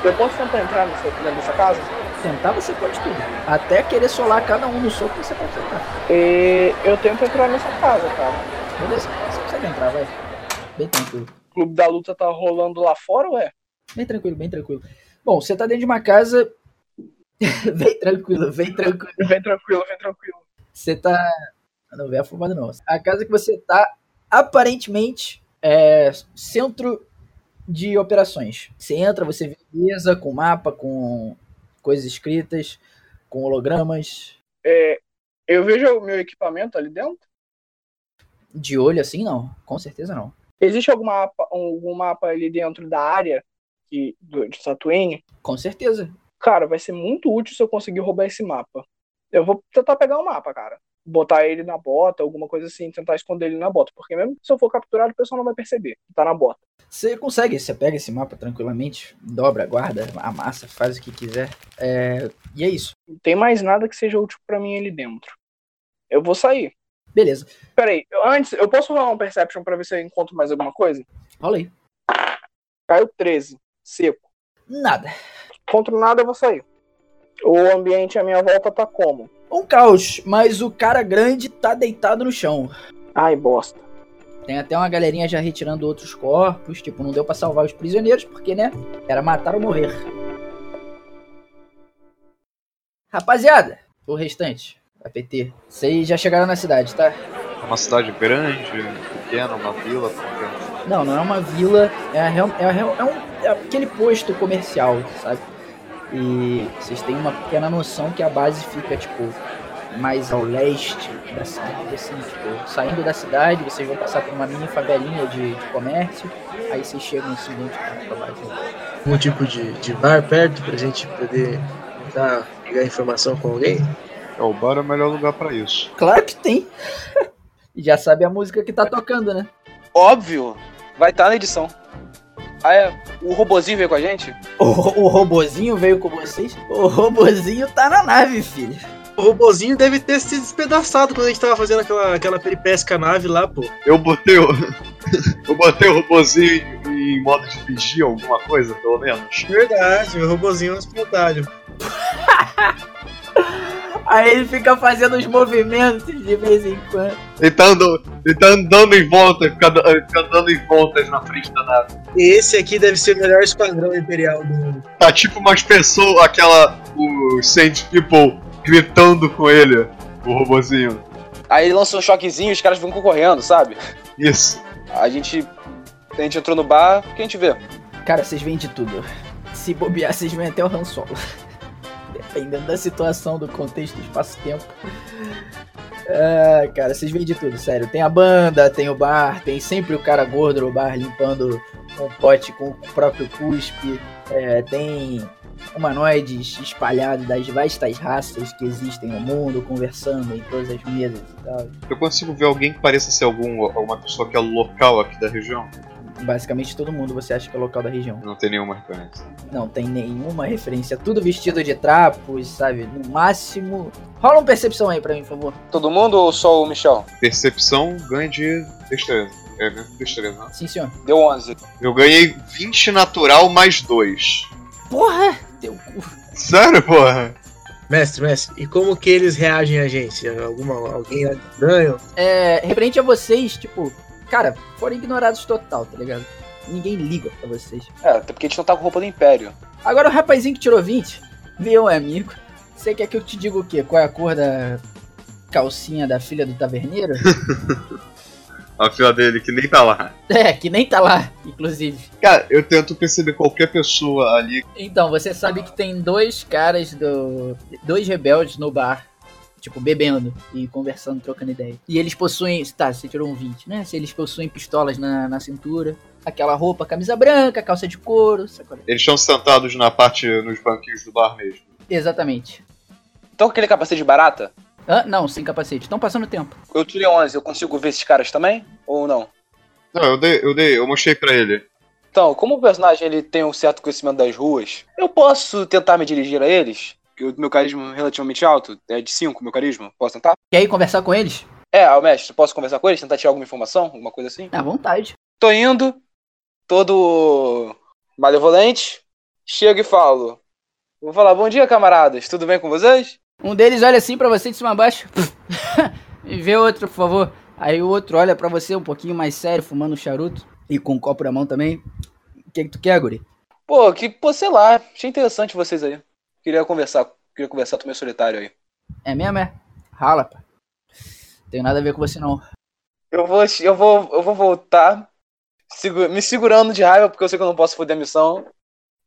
C: Eu posso tentar entrar nessa, dentro dessa casa?
E: Tentar você pode tudo. Até querer solar cada um no soco você pode tentar.
C: É, eu tento entrar nessa casa, cara.
E: Beleza? Você consegue entrar, vai. Bem tranquilo.
C: O clube da luta tá rolando lá fora, ué?
E: Bem tranquilo, bem tranquilo. Bom, você tá dentro de uma casa. [LAUGHS] bem tranquilo, bem tranquilo.
C: Vem tranquilo, vem tranquilo.
E: Você tá. Não vê a fumada, não. A casa que você tá, aparentemente, é centro de operações. Você entra, você vê mesa com mapa, com coisas escritas, com hologramas.
C: É, eu vejo o meu equipamento ali dentro.
E: De olho assim, não. Com certeza não.
C: Existe algum mapa, algum mapa ali dentro da área que, do, de Tatooine?
E: Com certeza.
C: Cara, vai ser muito útil se eu conseguir roubar esse mapa. Eu vou tentar pegar o mapa, cara. Botar ele na bota, alguma coisa assim, tentar esconder ele na bota. Porque mesmo se eu for capturado, o pessoal não vai perceber que tá na bota.
E: Você consegue, você pega esse mapa tranquilamente, dobra, guarda, amassa, faz o que quiser. É, e é isso.
C: Não tem mais nada que seja útil pra mim ali dentro. Eu vou sair.
E: Beleza.
C: Peraí, eu- antes, eu posso rolar um Perception pra ver se eu encontro mais alguma coisa?
E: Rola aí.
C: Caiu 13, seco.
E: Nada.
C: Encontro nada, eu vou sair. O ambiente à minha volta tá como?
E: Um caos, mas o cara grande tá deitado no chão.
C: Ai, bosta.
E: Tem até uma galerinha já retirando outros corpos. Tipo, não deu pra salvar os prisioneiros, porque, né? Era matar ou morrer. Rapaziada, o restante, APT, vocês já chegaram na cidade, tá?
D: É uma cidade grande, pequena, uma vila pequena.
E: Não, não é uma vila, é, a real- é, a real- é um- é aquele posto comercial, sabe? E vocês têm uma pequena noção que a base fica, tipo, mais ao leste da cidade, assim, tipo, saindo da cidade, vocês vão passar por uma mini favelinha de, de comércio, aí vocês chegam em segundo pra base.
B: Algum tipo de, de bar perto pra gente poder tentar pegar informação com alguém?
D: É, o bar é o melhor lugar pra isso.
E: Claro que tem! [LAUGHS] E já sabe a música que tá tocando, né?
A: Óbvio! Vai estar na edição. Ah, é? O robozinho veio com a gente?
E: O, ro- o robozinho veio com vocês? O robozinho tá na nave, filho.
B: O robozinho deve ter se despedaçado quando a gente tava fazendo aquela, aquela peripécia com a nave lá, pô.
D: Eu botei o. [LAUGHS] eu botei o robôzinho em modo de fingir alguma coisa, pelo menos.
B: Verdade, o robozinho é um espontâneo.
E: Aí ele fica fazendo os movimentos de vez em quando.
D: Ele tá andando, ele tá andando em volta, fica, da- ele fica andando em voltas na frente da nave.
B: E esse aqui deve ser o melhor esquadrão imperial do mundo.
D: Tá tipo umas pessoas, aquela. O Saint People gritando com ele, o robozinho.
A: Aí ele lançou um choquezinho e os caras ficam correndo, sabe?
D: Isso.
A: A gente. A gente entrou no bar, o que a gente vê?
E: Cara, vocês vendem tudo. Se bobear, vocês vendem até o Han Solo. Dependendo da situação, do contexto, do espaço-tempo. Ah, cara, vocês vendem tudo, sério. Tem a banda, tem o bar, tem sempre o cara gordo no bar limpando um pote com o próprio cuspe. É, tem humanoides espalhados das vastas raças que existem no mundo, conversando em todas as mesas e tal.
D: Eu consigo ver alguém que pareça ser algum, alguma pessoa que é local aqui da região?
E: Basicamente todo mundo você acha que é local da região.
D: Não tem nenhuma referência.
E: Não tem nenhuma referência. Tudo vestido de trapos, sabe? No máximo. Rola um percepção aí pra mim, por favor.
A: Todo mundo ou só o Michel?
D: Percepção ganha de destreza. É, ganha de destreza, né?
E: Sim, senhor.
A: Deu 11.
D: Eu ganhei 20 natural mais 2.
E: Porra! Teu cu.
D: Sério, porra?
B: Mestre, mestre, e como que eles reagem a gente? Alguma, alguém estranho?
E: É, referente a vocês, tipo, cara, foram ignorados total, tá ligado? Ninguém liga pra vocês.
A: É, até porque a gente não tá com roupa do Império.
E: Agora o rapazinho que tirou 20, meu amigo. Você quer que eu te diga o quê? Qual é a cor da calcinha da filha do taverneiro?
D: A fila dele que nem tá lá.
E: é, que nem tá lá, inclusive.
D: Cara, eu tento perceber qualquer pessoa ali.
E: Então, você sabe que tem dois caras do. dois rebeldes no bar. Tipo, bebendo e conversando, trocando ideia. E eles possuem. Tá, você tirou um 20, né? Se eles possuem pistolas na, na cintura, aquela roupa, camisa branca, calça de couro, sacola.
D: Eles estão sentados na parte, nos banquinhos do bar mesmo.
E: Exatamente.
A: Então aquele capacete de barata?
E: Hã? não, sem capacete. Estão passando tempo.
A: Eu tirei 11, eu consigo ver esses caras também? Ou não?
D: Não, eu dei, eu dei, eu mostrei pra ele.
A: Então, como o personagem ele tem um certo conhecimento das ruas, eu posso tentar me dirigir a eles? Que o meu carisma é relativamente alto, é de 5 meu carisma. Posso tentar?
E: Quer ir conversar com eles?
A: É, ah, mestre, posso conversar com eles, tentar tirar alguma informação, alguma coisa assim?
E: À vontade.
A: Tô indo, todo malevolente, chego e falo. Vou falar, bom dia, camaradas, tudo bem com vocês?
E: Um deles olha assim pra você de cima a baixo. [LAUGHS] e vê outro, por favor. Aí o outro olha pra você um pouquinho mais sério, fumando um charuto. E com um copo na mão também. O que, que tu quer, Guri?
A: Pô, que, pô, sei lá, achei interessante vocês aí. Queria conversar, queria conversar, tô meio solitário aí.
E: É mesmo, é? Rala, pá. Tem nada a ver com você, não.
A: Eu vou, eu vou, eu vou voltar, segu- me segurando de raiva, porque eu sei que eu não posso foder a missão.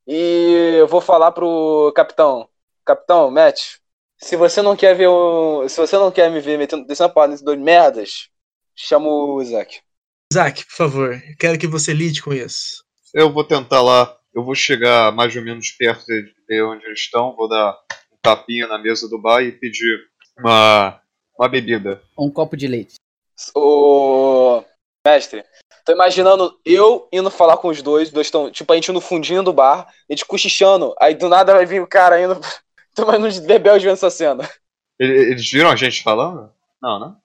A: E eu vou falar pro capitão. Capitão, Matt, se você não quer ver o. Se você não quer me ver metendo descendo a porrada nesses dois merdas, chama o Isaac.
B: Isaac, por favor, quero que você lide com isso.
D: Eu vou tentar lá, eu vou chegar mais ou menos perto de, de onde eles estão, vou dar um tapinha na mesa do bar e pedir uma, uma bebida.
E: Um copo de leite.
A: Ô. Mestre, Tô imaginando eu indo falar com os dois, os dois estão, tipo, a gente no fundinho do bar, a gente cochichando, aí do nada vai vir o cara indo [LAUGHS] tomando uns bebel vendo essa cena.
D: Ele- Eles viram a gente falando? Não, né?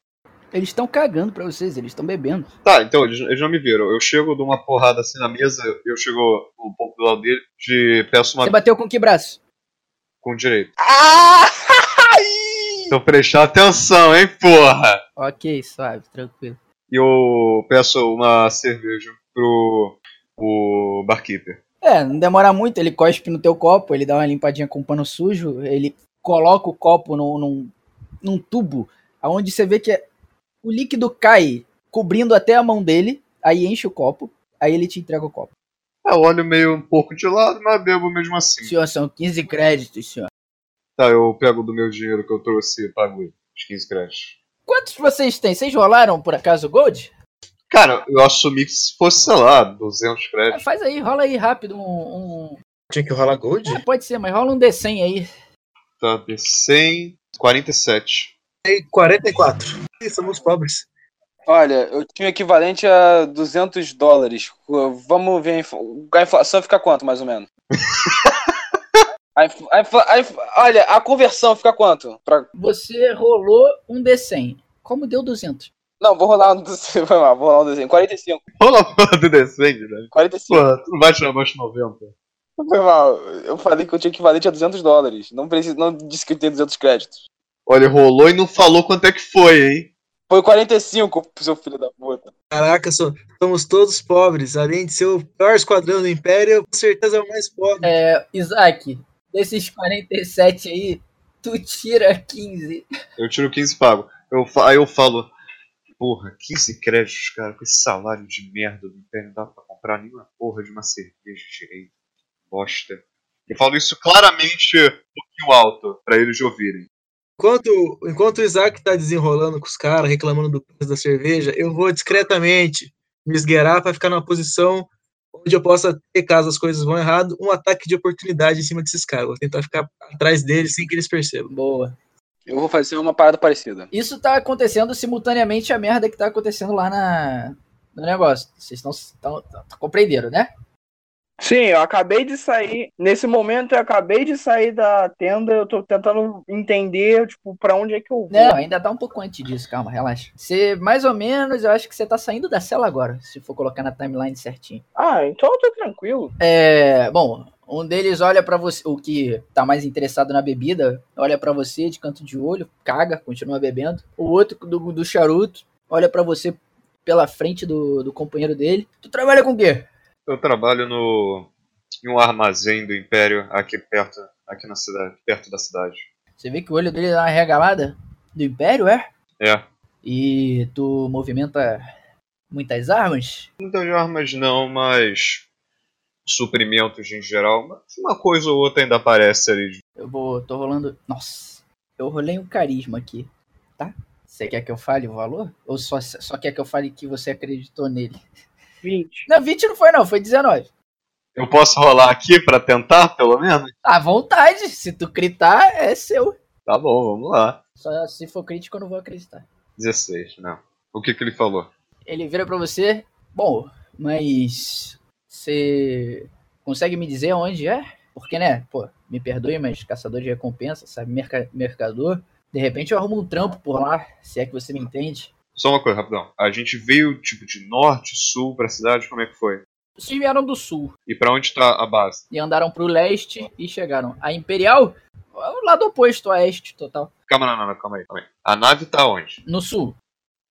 E: Eles estão cagando pra vocês, eles estão bebendo.
D: Tá, então eles, eles não me viram. Eu chego, dou uma porrada assim na mesa, eu chego um pouco do lado dele, te peço uma
E: Você bateu com que braço?
D: com direito.
A: Ah!
D: Então prestar atenção, hein, porra!
E: Ok, suave, tranquilo.
D: E eu peço uma cerveja pro, pro barkeeper.
E: É, não demora muito, ele cospe no teu copo, ele dá uma limpadinha com um pano sujo, ele coloca o copo num, num, num tubo, aonde você vê que é- o líquido cai, cobrindo até a mão dele, aí enche o copo, aí ele te entrega o copo.
D: Eu olho meio um pouco de lado, mas bebo mesmo assim.
E: Senhor, são 15 créditos, senhor.
D: Tá, eu pego do meu dinheiro que eu trouxe e pago ele, os 15 créditos.
E: Quantos vocês têm? Vocês rolaram, por acaso, o Gold?
D: Cara, eu assumi que se fosse, sei lá, 200
E: Ah,
D: créditos.
E: faz aí, rola aí rápido um... um-
B: Tinha que rolar gold?
E: Ah, pode ser, mas rola um D100 aí.
D: Tá, de 100, [LAUGHS] 47.
B: Tem 44. Ih, somos pobres.
A: Olha, eu tinha o equivalente a 200 dólares. Vamos ver a, inf- a inflação fica quanto, mais ou menos? [LAUGHS] A inf- a infla- a inf- Olha, a conversão fica quanto? Pra-
E: Você rolou um D100. Como deu 200?
A: Não, vou rolar um [LAUGHS] desenho. Vai lá, vou rolar um desenho. 45.
D: Olha a porra do decente, né?
A: 45.
D: Pô, tu não vai tirar abaixo de 90.
A: Foi mal. Eu falei que eu tinha o equivalente a 200 dólares. Não, preciso, não disse que eu tenho 200 créditos.
D: Olha, rolou e não falou quanto é que foi, hein?
A: Foi 45, seu filho da puta.
B: Caraca, so- somos todos pobres. Além de ser o pior esquadrão do Império, eu com certeza é o mais pobre.
E: É, Isaac, desses 47 aí, tu tira 15.
D: Eu tiro 15 e pago. Eu, fa- aí eu falo, porra, 15 créditos, cara, com esse salário de merda do Império, não dá pra comprar nenhuma porra de uma cerveja direito. Bosta. Eu falo isso claramente um pouquinho alto, pra eles ouvirem.
B: Enquanto, enquanto o Isaac tá desenrolando com os caras, reclamando do preço da cerveja, eu vou discretamente me esgueirar para ficar numa posição onde eu possa ter, caso as coisas vão errado, um ataque de oportunidade em cima desses caras. Vou tentar ficar atrás deles sem que eles percebam.
E: Boa.
A: Eu vou fazer uma parada parecida.
E: Isso tá acontecendo simultaneamente a merda que tá acontecendo lá na, no negócio. Vocês estão. Tão, tão- compreenderam, né?
C: Sim, eu acabei de sair. Nesse momento, eu acabei de sair da tenda. Eu tô tentando entender, tipo, pra onde é que eu vou.
E: Não, ainda tá um pouco antes disso, calma, relaxa. Você, mais ou menos, eu acho que você tá saindo da cela agora, se for colocar na timeline certinho.
C: Ah, então eu tô tranquilo.
E: É, bom, um deles olha pra você, o que tá mais interessado na bebida, olha pra você de canto de olho, caga, continua bebendo. O outro do, do charuto olha pra você pela frente do, do companheiro dele. Tu trabalha com o quê?
D: Eu trabalho no em um armazém do Império aqui perto, aqui na cidade, perto da cidade.
E: Você vê que o olho dele dá uma regalada do Império, é?
D: É.
E: E tu movimenta muitas armas?
D: Muitas Então, armas não, mas suprimentos em geral, mas uma coisa ou outra ainda aparece ali.
E: Eu vou, tô rolando. Nossa, eu rolei um carisma aqui, tá? Você quer que eu fale o valor? Ou só, só quer que eu fale que você acreditou nele?
C: 20.
E: Não, 20 não foi não, foi 19.
D: Eu posso rolar aqui pra tentar, pelo menos?
E: À Ah, vontade, se tu gritar, é seu.
D: Tá bom, vamos lá.
E: Só se for crítico, eu não vou acreditar.
D: 16, não. né? O que que ele falou?
E: Ele vira pra você. Bom, mas. Você consegue me dizer onde é? Porque, né? Pô, me perdoe, mas caçador de recompensa, sabe? Merca- mercador. De repente eu arrumo um trampo por lá, se é que você me entende.
D: Só uma coisa, rapidão. A gente veio, tipo, de norte, sul pra cidade, como é que foi?
E: Vocês vieram do sul
D: E pra onde tá a base?
E: e andaram pro leste e chegaram. A Imperial, o lado oposto, a oeste total.
D: Calma, não, não, não, calma aí, calma aí. A nave tá onde?
E: No sul,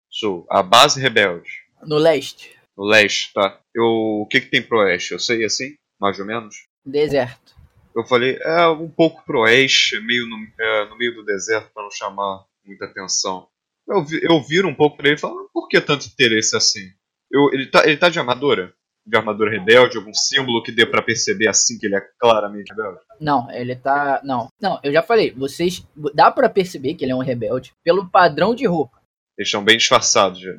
D: Sul. A base rebelde.
E: no leste,
D: No leste, tá? Eu, o que que tem pro oeste? Eu sei assim, mais ou menos.
E: deserto.
D: Eu falei, é um pouco pro oeste, meio no, é, no meio do deserto, pra não chamar muita atenção. Eu, vi- eu viro um pouco pra ele e falo, por que tanto interesse assim? Eu, ele, tá, ele tá de armadura? De armadura rebelde, algum símbolo que dê pra perceber assim que ele é claramente rebelde?
E: Não, ele tá. Não, não, eu já falei, vocês. Dá pra perceber que ele é um rebelde pelo padrão de roupa.
D: Eles estão bem disfarçados, já.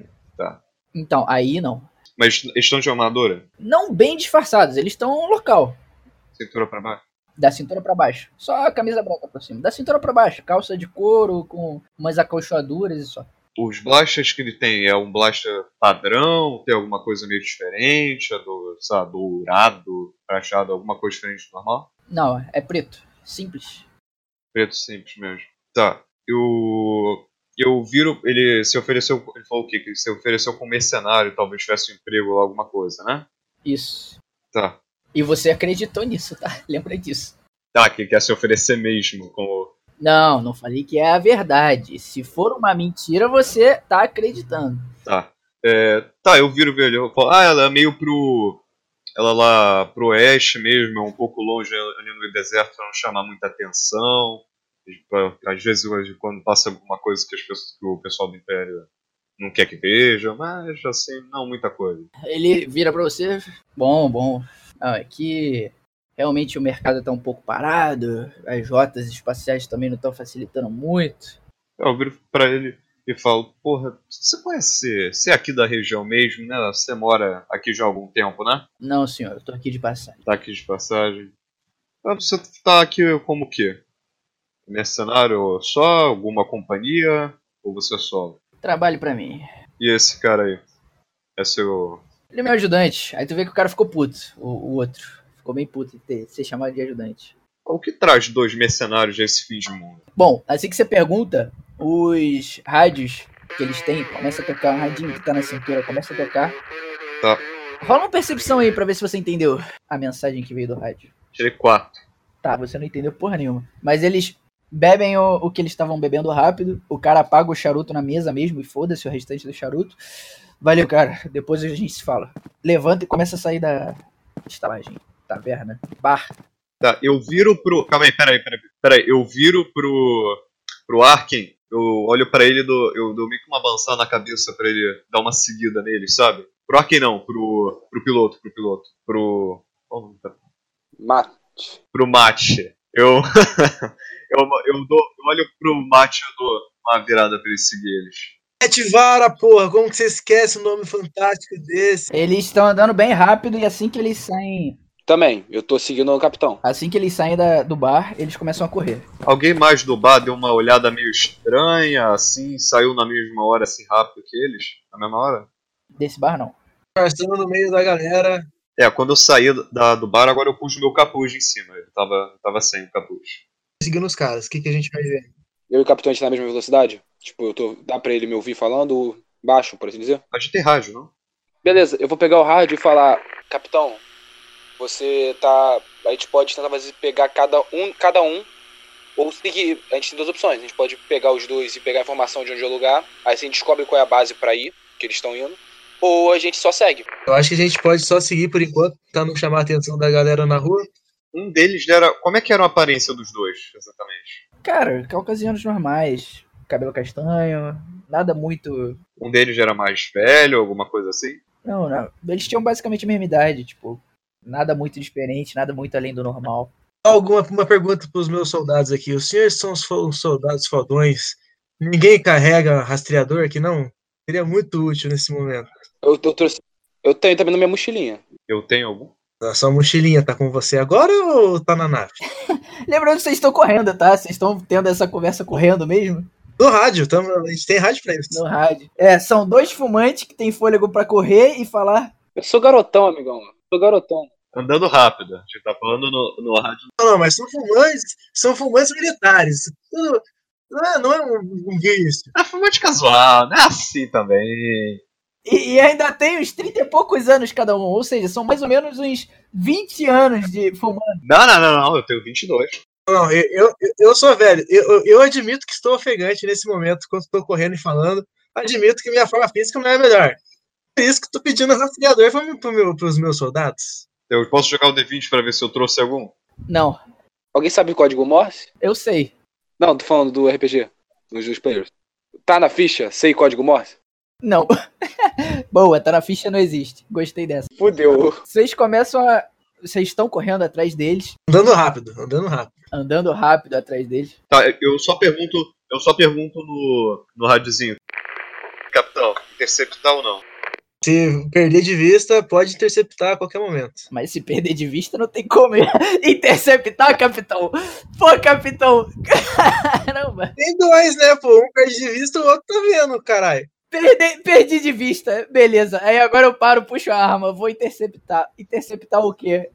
E: Então, aí não.
D: Mas eles estão de armadura?
E: Não bem disfarçados, eles estão local.
D: Cintura pra baixo?
E: Da cintura pra baixo. Só a camisa branca pra cima. Da cintura pra baixo. Calça de couro com umas acolchoaduras e só.
D: Os blasters que ele tem é um blaster padrão, tem alguma coisa meio diferente, é do, sei lá, dourado, prateado, alguma coisa diferente do normal?
E: Não, é preto. Simples.
D: Preto simples mesmo. Tá. Eu. Eu viro. Ele se ofereceu. Ele falou o quê? Que ele se ofereceu como mercenário, talvez tivesse um emprego lá, alguma coisa, né?
E: Isso.
D: Tá.
E: E você acreditou nisso, tá? [LAUGHS] Lembra disso.
D: Tá, que ele quer se oferecer mesmo como.
E: Não, não falei que é a verdade. Se for uma mentira, você tá acreditando.
D: Tá. É, tá, eu viro ele. Eu falo, ah, ela é meio pro. Ela é lá pro oeste mesmo, é um pouco longe ali no deserto pra não chamar muita atenção. Às vezes hoje, quando passa alguma coisa que, as pessoas, que o pessoal do Império não quer que veja, mas assim, não muita coisa.
E: Ele vira pra você. Bom, bom. Ah, é que realmente o mercado tá um pouco parado. As rotas espaciais também não estão facilitando muito.
D: Eu viro pra ele e falo, porra, você conhece, você é aqui da região mesmo, né? Você mora aqui já há algum tempo, né?
E: Não, senhor, eu tô aqui de passagem.
D: Tá aqui de passagem. Ah, Você tá aqui como o quê? Mercenário só? Alguma companhia? Ou você é solo?
E: Trabalhe pra mim.
D: E esse cara aí? É seu.
E: Ele é meu ajudante. Aí tu vê que o cara ficou puto, o, o outro. Ficou bem puto de ter ser chamado de ajudante.
D: O que traz dois mercenários a esse fim de mundo?
E: Bom, assim que você pergunta, os rádios que eles têm, começa a tocar, um radinho que tá na cintura, começa a tocar.
D: Tá.
E: Rola uma percepção aí pra ver se você entendeu a mensagem que veio do rádio.
D: Tirei quatro.
E: Tá, você não entendeu porra nenhuma. Mas eles bebem o, o que eles estavam bebendo rápido, o cara apaga o charuto na mesa mesmo e foda-se o restante do charuto. Valeu, cara. Depois a gente se fala. Levanta e começa a sair da estalagem, taverna, bar.
D: Tá, eu viro pro. Calma aí, peraí, peraí. peraí. Eu viro pro. pro Arkin, eu olho pra ele, dou, eu dou meio que uma balançada na cabeça pra ele dar uma seguida nele, sabe? Pro Arkin não, pro. pro piloto, pro piloto. Pro. qual o nome dele?
A: Mate.
D: Pro Mate. Eu. [LAUGHS] eu, eu dou. Eu olho pro Mate e dou uma virada pra ele seguir eles.
B: Ativara, porra, como que você esquece um nome fantástico desse?
E: Eles estão andando bem rápido e assim que eles saem.
A: Também, eu tô seguindo o capitão.
E: Assim que eles saem da- do bar, eles começam a correr.
D: Alguém mais do bar deu uma olhada meio estranha, assim, saiu na mesma hora, assim, rápido que eles? Na mesma hora?
E: Desse bar não.
B: Passando no meio da galera.
D: É, quando eu saí da, do bar, agora eu pus meu capuz em cima. Eu tava, eu tava sem o capuz.
B: Seguindo os caras, o que, que a gente vai ver?
A: Eu e o capitão a gente tá na mesma velocidade? Tipo, eu tô. Dá pra ele me ouvir falando baixo, por assim dizer?
D: A gente tem rádio, não?
A: Beleza, eu vou pegar o rádio e falar, capitão, você tá. A gente pode tentar fazer pegar cada um, cada um. Ou seguir. A gente tem duas opções. A gente pode pegar os dois e pegar a informação de onde é o lugar. Aí a gente descobre qual é a base pra ir, que eles estão indo. Ou a gente só segue.
B: Eu acho que a gente pode só seguir por enquanto, pra não chamar a atenção da galera na rua.
D: Um deles era. Como é que era a aparência dos dois, exatamente?
E: Cara, caucasianos normais. Cabelo castanho, nada muito.
D: Um deles era mais velho, alguma coisa assim?
E: Não, não. Eles tinham basicamente a mesma idade, tipo. Nada muito diferente, nada muito além do normal.
B: Alguma uma pergunta pros meus soldados aqui. Os senhores são os fo- os soldados fodões. Ninguém carrega rastreador aqui, não? Seria muito útil nesse momento.
A: Eu, eu trouxe. Eu tenho também na minha mochilinha.
D: Eu tenho algum?
B: A sua mochilinha tá com você agora ou tá na nave?
E: Lembrando que vocês estão correndo, tá? Vocês estão tendo essa conversa correndo mesmo?
B: No rádio, tamo, a gente tem rádio pra isso.
E: No rádio. É, são dois fumantes que têm fôlego pra correr e falar.
A: Eu sou garotão, amigão. Eu sou garotão.
D: Andando rápido. A gente tá falando no, no rádio.
B: Não, não, mas são fumantes, são fumantes militares. Tudo- Não é, não é um, um vício.
D: Ah, foi muito casual, né? Assim também.
E: E, e ainda tem uns 30 e poucos anos cada um, ou seja, são mais ou menos uns 20 anos de fumando.
D: Não, não, não, não. Eu tenho 22.
B: Não, eu, eu, eu sou velho. Eu, eu- eu admito que estou ofegante nesse momento, quando estou correndo e falando. Admito que minha forma física não é a melhor. Por isso que estou pedindo rastreador para pro meu, os meus soldados.
D: Eu posso jogar o D20 pra ver se eu trouxe algum?
E: Não,
A: Alguém sabe o código Morse?
E: eu sei.
A: Não, tô falando do RPG. Dos dois players. Tá na ficha? Sei código Morse?
E: Não. [LAUGHS] Boa, tá na ficha, não existe. Gostei dessa.
A: Fudeu.
E: Vocês começam a. Vocês estão correndo atrás deles,
B: Andando rápido, andando rápido.
E: andando rápido atrás deles.
D: Tá, eu só pergunto, eu só pergunto no, no radiozinho. Capitão, interceptar ou não?
B: Se perder de vista, pode interceptar a qualquer momento.
E: Mas se perder de vista, não tem como [LAUGHS] interceptar, capitão. Pô, capitão. [LAUGHS] Caramba.
B: Tem dois, né, pô? Um perde de vista, o outro tá vendo, caralho.
E: Perdi, perdi de vista. Beleza. Aí agora eu paro, puxo a arma. Vou interceptar. Interceptar o quê?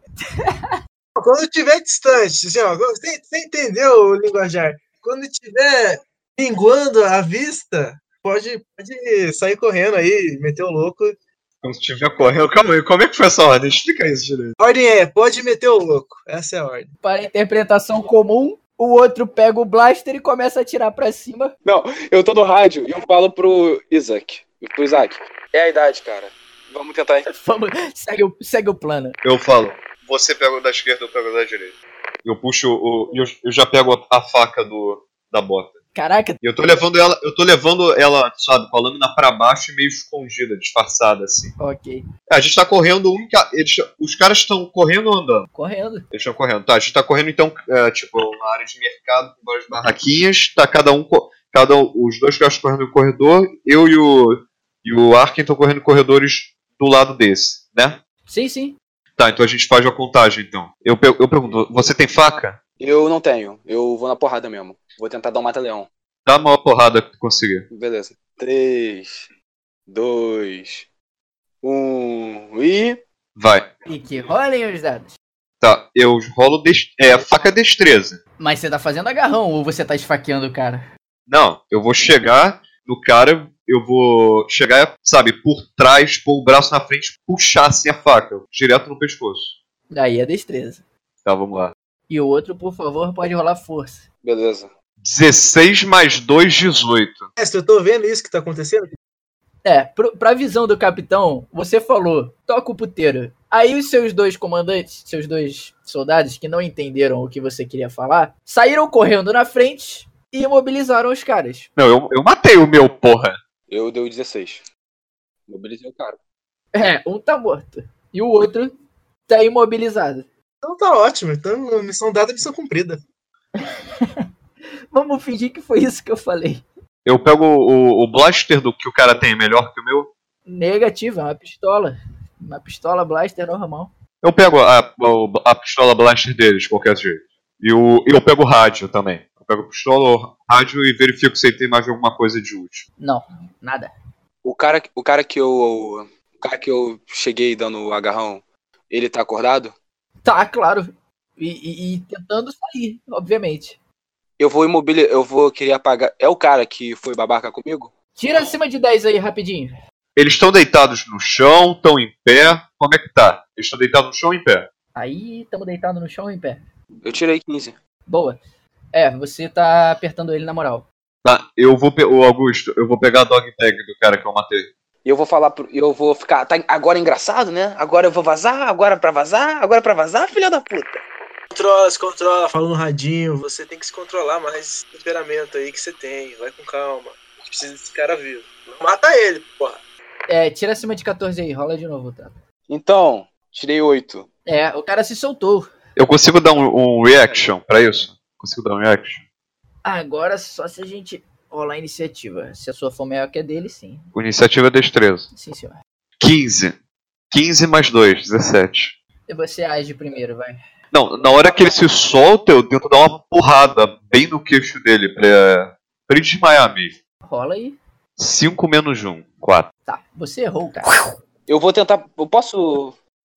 B: Quando estiver distante, assim, ó, você, você entendeu o linguajar? Quando estiver minguando a vista, pode, pode sair correndo aí, meter o louco.
D: Quando estiver correndo. Calma aí, como é que foi essa ordem? Explica isso direito.
B: A ordem é, pode meter o louco. Essa é a ordem.
E: Para a interpretação comum, o outro pega o blaster e começa a atirar pra cima. [LAUGHS]
A: Não, eu tô no rádio e eu falo pro Isaac. Pro Isaac. É a idade, cara. Vamos tentar.
E: Vamos, segue, o, segue o plano.
D: Eu falo, você pega o da esquerda, eu pego o da direita. Eu puxo o. Eu, eu já pego a, a faca do, da bota.
E: Caraca,
D: E eu tô levando ela, eu tô levando ela, sabe, com a lâmina pra baixo e meio escondida, disfarçada, assim.
E: ok.
D: A gente tá correndo um. ca- Eles, os caras estão correndo ou andando?
E: Correndo.
D: Eles estão correndo. Tá, a gente tá correndo então, é, tipo, uma área de mercado com várias barraquinhas. Tá cada um. co- Cada um- os dois caras correndo no corredor, eu e o. E o Arkin estão correndo corredores do lado desse, né?
E: Sim, sim.
D: Tá, então a gente faz uma contagem então. Eu, pe- eu pergunto, você tem faca?
A: Eu não tenho. Eu vou na porrada mesmo. Vou tentar dar um mata-leão.
D: Dá a maior porrada que tu conseguir.
A: Beleza. 3, 2, 1 e.
D: Vai.
E: E que rolem os dados.
D: Tá, eu rolo dest- é, a faca destreza.
E: Mas você tá fazendo agarrão ou você tá esfaqueando o cara?
D: Não, eu vou chegar no cara, eu vou chegar, sabe, por trás, pôr o braço na frente, puxar assim a faca, direto no pescoço.
E: Daí é destreza.
D: Tá, vamos lá.
E: E o outro, por favor, pode rolar força.
A: Beleza.
D: 16 mais 2, 18.
B: Mestre, eu tô vendo isso que tá acontecendo.
E: É, pro, pra visão do capitão, você falou, toca o puteiro. Aí os seus dois comandantes, seus dois soldados que não entenderam o que você queria falar, saíram correndo na frente e imobilizaram os caras.
D: Não, eu, eu matei o meu, porra.
A: Eu deu 16. Mobilizei o cara.
E: É, um tá morto. E o outro tá imobilizado.
B: Então tá ótimo. Então, missão dada, missão cumprida.
E: Vamos fingir que foi isso que eu falei.
D: Eu pego o, o blaster do que o cara tem, é melhor que o meu.
E: Negativo, é uma pistola. Uma pistola blaster normal.
D: Eu pego a, o- a pistola blaster deles, de qualquer jeito. E o, eu pego o rádio também. Eu pego a pistola, o rádio e verifico se ele tem mais alguma coisa de útil.
E: Não, nada.
A: O cara, o cara que eu. O cara que eu cheguei dando o agarrão, ele tá acordado?
E: Tá, claro. E, e- e tentando sair, obviamente.
A: Eu vou imobilizar. Eu vou querer apagar. É o cara que foi babaca comigo?
E: Tira acima de 10 aí, rapidinho.
D: Eles estão deitados no chão, estão em pé. Como é que tá? Eles estão deitados no chão ou em pé?
E: Aí, tamo deitado no chão em pé.
A: Eu tirei 15.
E: Boa. É, você tá apertando ele na moral.
D: Tá, eu vou. Pe o Augusto, eu vou pegar a dog tag do cara que eu matei.
A: E eu vou falar pro. Eu vou ficar. Tá agora é engraçado, né? Agora eu vou vazar, agora é pra vazar, agora é pra vazar, filha da puta.
B: Controla, se controla. Fala no radinho. Você tem que se controlar mais. Temperamento aí que você tem. Vai com calma. A gente precisa desse cara vivo. Não Mata ele, porra.
E: É, tira acima de 14 aí, rola de novo, tá?
A: Então, tirei 8.
E: É, o cara se soltou.
D: Eu consigo dar um, um reaction pra isso? Consigo dar um reaction?
E: Agora só se a gente rolar a iniciativa. Se a sua for maior que a dele, sim.
D: O Iniciativa é destreza.
E: Sim, senhor.
D: 15. 15 mais 2, 17.
E: E Você age primeiro, vai.
D: Não, na hora que ele se solta, eu tento dar uma porrada bem no queixo dele pra, pra ele desmaiar mesmo.
E: Rola aí.
D: 5 menos 1, 4.
E: Tá, você errou, cara.
A: Eu vou tentar. Eu posso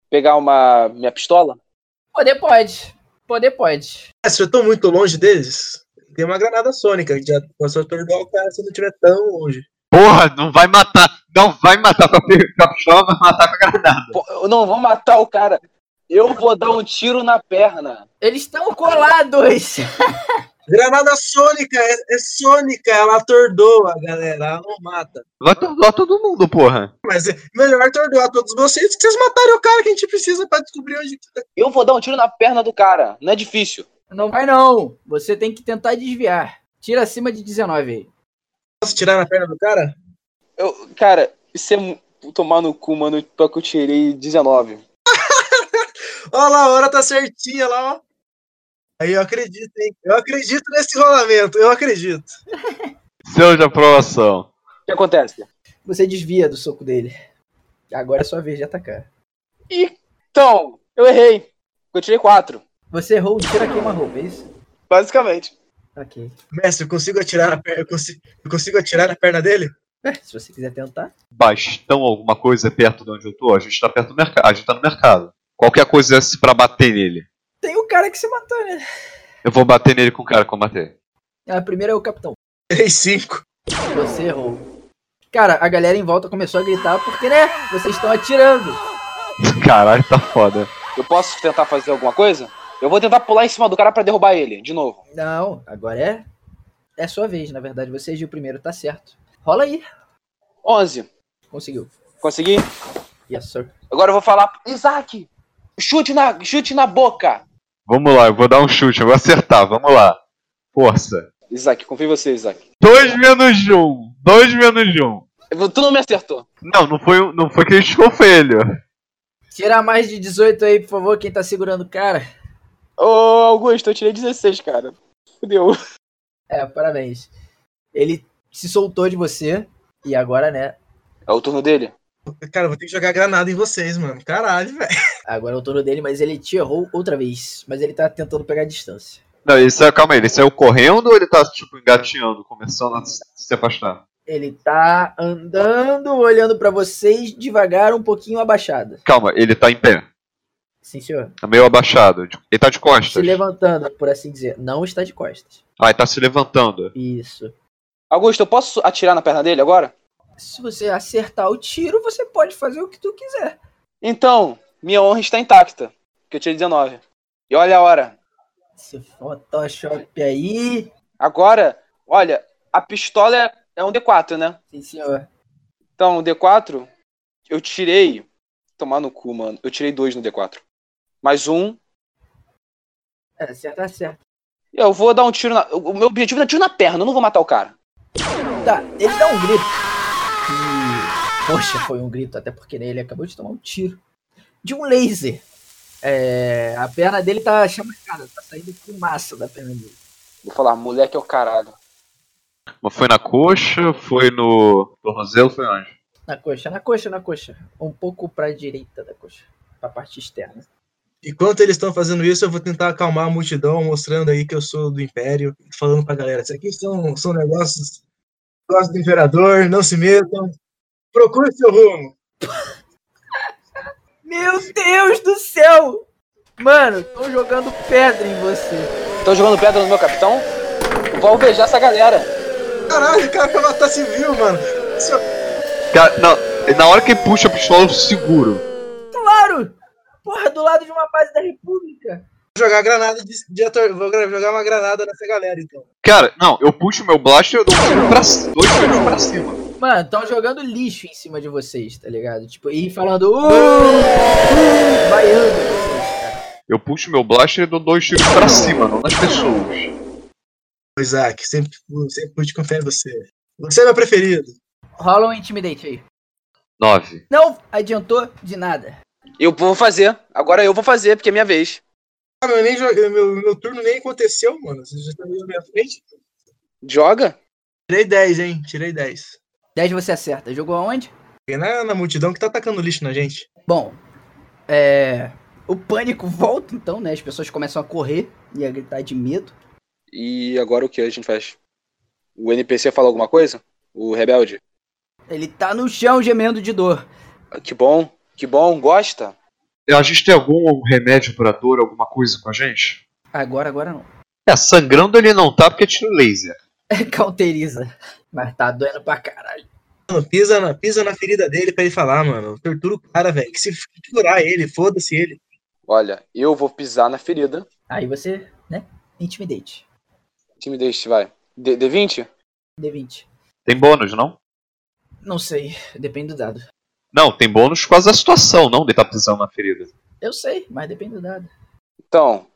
A: pegar uma. minha pistola?
E: Poder pode. Poder pode.
B: Mestre, eu tô muito longe deles. Tem uma granada sônica. que Já posso atordoar o cara se não tiver tão longe.
D: Porra, não vai matar. Não vai matar com a pe- com a pistola, vai matar com a granada.
A: Pô, Eu não vou matar o cara. Eu vou dar um tiro na perna.
E: Eles estão colados! [LAUGHS]
B: Granada sônica. É, é sônica. Ela atordoa, galera. Ela não mata.
D: Vai atordoar todo mundo, porra.
B: Mas é melhor atordoar todos vocês que vocês matarem o cara que a gente precisa pra descobrir onde que tá.
A: Eu vou dar um tiro na perna do cara. Não é difícil.
E: Não vai não! Você tem que tentar desviar. Tira acima de 19 aí.
B: Posso tirar na perna do cara?
A: Eu, cara, isso é. mu- Tomar no cu, mano, pior que eu tirei 19.
B: Olha lá, a hora tá certinha lá, ó. Aí eu acredito, hein? Eu acredito nesse rolamento, eu acredito.
D: Seu de aprovação.
A: O que acontece?
E: Você desvia do soco dele. Agora é sua vez de atacar.
A: Então, eu errei. Eu tirei 4.
E: Você errou o tiro aqui uma roupa, é isso?
A: Basicamente.
E: Ok.
B: Mestre, eu consigo atirar na perna. Eu consigo, eu consigo atirar na perna dele?
E: É, se você quiser tentar.
D: Bastão, alguma coisa perto de onde eu tô? A gente tá perto do mercado. A gente tá no mercado. Qualquer coisa é pra bater nele.
E: Tem o cara que se matou, né?
D: Eu vou bater nele com o cara que eu matei. [LAUGHS]
E: A primeira é o capitão.
B: 3, 5.
E: Você errou. Cara, a galera em volta começou a gritar porque, né? Vocês estão atirando.
D: Caralho, tá foda.
A: Eu posso tentar fazer alguma coisa? Eu vou tentar pular em cima do cara pra derrubar ele, de novo.
E: Não, agora é. É sua vez, na verdade. Você agiu primeiro, tá certo. Rola aí.
A: 11.
E: Conseguiu.
A: Consegui?
E: Yes, sir.
A: Agora eu vou falar. Isaac! Chute na, chute na boca!
D: Vamos lá, eu vou dar um chute, eu vou acertar, vamos lá. Força.
A: Isaac, confio em você, Isaac.
D: 2 menos 1. 2 menos 1.
A: Eu- Tu não me acertou.
D: Não, não foi, um- não foi aquele escofelho.
E: Tirar mais de 18 aí, por favor, quem tá segurando o cara.
A: Ô, Augusto, eu tirei 16, cara. Fudeu.
E: É, parabéns. Ele se soltou de você e agora, né?
A: É o turno dele?
B: Cara, eu vou ter que jogar granada em vocês, mano. Caralho, velho.
E: Agora é o turno dele, mas ele te errou outra vez. Mas ele tá tentando pegar a distância.
D: Não, ele saiu, calma aí, ele saiu correndo ou ele tá, tipo, engatinhando, começando a se se afastar?
E: Ele tá andando, olhando pra vocês devagar, um pouquinho abaixado.
D: Calma, ele tá em pé,
E: Sim, senhor.
D: tá meio abaixado. de- Ele tá de
E: Se
D: costas.
E: levantando, por assim dizer. Não está de costas.
D: Ah, ele tá se levantando.
E: Isso.
A: Augusto, eu posso atirar na perna dele agora?
E: Se você acertar o tiro, você pode fazer o que tu quiser.
A: Então, minha honra está intacta. Que eu tirei 19. E olha a hora.
E: Esse Photoshop aí.
A: Agora, olha, a pistola é, é um D4, né?
E: Sim, senhor.
A: Então, o D4, eu tirei. Tomar no cu, mano. Eu tirei dois no D4. Mais um.
E: É, acerta, acerta.
A: Eu vou dar um tiro na. O meu objetivo é tiro na perna, eu não vou matar o cara.
E: Tá, ele dá um grito. E, poxa, foi um grito, até porque né, ele acabou de tomar um tiro de um laser. É, a perna dele tá chamuscada, tá saindo fumaça da perna dele.
A: Vou falar, moleque é o caralho.
D: Mas Foi na coxa, foi no tornozelo, foi onde?
E: Na coxa, na coxa, na coxa. Um pouco pra direita da coxa, pra parte externa.
B: Enquanto eles estão fazendo isso, eu vou tentar acalmar a multidão, mostrando aí que eu sou do Império, falando pra galera. Isso aqui são, são negócios. Negócios do Imperador, não se metam. Procure seu rumo.
E: Meu Deus do céu! Mano, tô jogando pedra em você.
A: Estão jogando pedra no meu capitão? Vou alvejar essa galera.
B: Caralho, o cara vai matar civil, mano.
D: Cara, não, na hora que ele puxa a pistola, eu seguro.
E: Claro! Porra, do lado de uma base da República.
B: Vou jogar granada de, de ator. Vou gra- jogar uma granada nessa galera, então.
D: Cara, não, eu puxo meu blaster, eu dou um tiro pra c- dois tiros pra cima.
E: Mano, estão jogando lixo em cima de vocês, tá ligado? Tipo, e falando. Uh, uh", baiando vocês, cara.
D: Eu puxo meu blaster e dou dois tiros pra cima, não nas pessoas.
B: Ô, Isaac, sempre, sempre pude confiar em você. Você é meu preferido.
E: Rola um intimidate aí.
D: Nove.
E: Não adiantou de nada.
A: Eu vou fazer. Agora eu vou fazer, porque é minha vez.
B: Cara, eu nem joguei, Ah, meu, meu turno nem aconteceu, mano. Você já tá na minha frente?
A: Joga?
B: Tirei 10, hein? Tirei 10.
E: 10 você acerta. Jogou aonde?
B: E na, na multidão que tá atacando lixo na gente.
E: Bom, é. O pânico [LAUGHS] volta então, né? As pessoas começam a correr e a gritar de medo.
A: E agora o que a gente faz? O NPC fala alguma coisa? O rebelde?
E: Ele tá no chão gemendo de dor.
A: Ah, Que bom, que bom, gosta?
D: É, A gente tem algum remédio pra dor, alguma coisa com a gente?
E: Agora, agora não. [LAUGHS]
D: É, sangrando ele não tá porque é tiro laser.
E: Cauteriza. Mas tá doendo pra caralho.
B: Mano, pisa na, pisa na ferida dele pra ele falar, mano. Tortura o cara, velho. Que se curar ele, foda-se ele.
A: Olha, eu vou pisar na ferida.
E: Aí você, né? Intimidate.
A: Time deste, vai. D- D20?
E: D20.
D: Tem bônus, não?
E: Não sei. Depende do dado.
D: Não, tem bônus quase a situação, não de tá pisando na ferida.
E: Eu sei, mas depende do dado.
A: Então,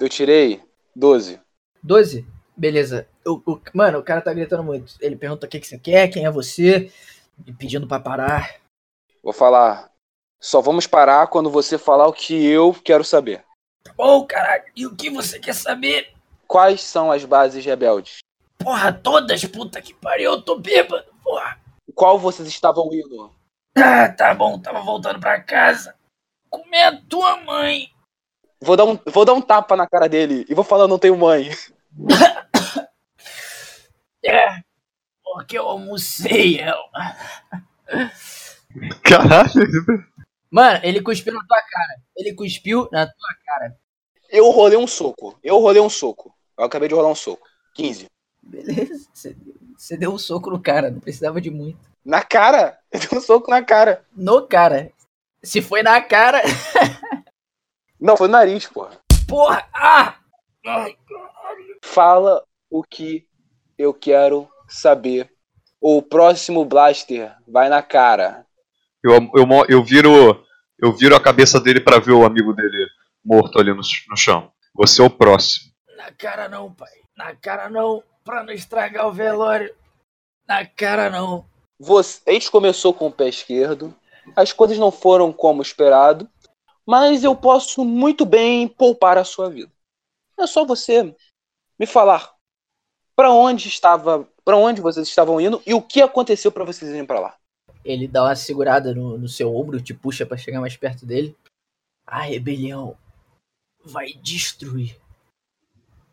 A: eu tirei 12.
E: 12? Beleza. O, o- mano, o cara tá gritando muito. Ele pergunta o que, que você quer, quem é você, e pedindo pra parar.
A: Vou falar. Só vamos parar quando você falar o que eu quero saber.
E: Ô, caralho, e o que você quer saber?
A: Quais são as bases rebeldes?
E: Porra, todas, puta que pariu, eu tô bêbado, porra.
A: Qual vocês estavam indo?
E: Ah, tá bom, tava voltando pra casa. Como é a tua mãe?
A: Vou dar, um, vou dar um tapa na cara dele e vou falar, não tenho mãe. [LAUGHS]
E: É, porque eu almocei ela.
D: [LAUGHS] Caralho.
E: Mano, ele cuspiu na tua cara. Ele cuspiu na tua
A: Eu rolei um soco. Eu rolei um soco. Eu acabei de rolar um soco. 15.
E: Beleza, você- você deu um soco no cara, não precisava de muito.
A: Na cara? [LAUGHS] Eu dei um soco na cara.
E: No cara. Se foi na cara, [LAUGHS]
A: Não, foi no nariz, porra.
E: porra! Ah! Ai,
A: Fala o que eu quero saber. O próximo blaster vai na cara.
D: Eu, eu, mo- eu, viro, eu viro a cabeça dele pra ver o amigo dele morto ali no, ch- no chão. Você é o próximo.
E: na cara não, pai. Na cara não, pra não estragar o velório. Na cara não.
A: Você, a gente começou com o pé esquerdo. As coisas não foram como esperado. Mas eu posso muito bem poupar a sua vida. É só você me falar pra onde estava, para onde vocês estavam indo e o que aconteceu pra vocês irem pra lá.
E: Ele dá uma segurada no, no seu ombro, te puxa pra chegar mais perto dele. A rebelião vai destruir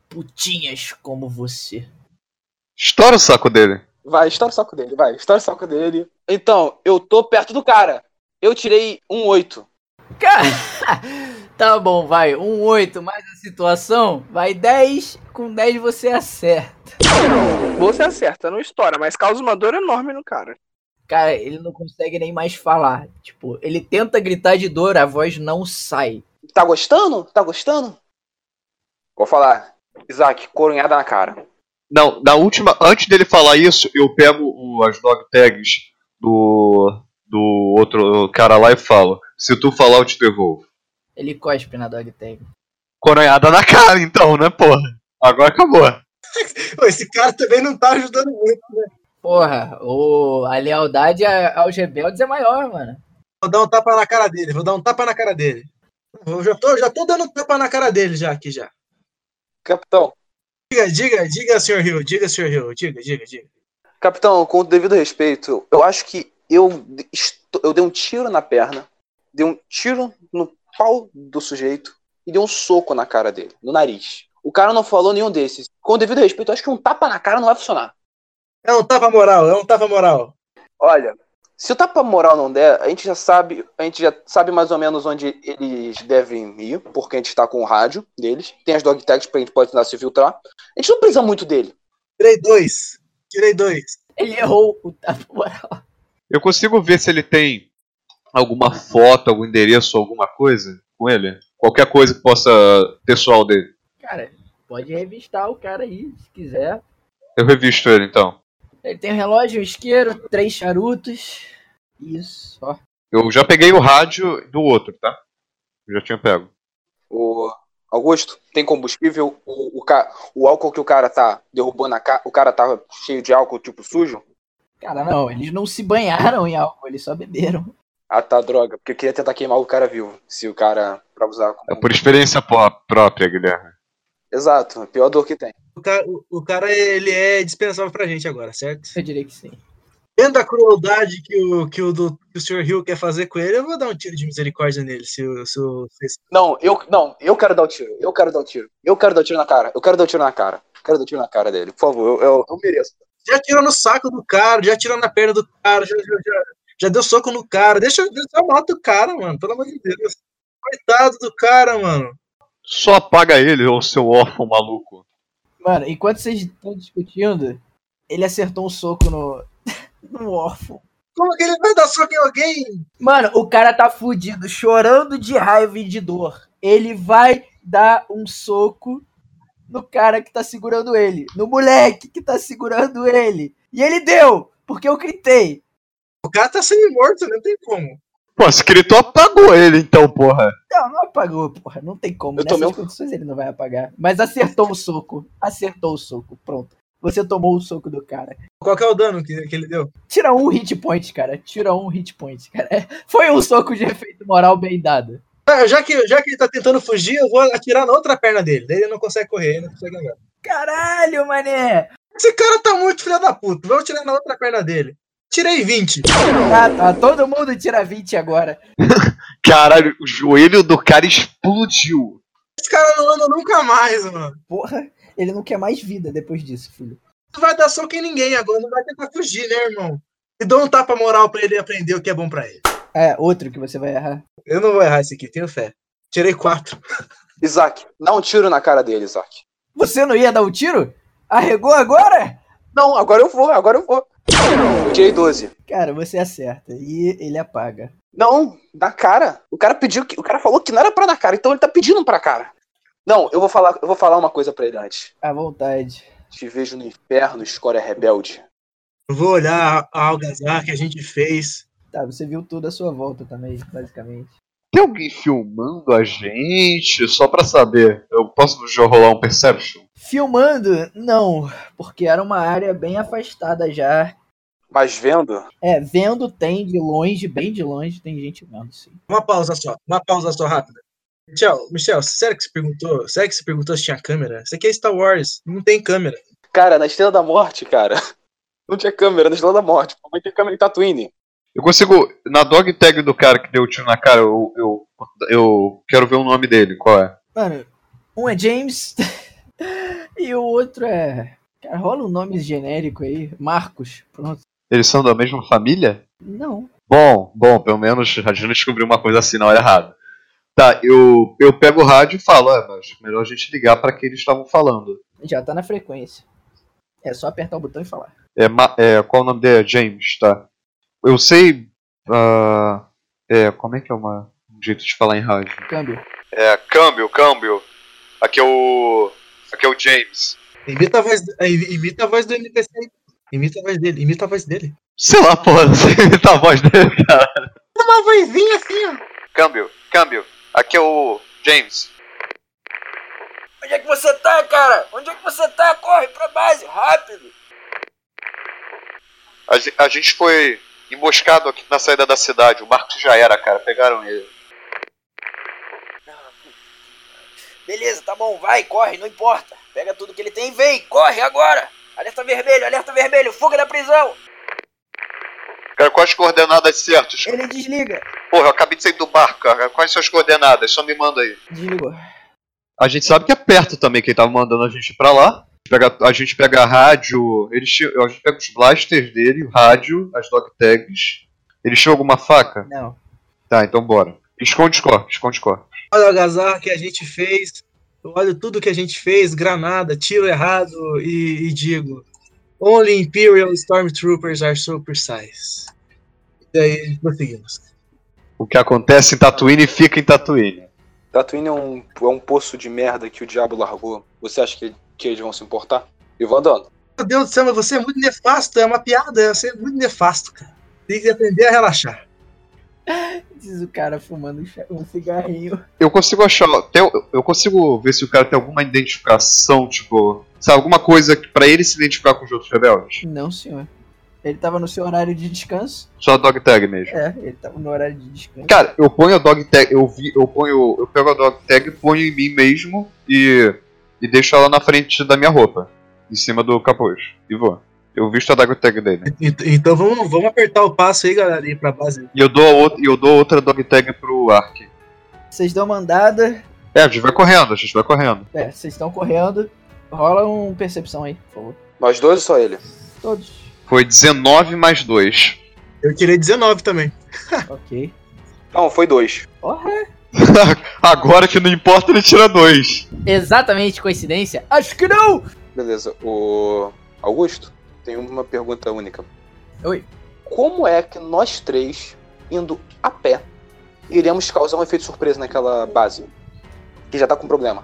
E: putinhas como você. [LAUGHS]
D: Estoura o saco dele.
A: Vai, estoura o saco dele, vai, estoura o saco dele. Então, eu tô perto do cara. Eu tirei um 8.
E: Cara, tá bom, vai. Um 8 mais a situação, vai 10. Com 10 você acerta.
C: Você acerta, não estoura, mas causa uma dor enorme no cara.
E: Cara, ele não consegue nem mais falar. Tipo, ele tenta gritar de dor, a voz não sai.
A: Tá gostando? Tá gostando? Vou falar. Isaac, coronhada na cara.
D: Não, na última. Antes dele falar isso, eu pego o- as dog tags do. do outro cara lá e falo. Se tu falar, eu te devolvo.
E: Ele cospe na dog tag.
D: Coronhada na cara, então, né, porra? Agora acabou.
B: Pô, esse cara também não tá ajudando muito.
E: Porra, o, a lealdade a- aos rebeldes é maior, mano.
B: Vou dar um tapa na cara dele, vou dar um tapa na cara dele. Eu já tô, já tô dando um tapa na cara dele já aqui já.
A: Capitão,
B: Diga, diga, diga, senhor Hill, diga, senhor Hill, diga, diga, diga.
A: capitão, com o devido respeito, eu acho que eu, esto- eu dei um tiro na perna, dei um tiro no pau do sujeito e dei um soco na cara dele, no nariz. O cara não falou nenhum desses. Com o devido respeito, eu acho que um tapa na cara não vai funcionar.
B: É um tapa moral, é um tapa moral.
A: Olha, se o tapa moral não der, a gente já sabe, a gente já sabe mais ou menos onde eles devem ir, porque a gente tá com o rádio deles, tem as dog tags pra gente pode tentar se filtrar. A gente não precisa muito dele.
B: Tirei dois, tirei dois.
E: Ele errou o tapa moral.
D: Eu consigo ver se ele tem alguma foto, algum endereço, alguma coisa com ele? Qualquer coisa que possa. pessoal dele.
E: Cara, pode revistar o cara aí, se quiser.
D: Eu revisto ele então.
E: Ele tem um relógio, um isqueiro, três charutos. Isso, ó.
D: Eu já peguei o rádio do outro, tá? Eu já tinha pego.
A: O Augusto, tem combustível? O, o, ca- o álcool que o cara tá derrubando, a ca- o cara tá cheio de álcool tipo sujo?
E: Cara, não, eles não se banharam em álcool, eles só beberam. [LAUGHS]
A: Ah tá, droga, porque eu queria tentar queimar o cara vivo, se o cara, pra usar
D: É
A: como...
D: por experiência pró- própria, Guilherme.
A: Exato, a pior dor que tem.
B: O cara, o, o cara, ele é dispensável pra gente agora, certo?
E: Eu diria que sim.
B: Vendo a crueldade que o, que o, do- que o Sr. Hill quer fazer com ele, eu vou dar um tiro de misericórdia nele, se, o- se, o- se,
A: Não, eu não, eu quero dar o tiro. Eu quero dar o tiro. Eu quero dar o tiro na cara. Eu quero dar o tiro na cara. Eu quero dar o tiro na cara dele. Por favor, eu, eu, eu mereço.
B: já tirou no saco do cara, já tirou na perna do cara, já, já, já, já deu soco no cara. Deixa eu só mato o cara, mano, pelo amor de Deus. Coitado do cara, mano.
D: Só apaga ele, ô seu órfão maluco.
E: Mano, enquanto vocês estão discutindo, ele acertou um soco no. [LAUGHS] no órfão.
B: Como que ele vai dar soco em alguém?
E: Mano, o cara tá fudido, chorando de raiva e de dor. Ele vai dar um soco no cara que tá segurando ele. No moleque que tá segurando ele. E ele deu, porque eu gritei.
B: O cara tá semi-morto, não tem como.
D: Pô, esse escritor apagou ele então, porra.
E: Não, não apagou, porra. Não tem como.
A: Eu
E: Nessas
A: tomei um-
E: condições ele não vai apagar. Mas acertou o soco. Acertou o soco. Pronto. Você tomou o soco do cara.
B: Qual que é o dano que, que ele deu?
E: Tira um hit point, cara. Tira um hit point, cara. [LAUGHS] É, Foi um soco de efeito moral bem dado.
B: Ah, Já que, já que ele tá tentando fugir, eu vou atirar na outra perna dele. Daí ele não consegue correr, ele não consegue andar.
E: Caralho, mané!
B: Esse cara tá muito filho da puta. Vamos tirar na outra perna dele. Tirei 20.
E: Ah, tá. Todo mundo tira 20 agora.
D: Caralho, o joelho do cara explodiu.
B: Esse cara não anda nunca mais, mano.
E: Porra, ele não quer mais vida depois disso, filho.
B: Não vai dar soco em ninguém agora, não vai tentar fugir, né, irmão? E dou um tapa moral pra ele aprender o que é bom pra ele.
E: É, outro que você vai errar.
B: Eu não vou errar esse aqui, tenho fé. Tirei 4.
A: Isaac, dá um tiro na cara dele, Isaac.
E: Você não ia dar um tiro? Arregou agora?
A: Não, agora eu vou, agora eu vou. Eu tirei 12.
E: Cara, você acerta e ele apaga.
A: Não, na cara. O cara pediu que. O cara falou que não era pra na cara, então ele tá pedindo pra cara. Não, eu vou falar, eu vou falar uma coisa pra ele antes.
E: À vontade.
A: Te vejo no inferno, escória rebelde.
B: Eu vou olhar a algazarra que a gente fez.
E: Tá, você viu tudo à sua volta também, basicamente.
D: Tem alguém filmando a gente? Só pra saber. Eu posso já rolar um Perception?
E: Filmando? Não, porque era uma área bem afastada já.
A: Mas vendo?
E: É, vendo tem de longe, bem de longe, tem gente vendo, sim.
B: Uma pausa só, uma pausa só rápida. Michel, Michel, sério que se perguntou? Sério que se perguntou se tinha câmera? Isso aqui é Star Wars, não tem câmera.
A: Cara, na Estrela da Morte, cara. [LAUGHS] Não tinha câmera na Estrela da Morte. Mas tem câmera em Tatooine.
D: Eu consigo. Na dog tag do cara que deu o tiro na cara, eu, eu, eu quero ver o nome dele, qual é?
E: Mano, um é James [LAUGHS] e o outro é. Cara, rola um nome genérico aí. Marcos. Pronto.
D: Eles são da mesma família?
E: Não.
D: Bom, bom, pelo menos a gente não descobriu uma coisa assim na hora errada. Tá, eu, eu pego o rádio e falo, é, mas melhor a gente ligar pra quem eles estavam falando.
E: Já tá na frequência. É só apertar o botão e falar.
D: É, Ma- é, qual o nome dele? É James, tá. Eu sei. ah, é, como é que é uma, um jeito de falar em rádio?
E: Câmbio.
D: É, câmbio, câmbio. Aqui é o. Aqui é o James.
B: Imita a voz, eh, imita a voz do NPC. aí. Imita a voz dele, imita a voz dele.
D: Sei lá, porra, não sei imitar a voz dele, cara.
B: Uma vozinha assim, ó.
D: Câmbio, câmbio. Aqui é o James.
E: Onde é que você tá, cara? Onde é que você tá? Corre pra base, rápido!
D: A, ge- a gente foi emboscado aqui na saída da cidade. O Marcos já era, cara. Pegaram ele.
E: Beleza, tá bom, vai, corre, não importa. Pega tudo que ele tem e vem, corre agora! Alerta vermelho, alerta vermelho, fuga da prisão!
D: Cara, quais coordenadas certas?
B: É.
E: Ele desliga.
D: Porra, eu acabei de sair do barco, cara. Quais suas coordenadas? Só me manda aí.
E: Desligou.
D: A gente sabe que é perto também quem tava mandando a gente pra lá. A gente pega, a gente pega a rádio, eles, tinham- a gente pega os blasters dele, o rádio, as dog tags. Eles tinham alguma faca?
E: Não.
D: Tá, então bora. Esconde corpos, esconde corpos.
B: Olha o algazarra que a gente fez. Eu olho tudo que a gente fez, granada, tiro errado e, e digo. Only Imperial Stormtroopers are so precise. E aí prosseguimos.
D: O que acontece em Tatooine fica em Tatooine.
A: Tatooine é um, é um poço de merda que o diabo largou. Você acha que, que eles vão se importar? E vou andando.
B: Meu Deus do céu, mas você é muito nefasto, é uma piada, você é muito nefasto, cara. Tem que aprender a relaxar.
E: Diz o cara fumando um cha- um cigarrinho.
D: Eu consigo achar. Tem, eu consigo ver se o cara tem alguma identificação, tipo. Sabe, alguma coisa que pra ele se identificar com os outros rebeldes?
E: Não, senhor. Ele tava no seu horário de descanso?
D: Só a dog tag mesmo.
E: É, ele tava no horário de descanso.
D: Cara, eu ponho a dog tag, eu vi, eu ponho. Eu pego a dog tag, ponho em mim mesmo e. e deixo ela na frente da minha roupa. Em cima do capuz. E vou. Eu visto a dog tag dele.
B: Ent- Então vamos, vamos apertar o passo aí, galera, e ir pra base.
D: E eu dou, a outra, e eu dou outra dog tag pro Ark.
E: Vocês dão uma andada.
D: É, a gente vai correndo, a gente vai correndo.
E: É, vocês estão correndo. Rola um percepção aí, por favor.
A: Nós dois ou só ele?
E: [LAUGHS] Todos.
D: Foi 19 mais 2.
B: Eu tirei 19 também.
E: ok.
A: Não, foi dois.
E: Porra!
D: Agora que não importa, ele tira 2.
E: Exatamente coincidência? Acho que não!
A: Beleza. O Augusto, tem uma pergunta única.
E: Oi.
A: Como é que nós três, indo a pé, iremos causar um efeito surpresa naquela base? Que já tá com problema.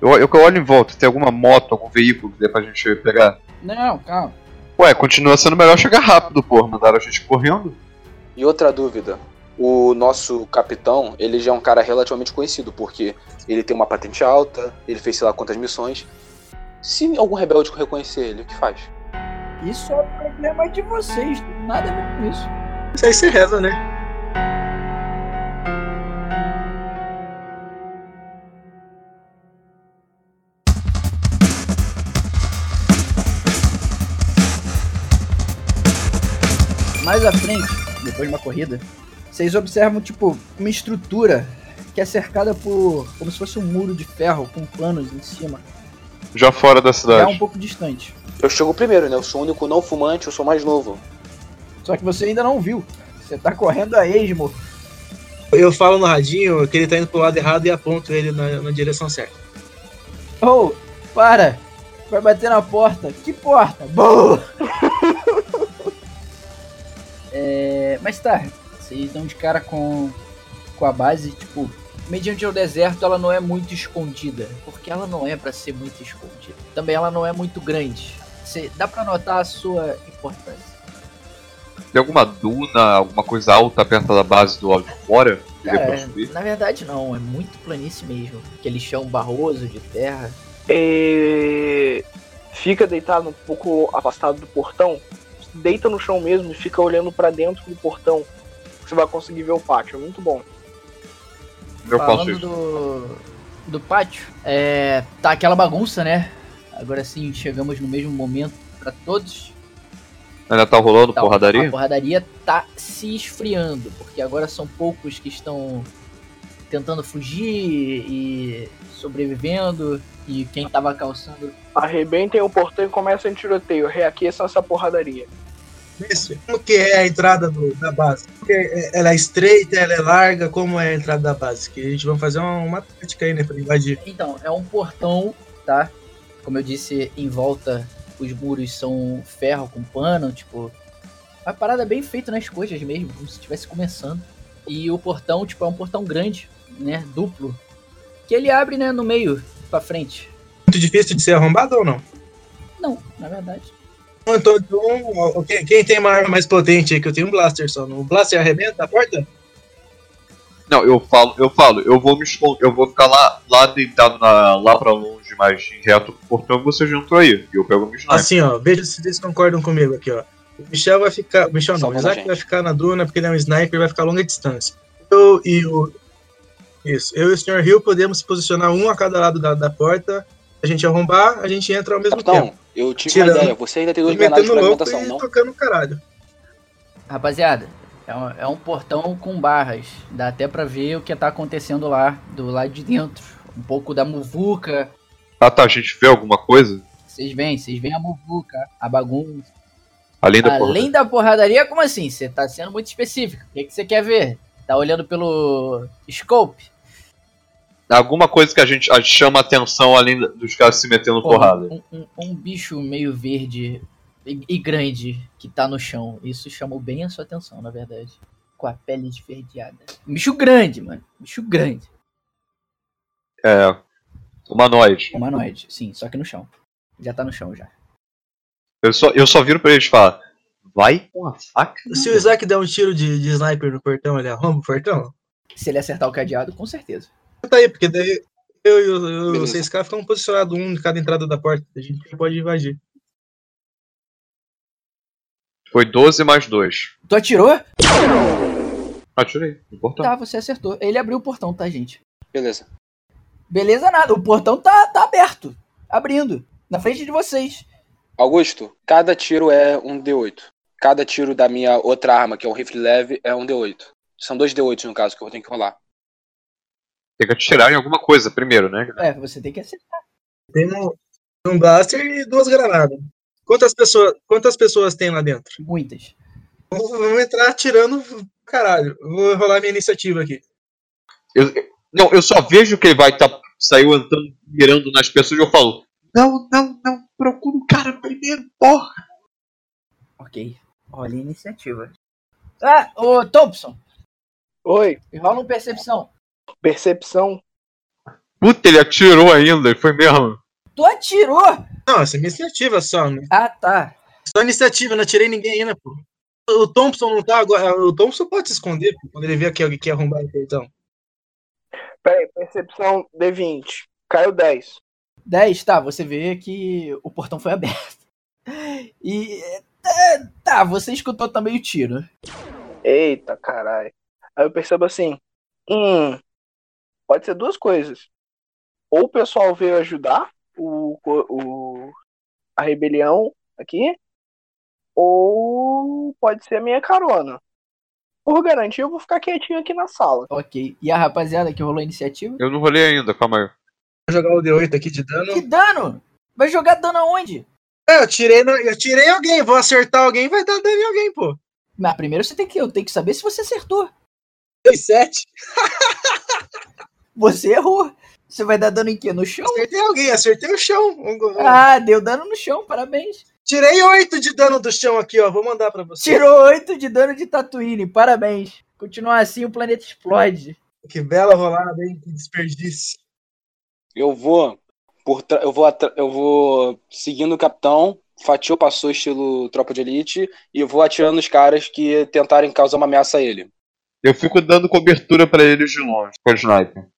D: Eu, eu, eu olho em volta, tem alguma moto, algum veículo que dê pra gente pegar?
E: Não, calma.
D: Ué, continua sendo melhor chegar rápido, porra. Mandaram a gente correndo?
A: E outra dúvida. O nosso capitão, ele já é um cara relativamente conhecido, porque ele tem uma patente alta, ele fez sei lá quantas missões. Se algum rebelde reconhecer ele, o que faz?
E: Isso é problema de vocês. Nada a ver com isso.
B: Isso aí você reza, né?
E: mais à frente, depois de uma corrida, vocês observam, tipo, uma estrutura que é cercada por. como se fosse um muro de ferro com panos em cima.
G: Já fora da
E: Já
G: cidade.
E: um pouco distante.
A: Eu chego primeiro, né? Eu sou o único não fumante, eu sou mais novo.
E: Só que você ainda não viu. Você tá correndo a esmo.
B: Eu falo no radinho que ele tá indo pro lado errado e aponto ele na, na direção certa.
E: Oh, para! Vai bater na porta. Que porta? Boa! [LAUGHS] é, mas tá, vocês dão de cara com, com a base, tipo, mediante o deserto ela não é muito escondida, porque ela não é pra ser muito escondida. Também ela não é muito grande. Cê, dá pra notar a sua importância.
G: Tem alguma duna, alguma coisa alta perto da base do lado de fora? Que dê pra
E: Cara,
G: subir?
E: na verdade não, é muito planície mesmo. Aquele chão barroso de terra.
C: É, Fica deitado um pouco afastado do portão. Deita no chão mesmo e fica olhando pra dentro do portão. Você vai conseguir ver o pátio. É muito bom.
G: Eu faço
E: Falando
G: isso.
E: do, do pátio, é, tá aquela bagunça, né? Agora sim, chegamos no mesmo momento pra todos.
G: Ainda tá rolando
E: Tá, A
G: porradaria?
E: porradaria tá se esfriando, porque agora são poucos que estão tentando fugir e sobrevivendo. E quem tava calçando.
C: Arrebentem o portão e começam em tiroteio. Reaqueçam essa porradaria.
B: Mestre, como que é a entrada do- da base? Porque é- ela é estreita, ela é larga, como é a entrada da base? Que a gente vai fazer uma, uma tática aí, né, pra invadir.
E: Então, é um portão, tá? Como eu disse, em volta os muros são ferro com pano, tipo. Uma parada é bem feita nas coisas mesmo, como se estivesse começando. E o portão, tipo, é um portão grande, né? Duplo. Que ele abre, né, no meio, pra frente.
B: Muito difícil de ser arrombado ou não?
E: Não, na verdade.
B: Então, então, ó, quem, quem tem uma arma mais potente aí, que eu tenho um blaster só. O blaster arrebenta a porta?
G: Não, eu falo, eu falo, eu vou me esconder, eu vou ficar lá, lá deitado na, lá pra longe, mais reto pro portão e vocês entram aí. E eu pego o meu sniper.
B: Assim, ó, veja se vocês concordam comigo aqui, ó. O Michel vai ficar. O Michel não, o
A: Salvando a
B: Isaac
A: gente.
B: vai ficar na duna porque ele é um sniper e vai ficar a longa distância. Eu e o. Isso, eu e o Sr. Hill podemos se posicionar um a cada lado da, da porta. A gente arrombar, a gente entra ao mesmo tempo.
A: Capitão, eu tive
B: Tirando.
A: uma ideia. Você ainda tem dois
B: E
A: granadas de
B: metendo louco
A: fragmentação,
B: e tá-
A: não?
B: tocando o caralho.
E: Rapaziada, é um, é um portão com barras. Dá até pra ver o que tá acontecendo lá, do lado de dentro. Um pouco da muvuca.
G: Ah tá, a gente vê alguma coisa?
E: Vocês veem, vocês veem a muvuca, a bagunça.
G: Além da
E: Além da porradaria, como assim? Você tá sendo muito específico. O que, que você quer ver? Tá olhando pelo scope?
G: porrada. Alguma coisa que a gente a gente chama atenção além da- dos caras se metendo
E: Pô,
G: porrada.
E: Um, um- um bicho meio verde e, e grande que tá no chão. Isso chamou bem a sua atenção, na verdade. Com a pele esverdeada. Um bicho grande, mano. Um bicho grande.
G: É. Humanoide.
E: Humanoide, sim, só que no chão. Já tá no chão já.
G: Eu só, eu só viro pra eles e falar. Vai com a faca?
B: Se o Isaac der um tiro de, de sniper no portão, ele arromba o portão?
E: Se ele acertar o cadeado, com certeza.
B: Tá aí, porque daí eu e o, eu e o
A: Beleza.
B: 6K ficamos posicionados um de cada entrada da porta. A gente não pode invadir.
G: Foi 12 mais 2.
E: Tu atirou?
G: Então. Atirei, no portão.
E: Tá, você acertou. Ele abriu o portão, tá, gente?
A: Beleza.
E: Beleza nada, o portão tá, tá aberto. Abrindo. Na frente de vocês.
A: Augusto, cada tiro é um D8. Cada tiro da minha outra arma, que é um rifle leve, é um D8. São dois D8 no caso, que eu tenho que rolar.
G: Tem que atirar em alguma coisa primeiro, né?
E: É, você tem que acertar.
B: Tem um, um blaster e duas granadas. Quantas pessoas, quantas pessoas tem lá dentro?
E: Muitas.
B: Vamos vamos entrar atirando, caralho. Vou rolar minha iniciativa aqui.
G: Eu- eu- não, eu só vejo que ele vai tá, saiu andando, mirando nas pessoas e eu falo: Não, não, não, procura o cara primeiro, porra!
E: Ok. Olha a iniciativa. Ah, ô Thompson,
C: Oi,
E: rola um percepção.
C: percepção.
G: Puta, ele atirou ainda, ele foi mesmo.
E: Tu atirou?
B: Não, essa é minha iniciativa só, né?
E: Ah, tá.
B: Só iniciativa, não atirei ninguém ainda, pô. O Thompson não tá agora. O Thompson pode se esconder pô, quando ele então. vê que alguém quer arrombar o portão.
C: Pera aí, percepção D20. Caiu 10.
E: 10, tá. Você vê que o portão foi aberto. E. é, tá, Tá, você escutou também o tiro.
C: Eita, caralho. Aí eu percebo assim, hum, pode ser duas coisas. Ou o pessoal veio ajudar o, co- o- a rebelião aqui, ou pode ser a minha carona. Por garantia, eu vou ficar quietinho aqui na sala.
E: Ok. E a rapaziada que rolou a iniciativa?
D: Eu não rolei ainda, calma aí.
B: Vou jogar o D8 aqui de dano.
E: Que dano! Vai jogar dano aonde?
B: É, eu tirei, na- eu tirei alguém, vou acertar alguém, vai dar dano em alguém, pô.
E: Mas primeiro você tem que, eu tenho que saber se você acertou.
B: 37.
E: Você errou. Você vai dar dano em quê? No chão?
B: Acertei alguém, acertei o chão. Um- um-
E: Ah, deu dano no chão, parabéns.
B: Tirei 8 de dano do chão aqui, ó. Vou mandar pra você.
E: Tirou 8 de dano de Tatooine, parabéns. Continuar assim, o planeta explode.
B: Que bela rolada, hein? Que desperdício.
A: Eu vou por tra- eu vou atra- eu vou seguindo o capitão, fatiou passou estilo tropa de elite e eu vou atirando nos caras que tentarem causar uma ameaça a ele.
D: Eu fico dando cobertura pra eles de longe, com a sniper.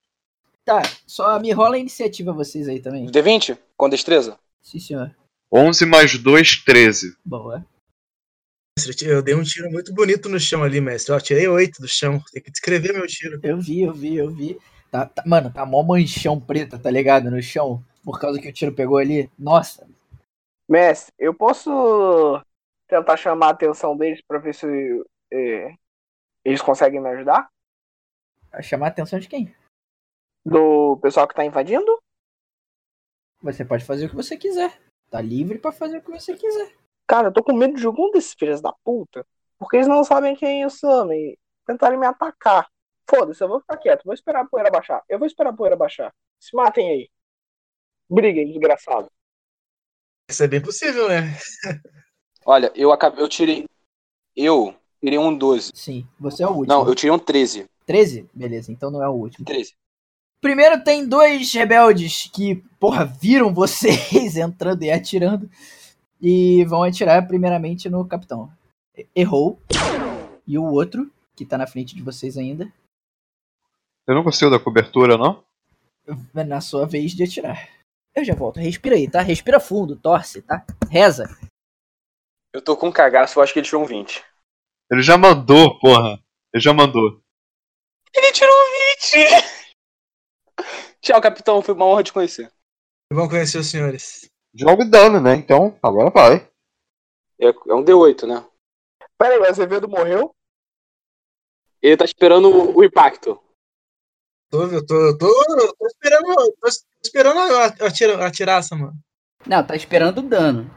E: Tá, só me rola a iniciativa vocês aí também.
A: D20 com destreza.
E: Sim, senhor.
D: 11 mais 2, 13.
E: Boa.
B: Mestre, eu ti- eu dei um tiro muito bonito no chão ali, mestre. Ó, tirei 8 do chão. Tem que descrever meu tiro.
E: Eu vi, eu vi, eu vi. Tá, tá- mano, tá mó manchão preta, tá ligado? No chão. Por causa que o tiro pegou ali. Nossa.
C: Mestre, eu posso tentar chamar a atenção deles pra ver se eh, eles conseguem me ajudar?
E: Vai chamar a atenção de quem?
C: Do pessoal que tá invadindo?
E: Você pode fazer o que você quiser. Tá livre pra fazer o que você quiser.
C: Cara, eu tô com medo de algum desses filhos da puta. Porque eles não sabem quem eu sou, né? e tentarem me atacar. Foda-se, eu vou ficar quieto. Vou esperar a poeira baixar. Eu vou esperar a poeira baixar. Se matem aí. Briguem, desgraçado.
B: Isso é bem possível, né?
A: Olha, eu acabei eu tirei eu tirei um 12.
E: Sim, você é o último.
A: Não, eu tirei um 13.
E: 13? Beleza, então não é o último.
A: 13.
E: Primeiro tem dois rebeldes que, porra, viram vocês [LAUGHS] entrando e atirando. E vão atirar primeiramente no capitão. E- Errou. E o outro, que tá na frente de vocês ainda,
D: Eu não consigo dar cobertura, não?
E: na sua vez de atirar. Eu já volto. Respira aí, tá? Respira fundo, torce, tá? Reza.
A: Eu tô com um cagaço, eu acho que ele tirou um 20.
D: Ele já mandou, porra. Ele já mandou.
A: Ele tirou um 20! [LAUGHS] Tchau, capitão, foi uma honra te conhecer.
B: Vamos conhecer os senhores.
D: Jogo dano, né? Então, agora vai.
A: É, é um D8, né?
C: Pera aí, o Azevedo morreu?
A: Ele tá esperando o, o impacto.
B: Tô, eu tô, eu tô, eu tô esperando, eu tô esperando eu atirar, atirar essa, mano.
E: Não, tá esperando o dano.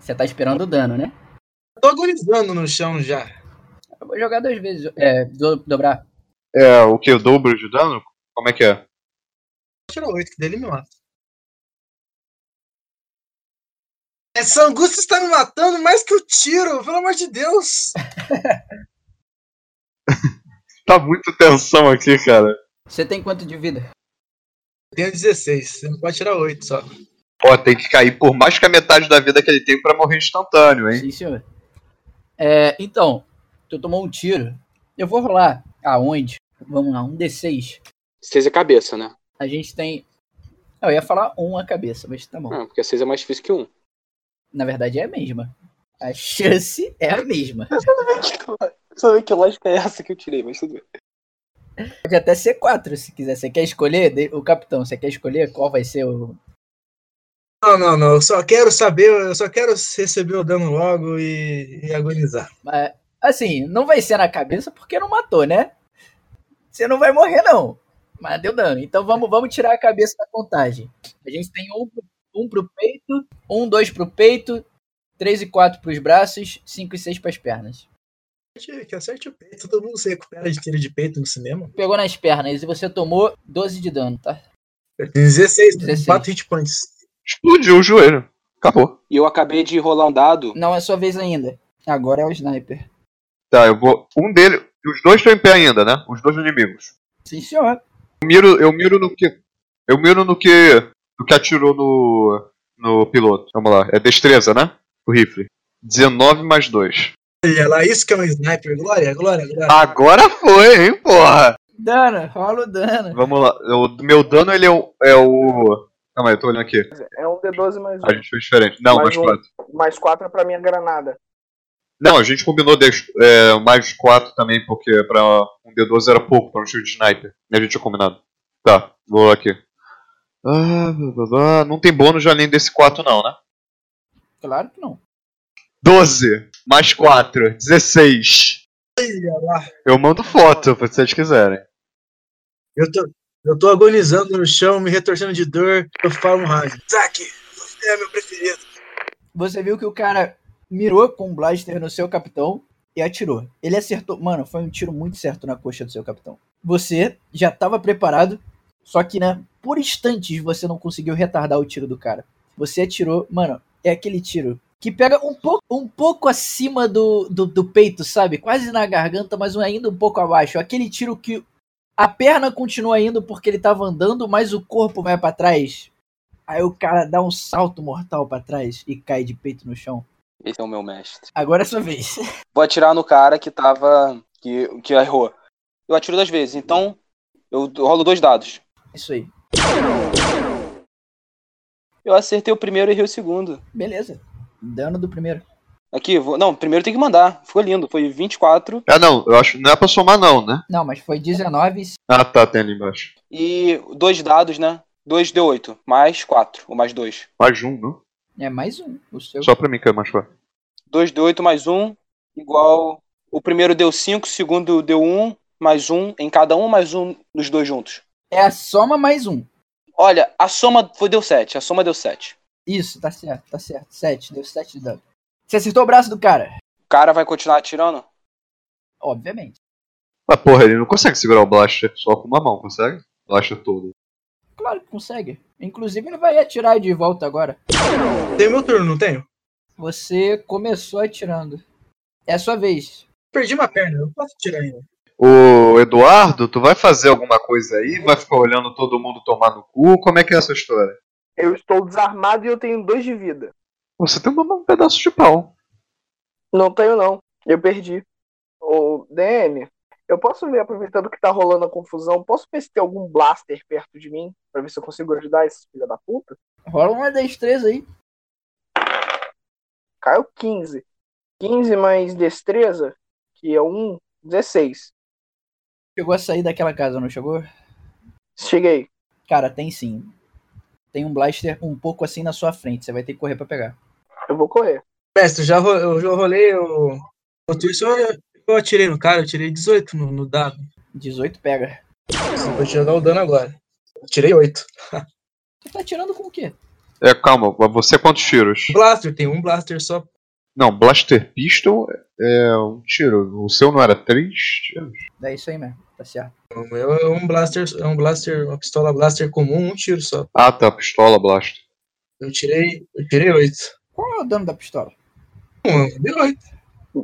E: Você tá esperando o dano, né?
B: Eu tô agonizando no chão já.
E: Eu vou jogar duas vezes. É, do- dobrar.
D: É, o que? O dobro de dano? Como é que é?
B: Tirou 8, que dele me mata. Essa angústia está me matando mais que o tiro, pelo amor de Deus.
D: Tá muito tensão aqui, cara.
E: Você tem quanto de vida?
B: Eu tenho 16, você não pode tirar 8 só.
D: Ó, tem que cair por mais que a metade da vida que ele tem pra morrer instantâneo, hein?
E: Sim, senhor. É, então, tu tomou um tiro. Eu vou rolar. Aonde? Vamos lá, um D6.
A: 6 é cabeça, né?
E: A gente tem. Eu ia falar um a cabeça, mas tá bom.
A: Ah, porque 6 é mais difícil que 1.
E: Na verdade é a mesma. A chance é a mesma.
A: [LAUGHS] Só ver que lógica é essa que eu tirei, mas tudo bem.
E: Pode até ser quatro se quiser. Você quer escolher? De- O capitão, você quer escolher qual vai ser o.
B: Não, não, não, eu só quero saber, eu só quero receber o dano logo e, e agonizar.
E: Mas, Assim, não vai ser na cabeça porque não matou, né? Você não vai morrer, não. Mas deu dano. Então vamos, vamos tirar a cabeça da contagem. A gente tem um, pro- um pro peito, um, dois pro peito, três e quatro pros braços, cinco e seis pras pernas.
B: Que que acerte o peito, todo mundo se recupera de tiro de peito no cinema.
E: Pegou nas pernas e você tomou 12 de dano, tá?
B: Eu tenho 16,
E: 16.
B: 4 hit points.
D: Explodiu o joelho. Acabou.
A: E eu acabei de rolar um dado.
E: Não é sua vez ainda. Agora é o sniper.
D: Tá, eu vou. Um dele. Os dois estão em pé ainda, né? Os dois inimigos.
E: Sim, senhor.
D: Eu miro, eu miro no que. Eu miro no que. No que atirou no. No piloto. Vamos lá. É destreza, né? O rifle. 19 mais 2.
B: Olha lá, isso que é um sniper. Glória, glória, glória.
D: Agora foi, hein, porra!
E: Dano, rola o dano.
D: Vamos lá. O meu dano, ele é o. É o... Calma aí, eu tô olhando aqui.
C: É um D12 mais
D: A gente fez diferente. Não, mais
C: Mais um.
D: 4.
C: um. Mais quatro é pra minha granada.
D: Não, a gente combinou dez- é, mais 4 também, porque pra um D12 era pouco pra um tiro de sniper. E a gente tinha combinado. Tá, vou aqui. Ah, blá, blá, blá. Não tem bônus de além desse 4 não, né?
E: Claro que não.
D: 12 mais 4, 16. Eu mando foto, se vocês quiserem.
B: Eu tô, eu tô agonizando no chão, me retorcendo de dor. Eu falo um rádio. Zack, você é meu preferido.
E: Você viu que o cara mirou com o blaster no seu capitão e atirou. Ele acertou. Mano, foi um tiro muito certo na coxa do seu capitão. Você já estava preparado, só que, né, por instantes você não conseguiu retardar o tiro do cara. Você atirou, mano, é aquele tiro que pega um pouco, um pouco acima do, do, do peito, sabe? Quase na garganta, mas ainda um pouco abaixo. Aquele tiro que a perna continua indo porque ele tava andando, mas o corpo vai para trás. Aí o cara dá um salto mortal para trás e cai de peito no chão.
A: Esse é o meu mestre.
E: Agora é sua vez. [LAUGHS]
A: Vou atirar no cara que tava. que, que errou. Eu atiro duas vezes, então eu rolo dois dados.
E: Isso aí.
A: Eu acertei o primeiro e errei o segundo.
E: Beleza. Dano do primeiro.
A: Aqui, vou... não, primeiro tem que mandar. Ficou lindo, foi 24.
D: Ah, não, eu acho. Não é pra somar, não, né?
E: Não, mas foi 19. e-
D: Ah, tá, tem ali embaixo.
A: E dois dados, né? 2 deu 8, mais 4, ou mais 2.
D: Mais um, né?
E: É mais um. O seu.
D: Só pra mim que é mais quatro.
A: 2 deu 8 mais 1, igual. O primeiro deu 5, o segundo deu 1, mais 1, em cada um, mais 1 nos dois juntos.
E: É a soma mais um.
A: Olha, a soma foi, deu 7, a soma deu 7.
E: Isso, tá certo, tá certo. 7, deu 7 de dano. Você acertou o braço do cara?
A: O cara vai continuar atirando?
E: Obviamente.
D: Ah, porra, ele não consegue segurar o blaster só com uma mão, consegue? Blaster todo.
E: Claro que consegue. Inclusive, ele vai atirar de volta agora.
B: Tem meu turno, não tenho?
E: Você começou atirando. É a sua vez.
B: Perdi uma perna, eu posso tirar ainda.
D: Ô, Eduardo, tu vai fazer alguma coisa aí? Vai ficar olhando todo mundo tomar no cu? Como é que é essa história?
C: Eu estou desarmado e eu tenho dois de vida.
D: Você tem uma mão- um pedaço de pau.
C: Não tenho, não. Eu perdi. Ô, DM, eu posso ver, aproveitando que tá rolando a confusão, posso ver se tem algum blaster perto de mim? Pra ver se eu consigo ajudar esse filho da puta?
E: Rola uma destreza aí.
C: Caiu 15. 15 mais destreza, que é um 16.
E: Chegou a sair daquela casa, não chegou?
C: Cheguei.
E: Cara, tem sim. Tem um blaster um pouco assim na sua frente. Você vai ter que correr pra pegar.
C: Eu vou correr.
B: Mestre, já ro- eu já rolei o. Enquanto isso, eu, eu atirei no cara, eu tirei 18 no, no dado.
E: 18 pega.
B: Você pode jogar o dano agora. Eu tirei 8.
E: Tu tá atirando com o quê?
D: É, calma, você quantos tiros?
B: Blaster, tem um blaster só.
D: Não, Blaster Pistol é um tiro. O seu não era três tiros?
E: É isso aí mesmo. Tá certo.
B: O meu é um blaster, é um blaster, uma pistola blaster comum, um tiro só.
D: Ah, tá, pistola Blaster.
B: Eu tirei, eu tirei 8.
E: Qual é o dano da pistola?
B: Um, eu dei 8.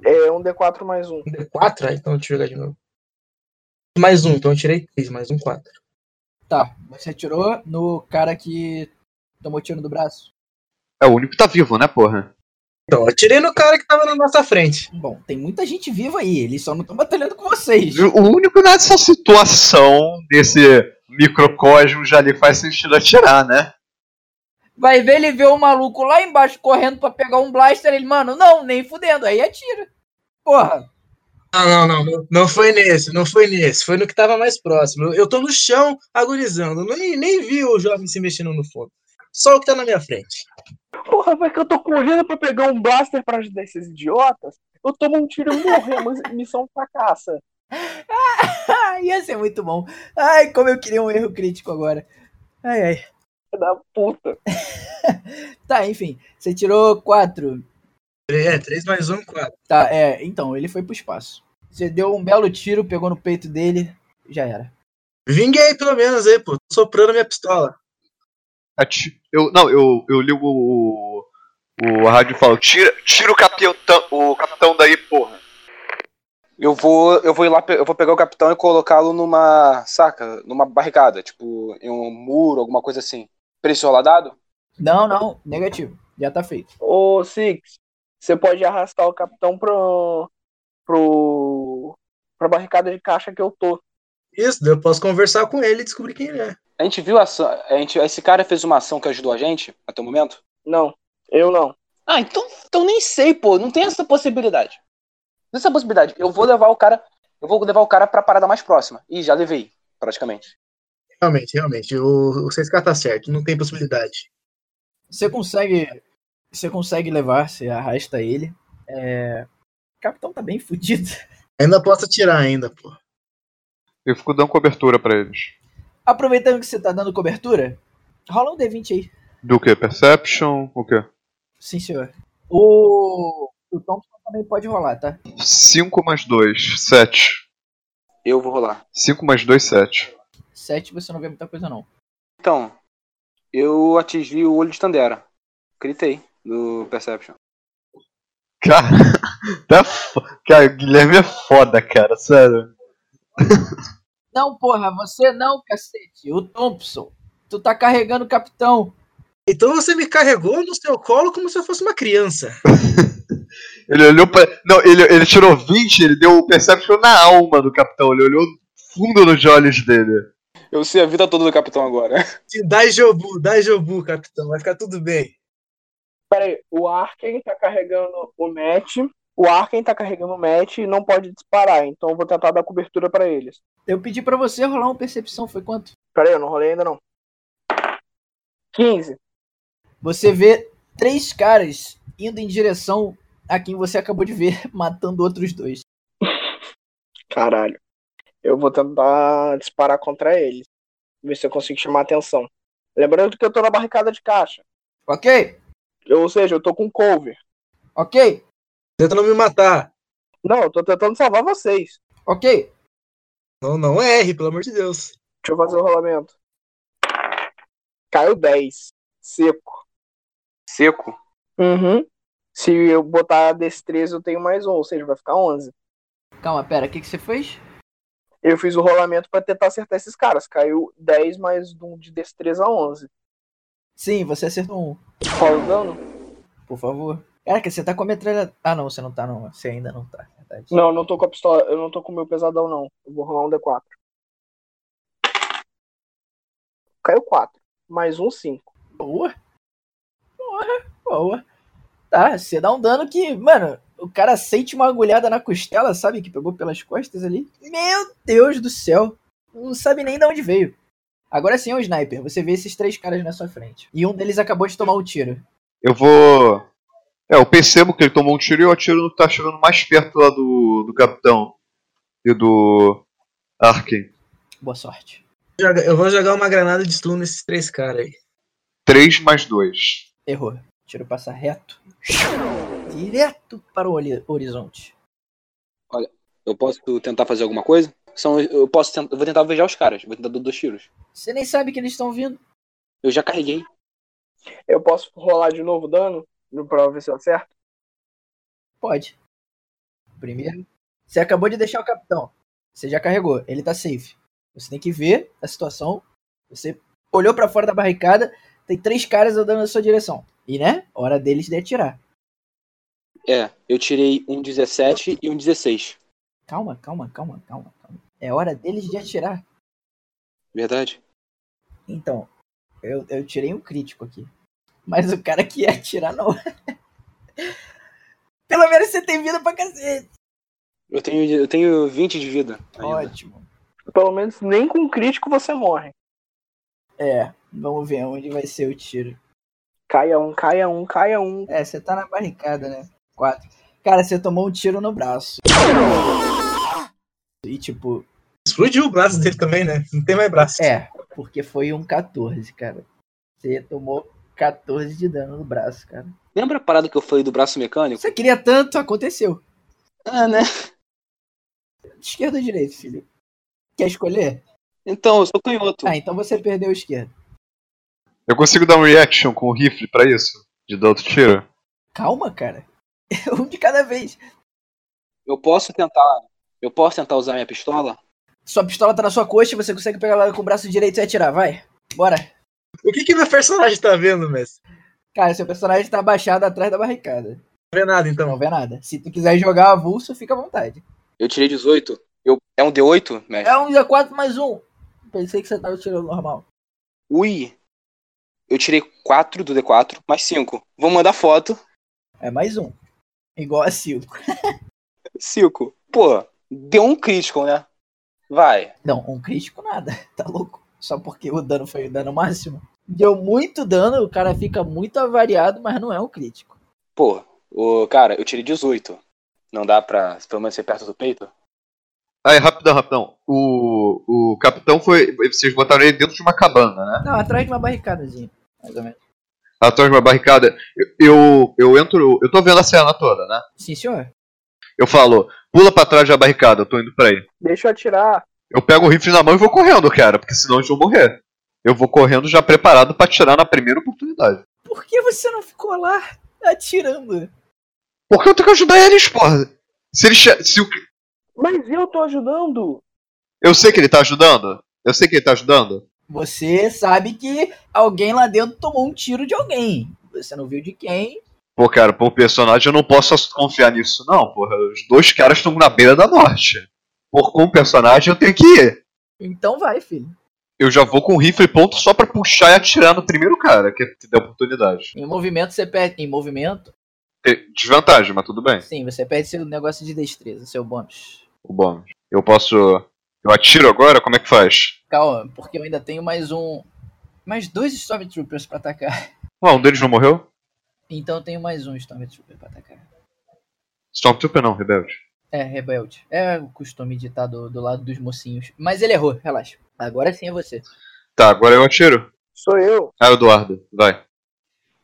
C: É um D4 mais um.
B: Um deu 4, aí, então deixa eu jogar de novo. Mais um, então eu tirei 3, mais um 4.
E: Tá. Você atirou no cara que tomou tiro no braço?
D: É o único que tá vivo, né, porra?
B: Então, eu atirei no cara que tava na nossa frente.
E: Bom, tem muita gente viva aí, eles só não estão batalhando com vocês.
D: O único nessa situação, desse microcosmo, já lhe faz sentido atirar, né?
E: Vai ver, ele vê o maluco lá embaixo correndo pra pegar um blaster, ele, mano, não, nem fudendo, aí atira. Porra,
B: Não, não, não. Não foi nesse, não foi nesse. Foi no que tava mais próximo. Eu, eu tô no chão agonizando. Nem, nem vi o jovem se mexendo no fogo. Só o que tá na minha frente.
C: Porra, vai que eu tô correndo pra pegar um blaster pra ajudar esses idiotas? Eu tomo um tiro e morro, [LAUGHS] mas missão fracassa.
E: ah, ia ser muito bom. Ai, como eu queria um erro crítico agora. Ai, ai.
C: Filho da puta.
E: Tá, enfim, você tirou quatro.
B: É, 3 mais 1, 4.
E: Tá, é, então, ele foi pro espaço. Você deu um belo tiro, pegou no peito dele, já era.
B: Vinguei pelo menos aí, pô. Tô soprando minha pistola.
D: Ati- Eu, não, eu, eu ligo o, o rádio e falo: tira, tira o, capitão, o capitão daí, porra.
A: Eu vou, eu vou ir lá, pe- eu vou pegar o capitão e colocá-lo numa, saca, numa barricada, tipo, em um muro, alguma coisa assim. Preço roladado?
E: Não, não, negativo, já tá feito.
C: Ô, Six, você pode arrastar o capitão pro. pro. pra barricada de caixa que eu tô.
B: Isso, daí eu posso conversar com ele e descobrir quem ele é.
A: A gente viu a ação, a gente, esse cara fez uma ação que ajudou a gente até o momento?
C: Não, eu não.
A: Ah, então, então nem sei, pô, não tem essa possibilidade. Não tem essa possibilidade. Eu vou levar o cara, eu vou levar o cara pra parada mais próxima. E já levei, praticamente.
B: Realmente, realmente. O, o 6K tá certo. Não tem possibilidade.
E: Você consegue. Você consegue levar, você arrasta ele. É, O capitão tá bem [LAUGHS] fudido.
B: Ainda posso tirar ainda, pô.
G: Eu fico dando cobertura pra eles.
E: Aproveitando que você tá dando cobertura, rola um D20 aí.
G: Do que? Perception? O que?
E: Sim, senhor. O, o Thompson também pode rolar, tá?
G: 5 mais 2, 7.
A: Eu vou rolar.
G: 5 mais 2, 7.
E: 7 você não vê muita coisa, não.
A: Então, eu atingi o olho de Tandera. Critei no Perception.
G: Cara, [LAUGHS] tá fo... cara, o Guilherme é foda, cara, sério.
E: Não, porra, você não, cacete. O Thompson. Tu tá carregando o capitão.
B: Então você me carregou no seu colo como se eu fosse uma criança.
G: Ele olhou pra. Não, ele, ele tirou 20, ele deu o Perception na alma do capitão. Ele olhou fundo nos olhos dele.
A: Eu sei a vida toda do capitão agora. [LAUGHS]
B: Te Dai Jobu, dai Jobu, capitão. Vai ficar tudo bem.
C: Pera aí, o Arken tá carregando o match. O Arken tá carregando o match e não pode disparar, então eu vou tentar dar cobertura pra eles.
E: Eu pedi pra você rolar uma percepção, foi quanto?
C: Pera aí, eu não rolei ainda não. 15.
E: Você vê três caras indo em direção a quem você acabou de ver, [LAUGHS] matando outros dois.
C: Caralho. Eu vou tentar disparar contra eles. Ver se eu consigo chamar a atenção. Lembrando que eu tô na barricada de caixa.
E: Ok?
C: Ou seja, eu tô com cover.
E: Ok?
B: Tenta não me matar.
C: Não, eu tô tentando salvar vocês.
E: Ok?
B: Não, não erre, pelo amor de Deus.
C: Deixa eu fazer o rolamento. Caiu 10. Seco.
A: Seco.
C: Uhum. Se eu botar destreza, eu tenho mais um, ou seja, vai ficar 11.
E: Calma, pera, o que, que você fez?
C: Eu fiz o rolamento pra tentar acertar esses caras. Caiu 10 mais um de destreza, 11.
E: Sim, você acertou um.
C: Qual o dano?
E: Por favor. Caraca, você tá com a metralha. Ah, não, você não tá, não. Você ainda não tá. Verdade.
C: Não, eu não tô com a pistola. Eu não tô com o meu pesadão, não. Eu vou rolar um D4. Caiu 4. Mais um, 5.
E: Boa. Porra, boa. Tá, você dá um dano que, mano, o cara sente uma agulhada na costela, sabe? Que pegou pelas costas ali. Meu Deus do céu. Não sabe nem de onde veio. Agora sim é um sniper. Você vê esses três caras na sua frente. E um deles acabou de tomar um tiro.
G: Eu vou. É, eu percebo que ele tomou um tiro e eu atiro no que tá chegando mais perto lá do, do capitão. E do. Arkin.
E: Boa sorte.
B: Joga- Eu vou jogar uma granada de stun nesses três caras aí.
G: 3 mais 2.
E: Errou. Tiro passa reto. Direto para o holi- horizonte.
A: Eu posso tentar fazer alguma coisa? São, eu posso tentar, eu vou tentar vejar os caras. Vou tentar dar dois tiros.
E: Você nem sabe que eles estão vindo.
A: Eu já carreguei.
C: Eu posso rolar de novo o dano? Pra ver se eu acerto?
E: Pode. Primeiro. Você acabou de deixar o capitão. Você já carregou. Ele tá safe. Você tem que ver a situação. Você olhou pra fora da barricada. Tem três caras andando na sua direção. E né? Hora deles de atirar.
A: É, eu tirei um 17 e um 16.
E: Calma, calma, calma, calma, calma. É hora deles de atirar.
A: Verdade?
E: Então, eu, eu tirei um crítico aqui. Mas o cara que ia atirar não. [LAUGHS] Pelo menos você tem vida pra cacete.
A: Eu tenho, eu tenho 20 de vida. ainda.
E: Ótimo.
C: Pelo menos nem com crítico você morre.
E: É, vamos ver onde vai ser o tiro.
C: Caia um, caia um, caia um.
E: É, você tá na barricada, né? Quatro. Cara, você tomou um tiro no braço. E tipo,
B: Explodiu o braço dele também, né? Não tem mais braço.
E: é, porque foi um 14, cara. Você tomou 14 de dano no braço, cara.
A: Lembra a parada que eu falei do braço mecânico?
E: Você queria tanto, aconteceu.
A: Ah, né?
E: Esquerda ou direita, filho? Quer escolher?
A: Então, eu sou canhoto.
E: Ah, então você perdeu o esquerdo.
G: Eu consigo dar um reaction com o rifle pra isso? De dar outro tiro?
E: Calma, cara. [LAUGHS] Um de cada vez.
A: Eu posso tentar. Eu posso tentar usar minha pistola?
E: Sua pistola tá na sua coxa, você consegue pegar ela com o braço direito e atirar, vai. Bora.
B: O que que meu personagem tá vendo, mestre?
E: Cara, seu personagem tá abaixado atrás da barricada.
B: Não vê nada,
E: Não
B: então.
E: vê nada. Se tu quiser jogar avulso, fica à vontade.
A: Eu tirei 18. Eu, é um D8, mestre?
E: É um D4 mais um. Pensei que você tava tirando normal.
A: Ui. Eu tirei 4 do D4, mais 5. Vou mandar foto.
E: É mais um. Igual a 5.
A: 5. Pô, deu um crítico, né? Vai.
E: Não, um crítico nada. [LAUGHS] Tá louco? Só porque o dano foi o dano máximo. Deu muito dano, o cara fica muito avariado, mas não é um crítico.
A: Pô,
H: Ô, cara, eu tirei 18. Não dá pra permanecer perto do peito?
D: Aí, rapidão, rapidão. O, o capitão foi. Vocês botaram ele dentro de uma cabana, né?
E: Não, atrás de uma barricadazinha. Mais ou menos.
D: Atrás de uma barricada. Eu, eu, eu entro. Eu tô vendo a cena toda, né?
E: Sim, senhor.
D: Eu falo, pula pra trás da barricada, eu tô indo pra aí.
C: Deixa eu atirar.
D: Eu pego o rifle na mão e vou correndo, cara, porque senão eles vão morrer. Eu vou correndo já preparado pra atirar na primeira oportunidade.
E: Por que você não ficou lá atirando?
D: Porque eu tenho que ajudar eles, porra. Se eles. che- Se o,
C: Mas eu tô ajudando.
D: eu sei que ele tá ajudando. Eu sei que ele tá ajudando.
E: Você sabe que alguém lá dentro tomou um tiro de alguém. Você não viu de quem?
D: Pô, cara, pô, personagem eu não posso ass- confiar nisso, não, porra. Os dois caras estão na beira da morte. Por com o personagem eu tenho que ir.
E: Então vai, filho.
D: Eu já vou com o rifle pronto só pra puxar e atirar no primeiro cara que, que der oportunidade.
E: Em movimento você perde. Em movimento,
D: Tem Desvantagem, mas tudo bem.
E: sim, você perde seu negócio de destreza, seu bônus.
D: O bom. Eu posso. Eu atiro agora? Como é que faz?
E: Calma, porque eu ainda tenho mais um. Mais dois Stormtroopers pra atacar. [LAUGHS]
D: Ué, um deles não morreu?
E: Então eu tenho mais um Stormtrooper pra atacar.
D: Stormtrooper não, rebelde.
E: É, rebelde. É o costume de estar do, do lado dos mocinhos. Mas ele errou, relaxa. Agora sim é você.
D: Tá, agora eu atiro.
C: Sou eu.
D: Ah, Eduardo, vai.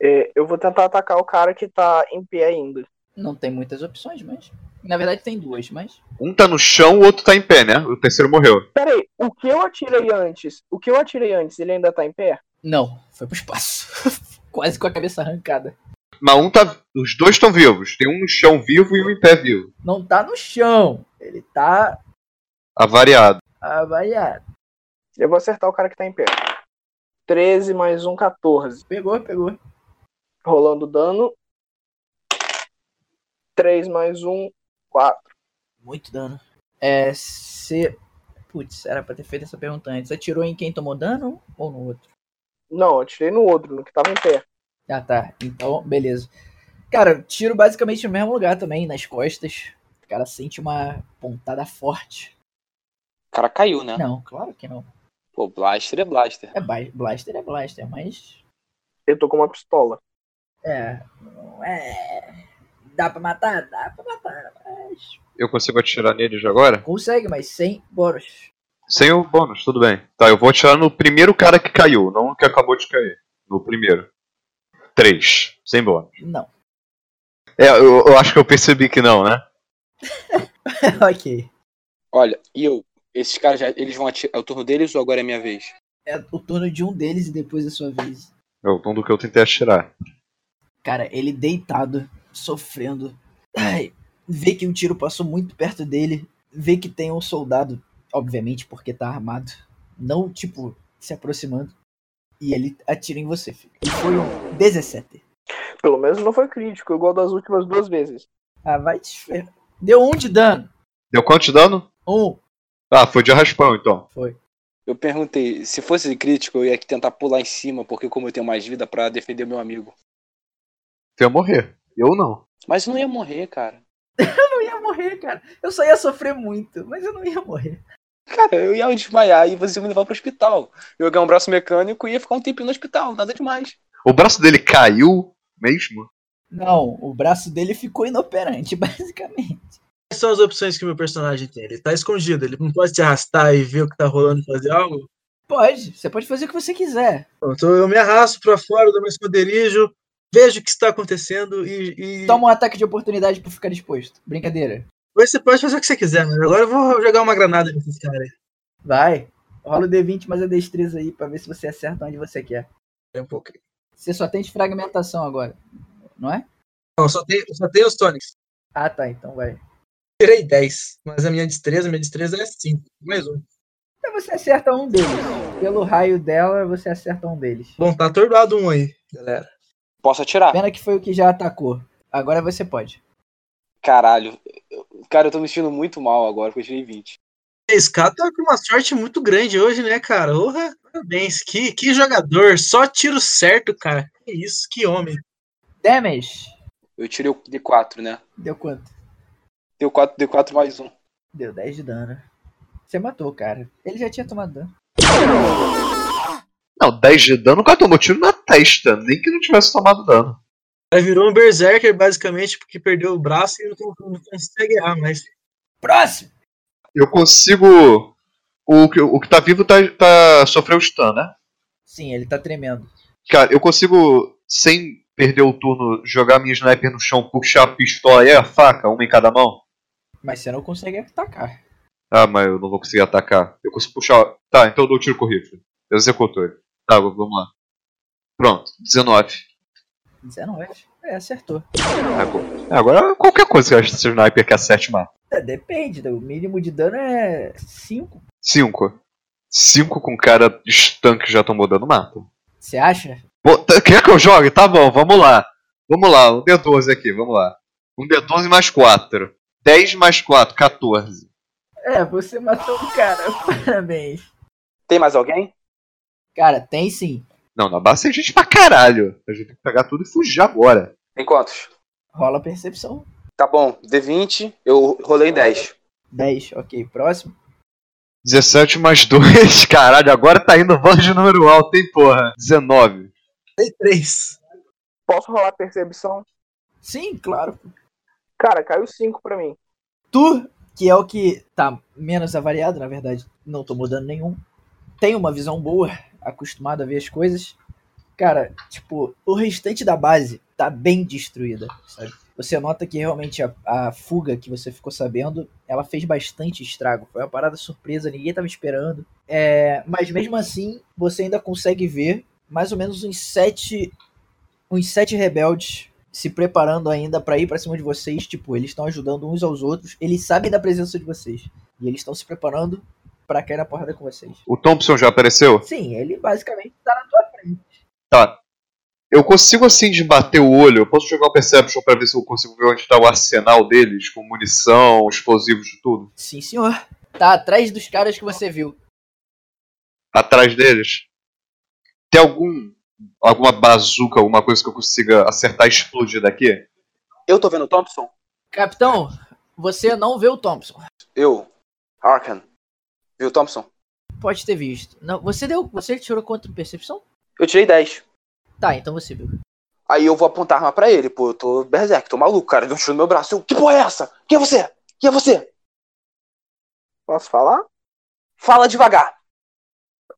C: É, eu vou tentar atacar o cara que tá em pé ainda.
E: Não tem muitas opções, mas. Na verdade tem duas, mas.
D: Um tá no chão, o outro tá em pé, né? O terceiro morreu.
C: Pera aí, o que eu atirei antes? O que eu atirei antes, ele ainda tá em pé?
E: Não, foi pro espaço. [LAUGHS] Quase com a cabeça arrancada.
D: Mas um tá. Os dois estão vivos. Tem um no chão vivo e um em pé vivo.
E: Não tá no chão. Ele tá
D: Avariado.
E: avaliado.
C: Eu vou acertar o cara que tá em pé. 13 mais um 14.
E: Pegou, pegou.
C: Rolando dano. 3 mais um 4.
E: Muito dano. É. Se. Putz, era pra ter feito essa pergunta antes. Atirou em quem tomou dano ou no outro?
C: Não, eu atirei no outro, no que tava em pé.
E: Ah, tá. Então, beleza. Cara, tiro basicamente no mesmo lugar também, nas costas. O cara sente uma pontada forte.
A: O cara caiu, né?
E: Não, claro que não.
A: Pô, blaster é blaster.
E: É ba- blaster, é blaster, mas.
C: Eu tô com uma pistola.
E: É. Não é. Dá pra matar? Dá pra matar, mas.
D: Eu consigo atirar neles agora?
E: Consegue, mas sem bônus.
D: Sem o bônus, tudo bem. Tá, eu vou atirar no primeiro cara que caiu, não no que acabou de cair. No primeiro. Três. Sem bônus.
E: Não.
D: É, eu, eu acho que eu percebi que não, né?
E: ok.
A: Olha, e eu? Esses caras já. Eles vão atirar. É o turno deles ou agora é minha vez?
E: É o turno de um deles e depois a sua vez.
D: É o tom do que eu tentei atirar.
E: Cara, ele deitado, sofrendo. Ai, vê que um tiro passou muito perto dele. Vê que tem um soldado, obviamente, porque tá armado. Não, tipo, se aproximando. E ele atira em você, filho. E foi um 17.
C: Pelo menos não foi crítico, igual das últimas duas vezes.
E: Ah, vai te ferrar. Deu um de dano.
D: Deu quanto de dano?
E: Um.
D: Ah, foi de raspão então.
A: Eu perguntei, se fosse crítico, eu ia tentar pular em cima, porque como eu tenho mais vida pra defender meu amigo.
D: Tu ia morrer. Eu não.
A: Mas eu não ia morrer, cara.
E: Eu não ia morrer, cara. Eu só ia sofrer muito, mas eu não ia morrer.
A: Cara, eu ia desmaiar e você ia me levar pro hospital. Eu ia ganhar um braço mecânico e ia ficar um tempinho no hospital, nada demais.
D: O braço dele caiu mesmo?
E: Não, o braço dele ficou inoperante, [LAUGHS] basicamente.
B: Quais são as opções que meu personagem tem? Ele tá escondido, ele não pode se arrastar e ver o que tá rolando e fazer algo.
E: Pode, você pode fazer o que você quiser.
B: Então eu me arrasto pra fora do meu esconderijo, vejo o que está acontecendo e. e...
E: Toma um ataque de oportunidade pra ficar exposto. Brincadeira.
B: Mas Você pode fazer o que você quiser, mas agora eu vou jogar uma granada nesses caras.
E: Vai. Rola o D20 mais a destreza aí pra ver se você acerta onde você quer.
B: aí. Um pouco.
E: Você só tem de fragmentação agora, não é?
B: Não, só tem, só tem os tônicos.
E: Ah, tá, então vai.
B: Tirei 10, mas a minha destreza, minha destreza é 5. Mais um.
E: Então você acerta um deles. Pelo raio dela, você acerta um deles.
B: Bom, tá atordoado um aí, galera.
A: Posso atirar?
E: Pena que foi o que já atacou. Agora você pode.
A: Caralho. eu- Cara, eu tô me sentindo muito mal agora, porque eu tirei 20.
B: Esse cara tá com uma sorte muito grande hoje, né, cara? Porra, parabéns. Que, que jogador. Só tiro certo, cara. Que isso, que homem.
E: Damage.
A: Eu tirei o D4, né?
E: Deu quanto?
A: Deu 4, D4 mais um.
E: Deu 10 de dano. Você matou, cara. Ele já tinha tomado dano.
D: Não, 10 de dano, o cara tomou tiro na testa, nem que não tivesse tomado dano.
B: Ela virou um berserker, basicamente, porque perdeu o braço e não, con- não consegue errar mais.
E: Próximo!
D: Eu consigo. O que, o que tá vivo tá, tá sofreu stun, né?
E: Sim, ele tá tremendo.
D: Cara, eu consigo, sem perder o turno, jogar minha sniper no chão, puxar a pistola e a faca, uma em cada mão?
E: Mas você não consegue atacar.
D: Ah, mas eu não vou conseguir atacar. Eu consigo puxar. Tá, então eu dou um tiro com o rifle. Eu executo ele. Tá, v- vamos lá. Pronto, 19.
E: 19. É, acertou.
D: É bom. É, Agora qualquer coisa que eu acho que seu sniper que acerte mata.
E: É, depende, o mínimo de dano é 5.
D: 5. 5 com cara de stun que já tomou dano mata.
E: Você acha?
D: Bom, tá- Quer que eu jogue? Tá bom, vamos lá. Vamos lá, um D12 aqui, vamos lá. Um D12 mais 4. 10 mais 4, 14.
E: É, você matou o cara. [LAUGHS] Parabéns.
A: Tem mais alguém?
E: Cara, tem sim.
D: Não, na base tem gente pra caralho. A gente tem que pegar tudo e fugir agora.
A: Tem quantos?
E: Rola a percepção.
A: Tá bom, D20, eu rolei 10.
E: 10, ok. Próximo.
D: 17 mais 2, [LAUGHS] caralho, agora tá indo voz de número alto, hein, porra. 19.
B: Tem três.
C: Posso rolar percepção?
E: Sim, claro.
C: Cara, caiu 5 pra mim.
E: Tu, que é o que tá menos avariado, na verdade, não tomou dano nenhum, tem uma visão boa, acostumado a ver as coisas. Cara, tipo, o restante da base tá bem destruída, sabe? Você nota que realmente a, a fuga que você ficou sabendo, ela fez bastante estrago. Foi uma parada surpresa, ninguém tava esperando. É, mas mesmo assim, você ainda consegue ver mais ou menos uns sete, uns sete rebeldes se preparando ainda pra ir pra cima de vocês. Tipo, eles estão ajudando uns aos outros. Eles sabem da presença de vocês. E eles estão se preparando pra cair na porrada com vocês.
D: O Thompson já apareceu?
E: Sim, ele basicamente tá na tua frente.
D: Tá. Eu consigo, assim, de bater o olho, eu posso jogar o Perception pra ver se eu consigo ver onde tá o arsenal deles, com munição, explosivos e tudo.
E: Sim, senhor. Tá atrás dos caras que você viu.
D: atrás deles. Tem algum alguma bazuca, alguma coisa que eu consiga acertar e explodir daqui?
A: Eu tô vendo o Thompson?
E: Capitão, você não vê o Thompson.
A: Eu, Arkan. Viu o Thompson?
E: Pode ter visto. Não, você deu. Você tirou quanto de percepção?
A: Eu tirei 10.
E: Tá, então você viu.
A: Aí eu vou apontar a arma pra ele, pô, eu tô berserk, tô maluco, cara, deu um tiro no meu braço. Eu, que porra é essa? Quem é você? Quem é você?
C: Posso falar?
A: Fala devagar.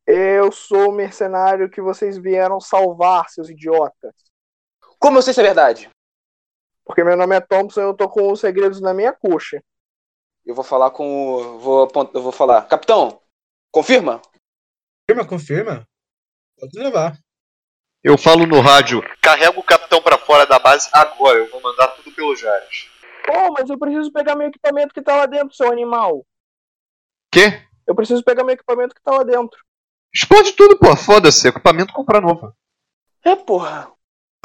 C: Eu sou o mercenário que vocês vieram salvar, seus idiotas.
A: Como eu sei se é verdade?
C: Porque meu nome é Thompson e eu tô com os segredos na minha coxa.
A: Eu vou falar com o. Vou apont- Eu vou falar. Capitão, confirma?
B: Confirma, confirma. Pode levar.
D: Eu falo no rádio, carrega o capitão pra fora da base agora, eu vou mandar tudo pelo Jares.
C: Pô, mas eu preciso pegar meu equipamento que tá lá dentro, seu animal.
D: Quê?
C: Eu preciso pegar meu equipamento que tá lá dentro.
D: Explode tudo, pô, foda-se, equipamento comprar novo.
A: É, porra.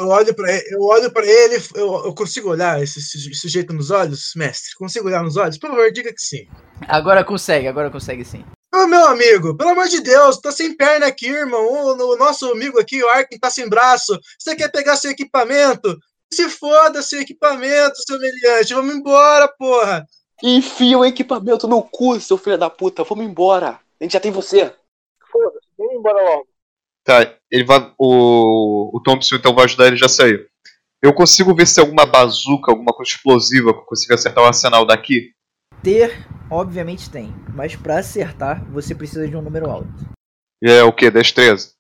B: Eu olho pra ele, eu olho para ele, eu, eu consigo olhar esse suje- sujeito nos olhos, mestre? Consigo olhar nos olhos? Por favor, diga que sim.
E: Agora consegue, agora consegue sim.
B: Ô, meu amigo, pelo amor de Deus, tá sem perna aqui, irmão. O, o nosso amigo aqui, o Arkin, tá sem braço. Você quer pegar seu equipamento? Se foda seu equipamento, seu meliante. Vamos embora, porra.
A: Enfia o equipamento no cu, seu filho da puta. Vamos embora. A gente já tem você.
C: Foda-se, vem embora logo.
D: Tá, ele vai. O, o Thompson então vai ajudar ele já a sair. Eu consigo ver se tem alguma bazuca, alguma coisa explosiva que eu consiga acertar o arsenal daqui?
E: Ter, obviamente tem. Mas pra acertar, você precisa de um número alto.
D: E é o que? Destreza?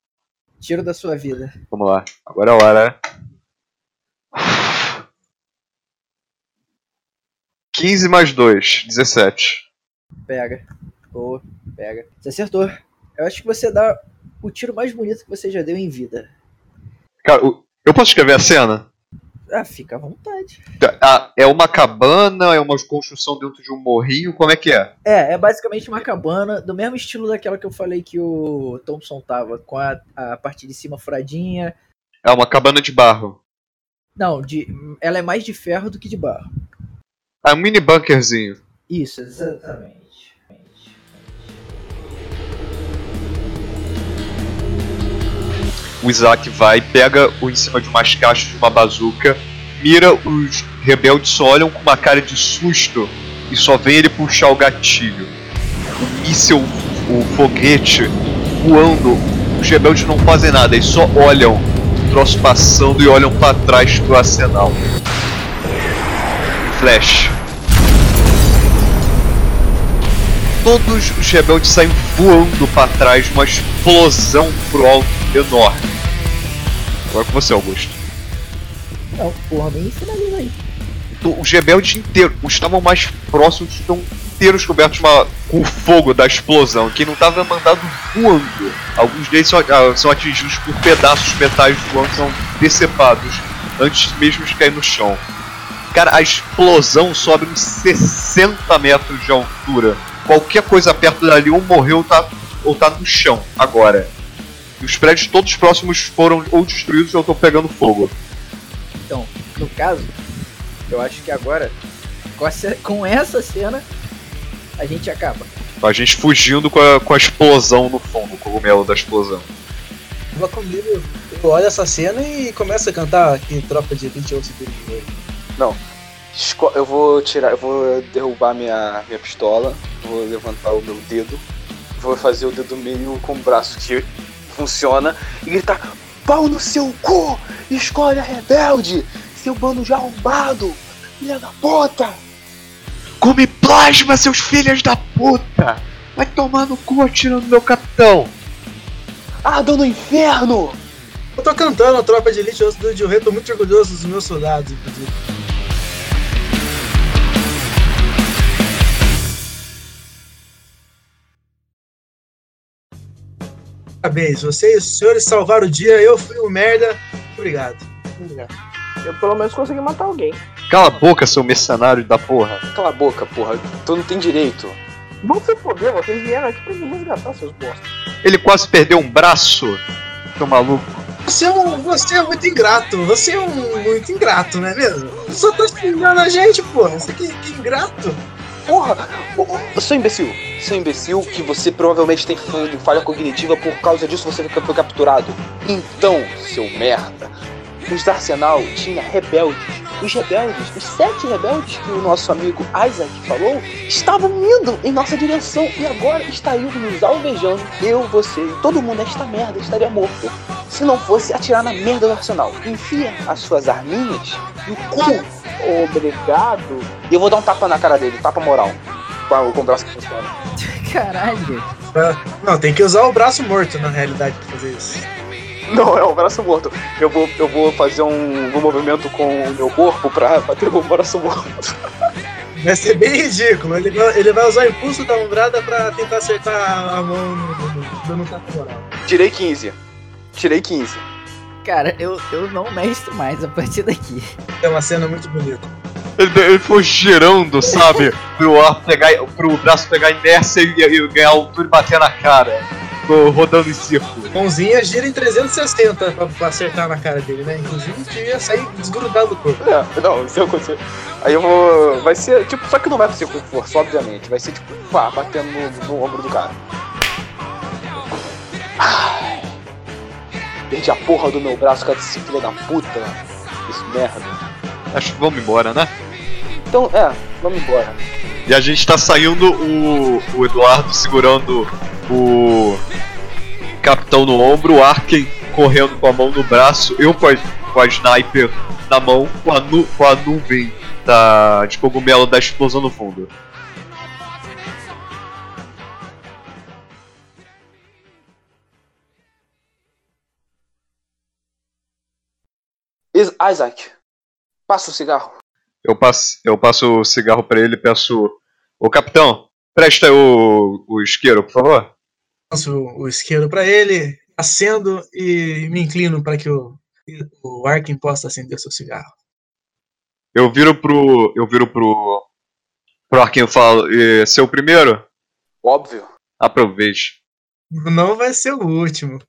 E: Tiro da sua vida.
D: Vamos lá. Agora é a hora. 15 mais 2, 17.
E: Pega. Boa, pega. Você acertou. Eu acho que você dá o tiro mais bonito que você já deu em vida.
D: Cara, o- eu posso escrever a cena?
E: Ah, fica à vontade.
D: Tá, ah, É uma cabana, é uma construção dentro de um morrinho, como é que é?
E: É, é basicamente uma cabana, do mesmo estilo daquela que eu falei que o Thompson tava, com a, a parte de cima furadinha.
D: É uma cabana de barro.
E: Não, de, ela é mais de ferro do que de barro.
D: É um mini bunkerzinho.
E: Isso, exatamente.
D: O Isaac vai, pega o em cima de umas caixas de uma bazuca, mira, os rebeldes só olham com uma cara de susto e só vem ele puxar o gatilho. O míssel, o foguete voando, os rebeldes não fazem nada, eles só olham troços passando e olham pra trás do arsenal. Flash. Todos os rebeldes saem voando pra trás, uma explosão pro alto enorme. Agora com você, Augusto.
E: Não, porra, vem e finaliza aí.
D: Então, os rebeldes inteiros, os que estavam mais próximos, estão inteiros cobertos de uma- com o fogo da explosão. Quem não estava é mandado voando. Alguns deles são, ah, são atingidos por pedaços metais voando, são decepados antes mesmo de cair no chão. Cara, a explosão sobe uns 60 metros de altura. Qualquer coisa perto dali ou morreu ou tá, ou tá no chão agora. E os prédios todos próximos foram ou destruídos ou estão pegando fogo.
E: No caso, eu acho que agora, com essa, com essa cena, a gente acaba. [LAUGHS]
D: A gente fugindo com a, com a explosão no fundo, o cogumelo da explosão.
B: Tava comigo, eu olho essa cena e começa a cantar aqui, tropa de 28 segundos.
A: Esco- Eu vou tirar, eu vou derrubar minha, minha pistola, vou levantar o meu dedo, vou fazer o dedo meio com o braço que funciona e gritar: pau no seu cu! Escolha rebelde! Seu bando de arrombado! Filha da puta!
D: Come plasma, seus filhos da puta! Vai tomar no cu atirando meu capitão!
A: Arda no inferno!
B: Eu tô cantando a tropa de elite, eu sou do Rio, tô muito orgulhoso dos meus soldados, inclusive. Parabéns, vocês, os senhores salvaram o dia, eu fui um merda. Obrigado. Obrigado.
C: Eu pelo menos consegui matar alguém.
D: Cala a boca, seu mercenário da porra!
A: Cala a boca, porra, tu não tem direito.
C: Vão se foder, vocês vieram aqui pra me resgatar, seus bosta.
D: Ele quase perdeu um braço! Seu maluco!
B: Você é, um, você é muito ingrato, você é um muito ingrato, não é mesmo? Só tá xingando a gente, porra. Você que, que ingrato.
A: Porra! ô, ô, Seu imbecil! Seu imbecil que você provavelmente tem fa- falha cognitiva por causa disso você foi foi capturado. Então, seu merda! Os da Arsenal tinha rebeldes. Os rebeldes, os sete rebeldes que o nosso amigo Isaac falou, estavam indo em nossa direção e agora estariam nos alvejando. Eu, você e todo mundo nesta merda estaria morto se não fosse atirar na merda do Arsenal. Enfia as suas arminhas no cu
C: Obrigado.
A: e eu vou dar um tapa na cara dele, tapa moral. Com a- com o braço que funciona.
E: Caralho.
B: Não, tem que usar o braço morto na realidade pra fazer isso.
A: Não, é o braço morto. Eu vou, eu vou fazer um, um movimento com o meu corpo pra bater com o braço morto.
B: Vai ser bem ridículo. Ele vai, ele vai usar o impulso da umbrada pra tentar acertar a mão no, no, no, dando um tapa moral.
A: Tirei 15. Tirei 15.
E: Cara, eu, eu não mestro mais a partir daqui.
B: É uma cena muito bonita.
D: Ele, ele foi girando, sabe? [LAUGHS] Pro, ar pegar, pro braço pegar inércia e, e ganhar altura e bater na cara. Ficou rodando em círculo.
B: Mãozinha gira em 360 pra, pra acertar na cara dele, né? Inclusive, devia sair desgrudado do corpo.
A: É, não, se eu conseguir. Aí eu vou. Vai ser, tipo, só que não vai ser com força, obviamente. Vai ser tipo, pá, batendo no, no ombro do cara. Ai. Perdi a porra do meu braço, cara, esse filho da puta. Isso merda.
D: Acho que vamos embora, né?
A: Então, é, vamos embora.
D: E a gente tá saindo o, o Eduardo segurando o capitão no ombro, o Arken correndo com a mão no braço, eu com a, com a sniper na mão, com a, nu, com a nuvem da, de cogumelo da explosão no fundo.
A: Is- Isaac, passa o cigarro.
D: Eu passo, eu passo o cigarro pra ele e peço: Ô capitão, presta o, o isqueiro, por favor.
B: Lanço o, o isqueiro pra ele, acendo e me inclino pra que o, o Arkin possa acender seu cigarro.
D: Eu viro pro. Eu viro pro. pro Arken e falo: "Eh, Seu primeiro?
A: Óbvio.
D: Aproveite.
B: Não vai ser o último.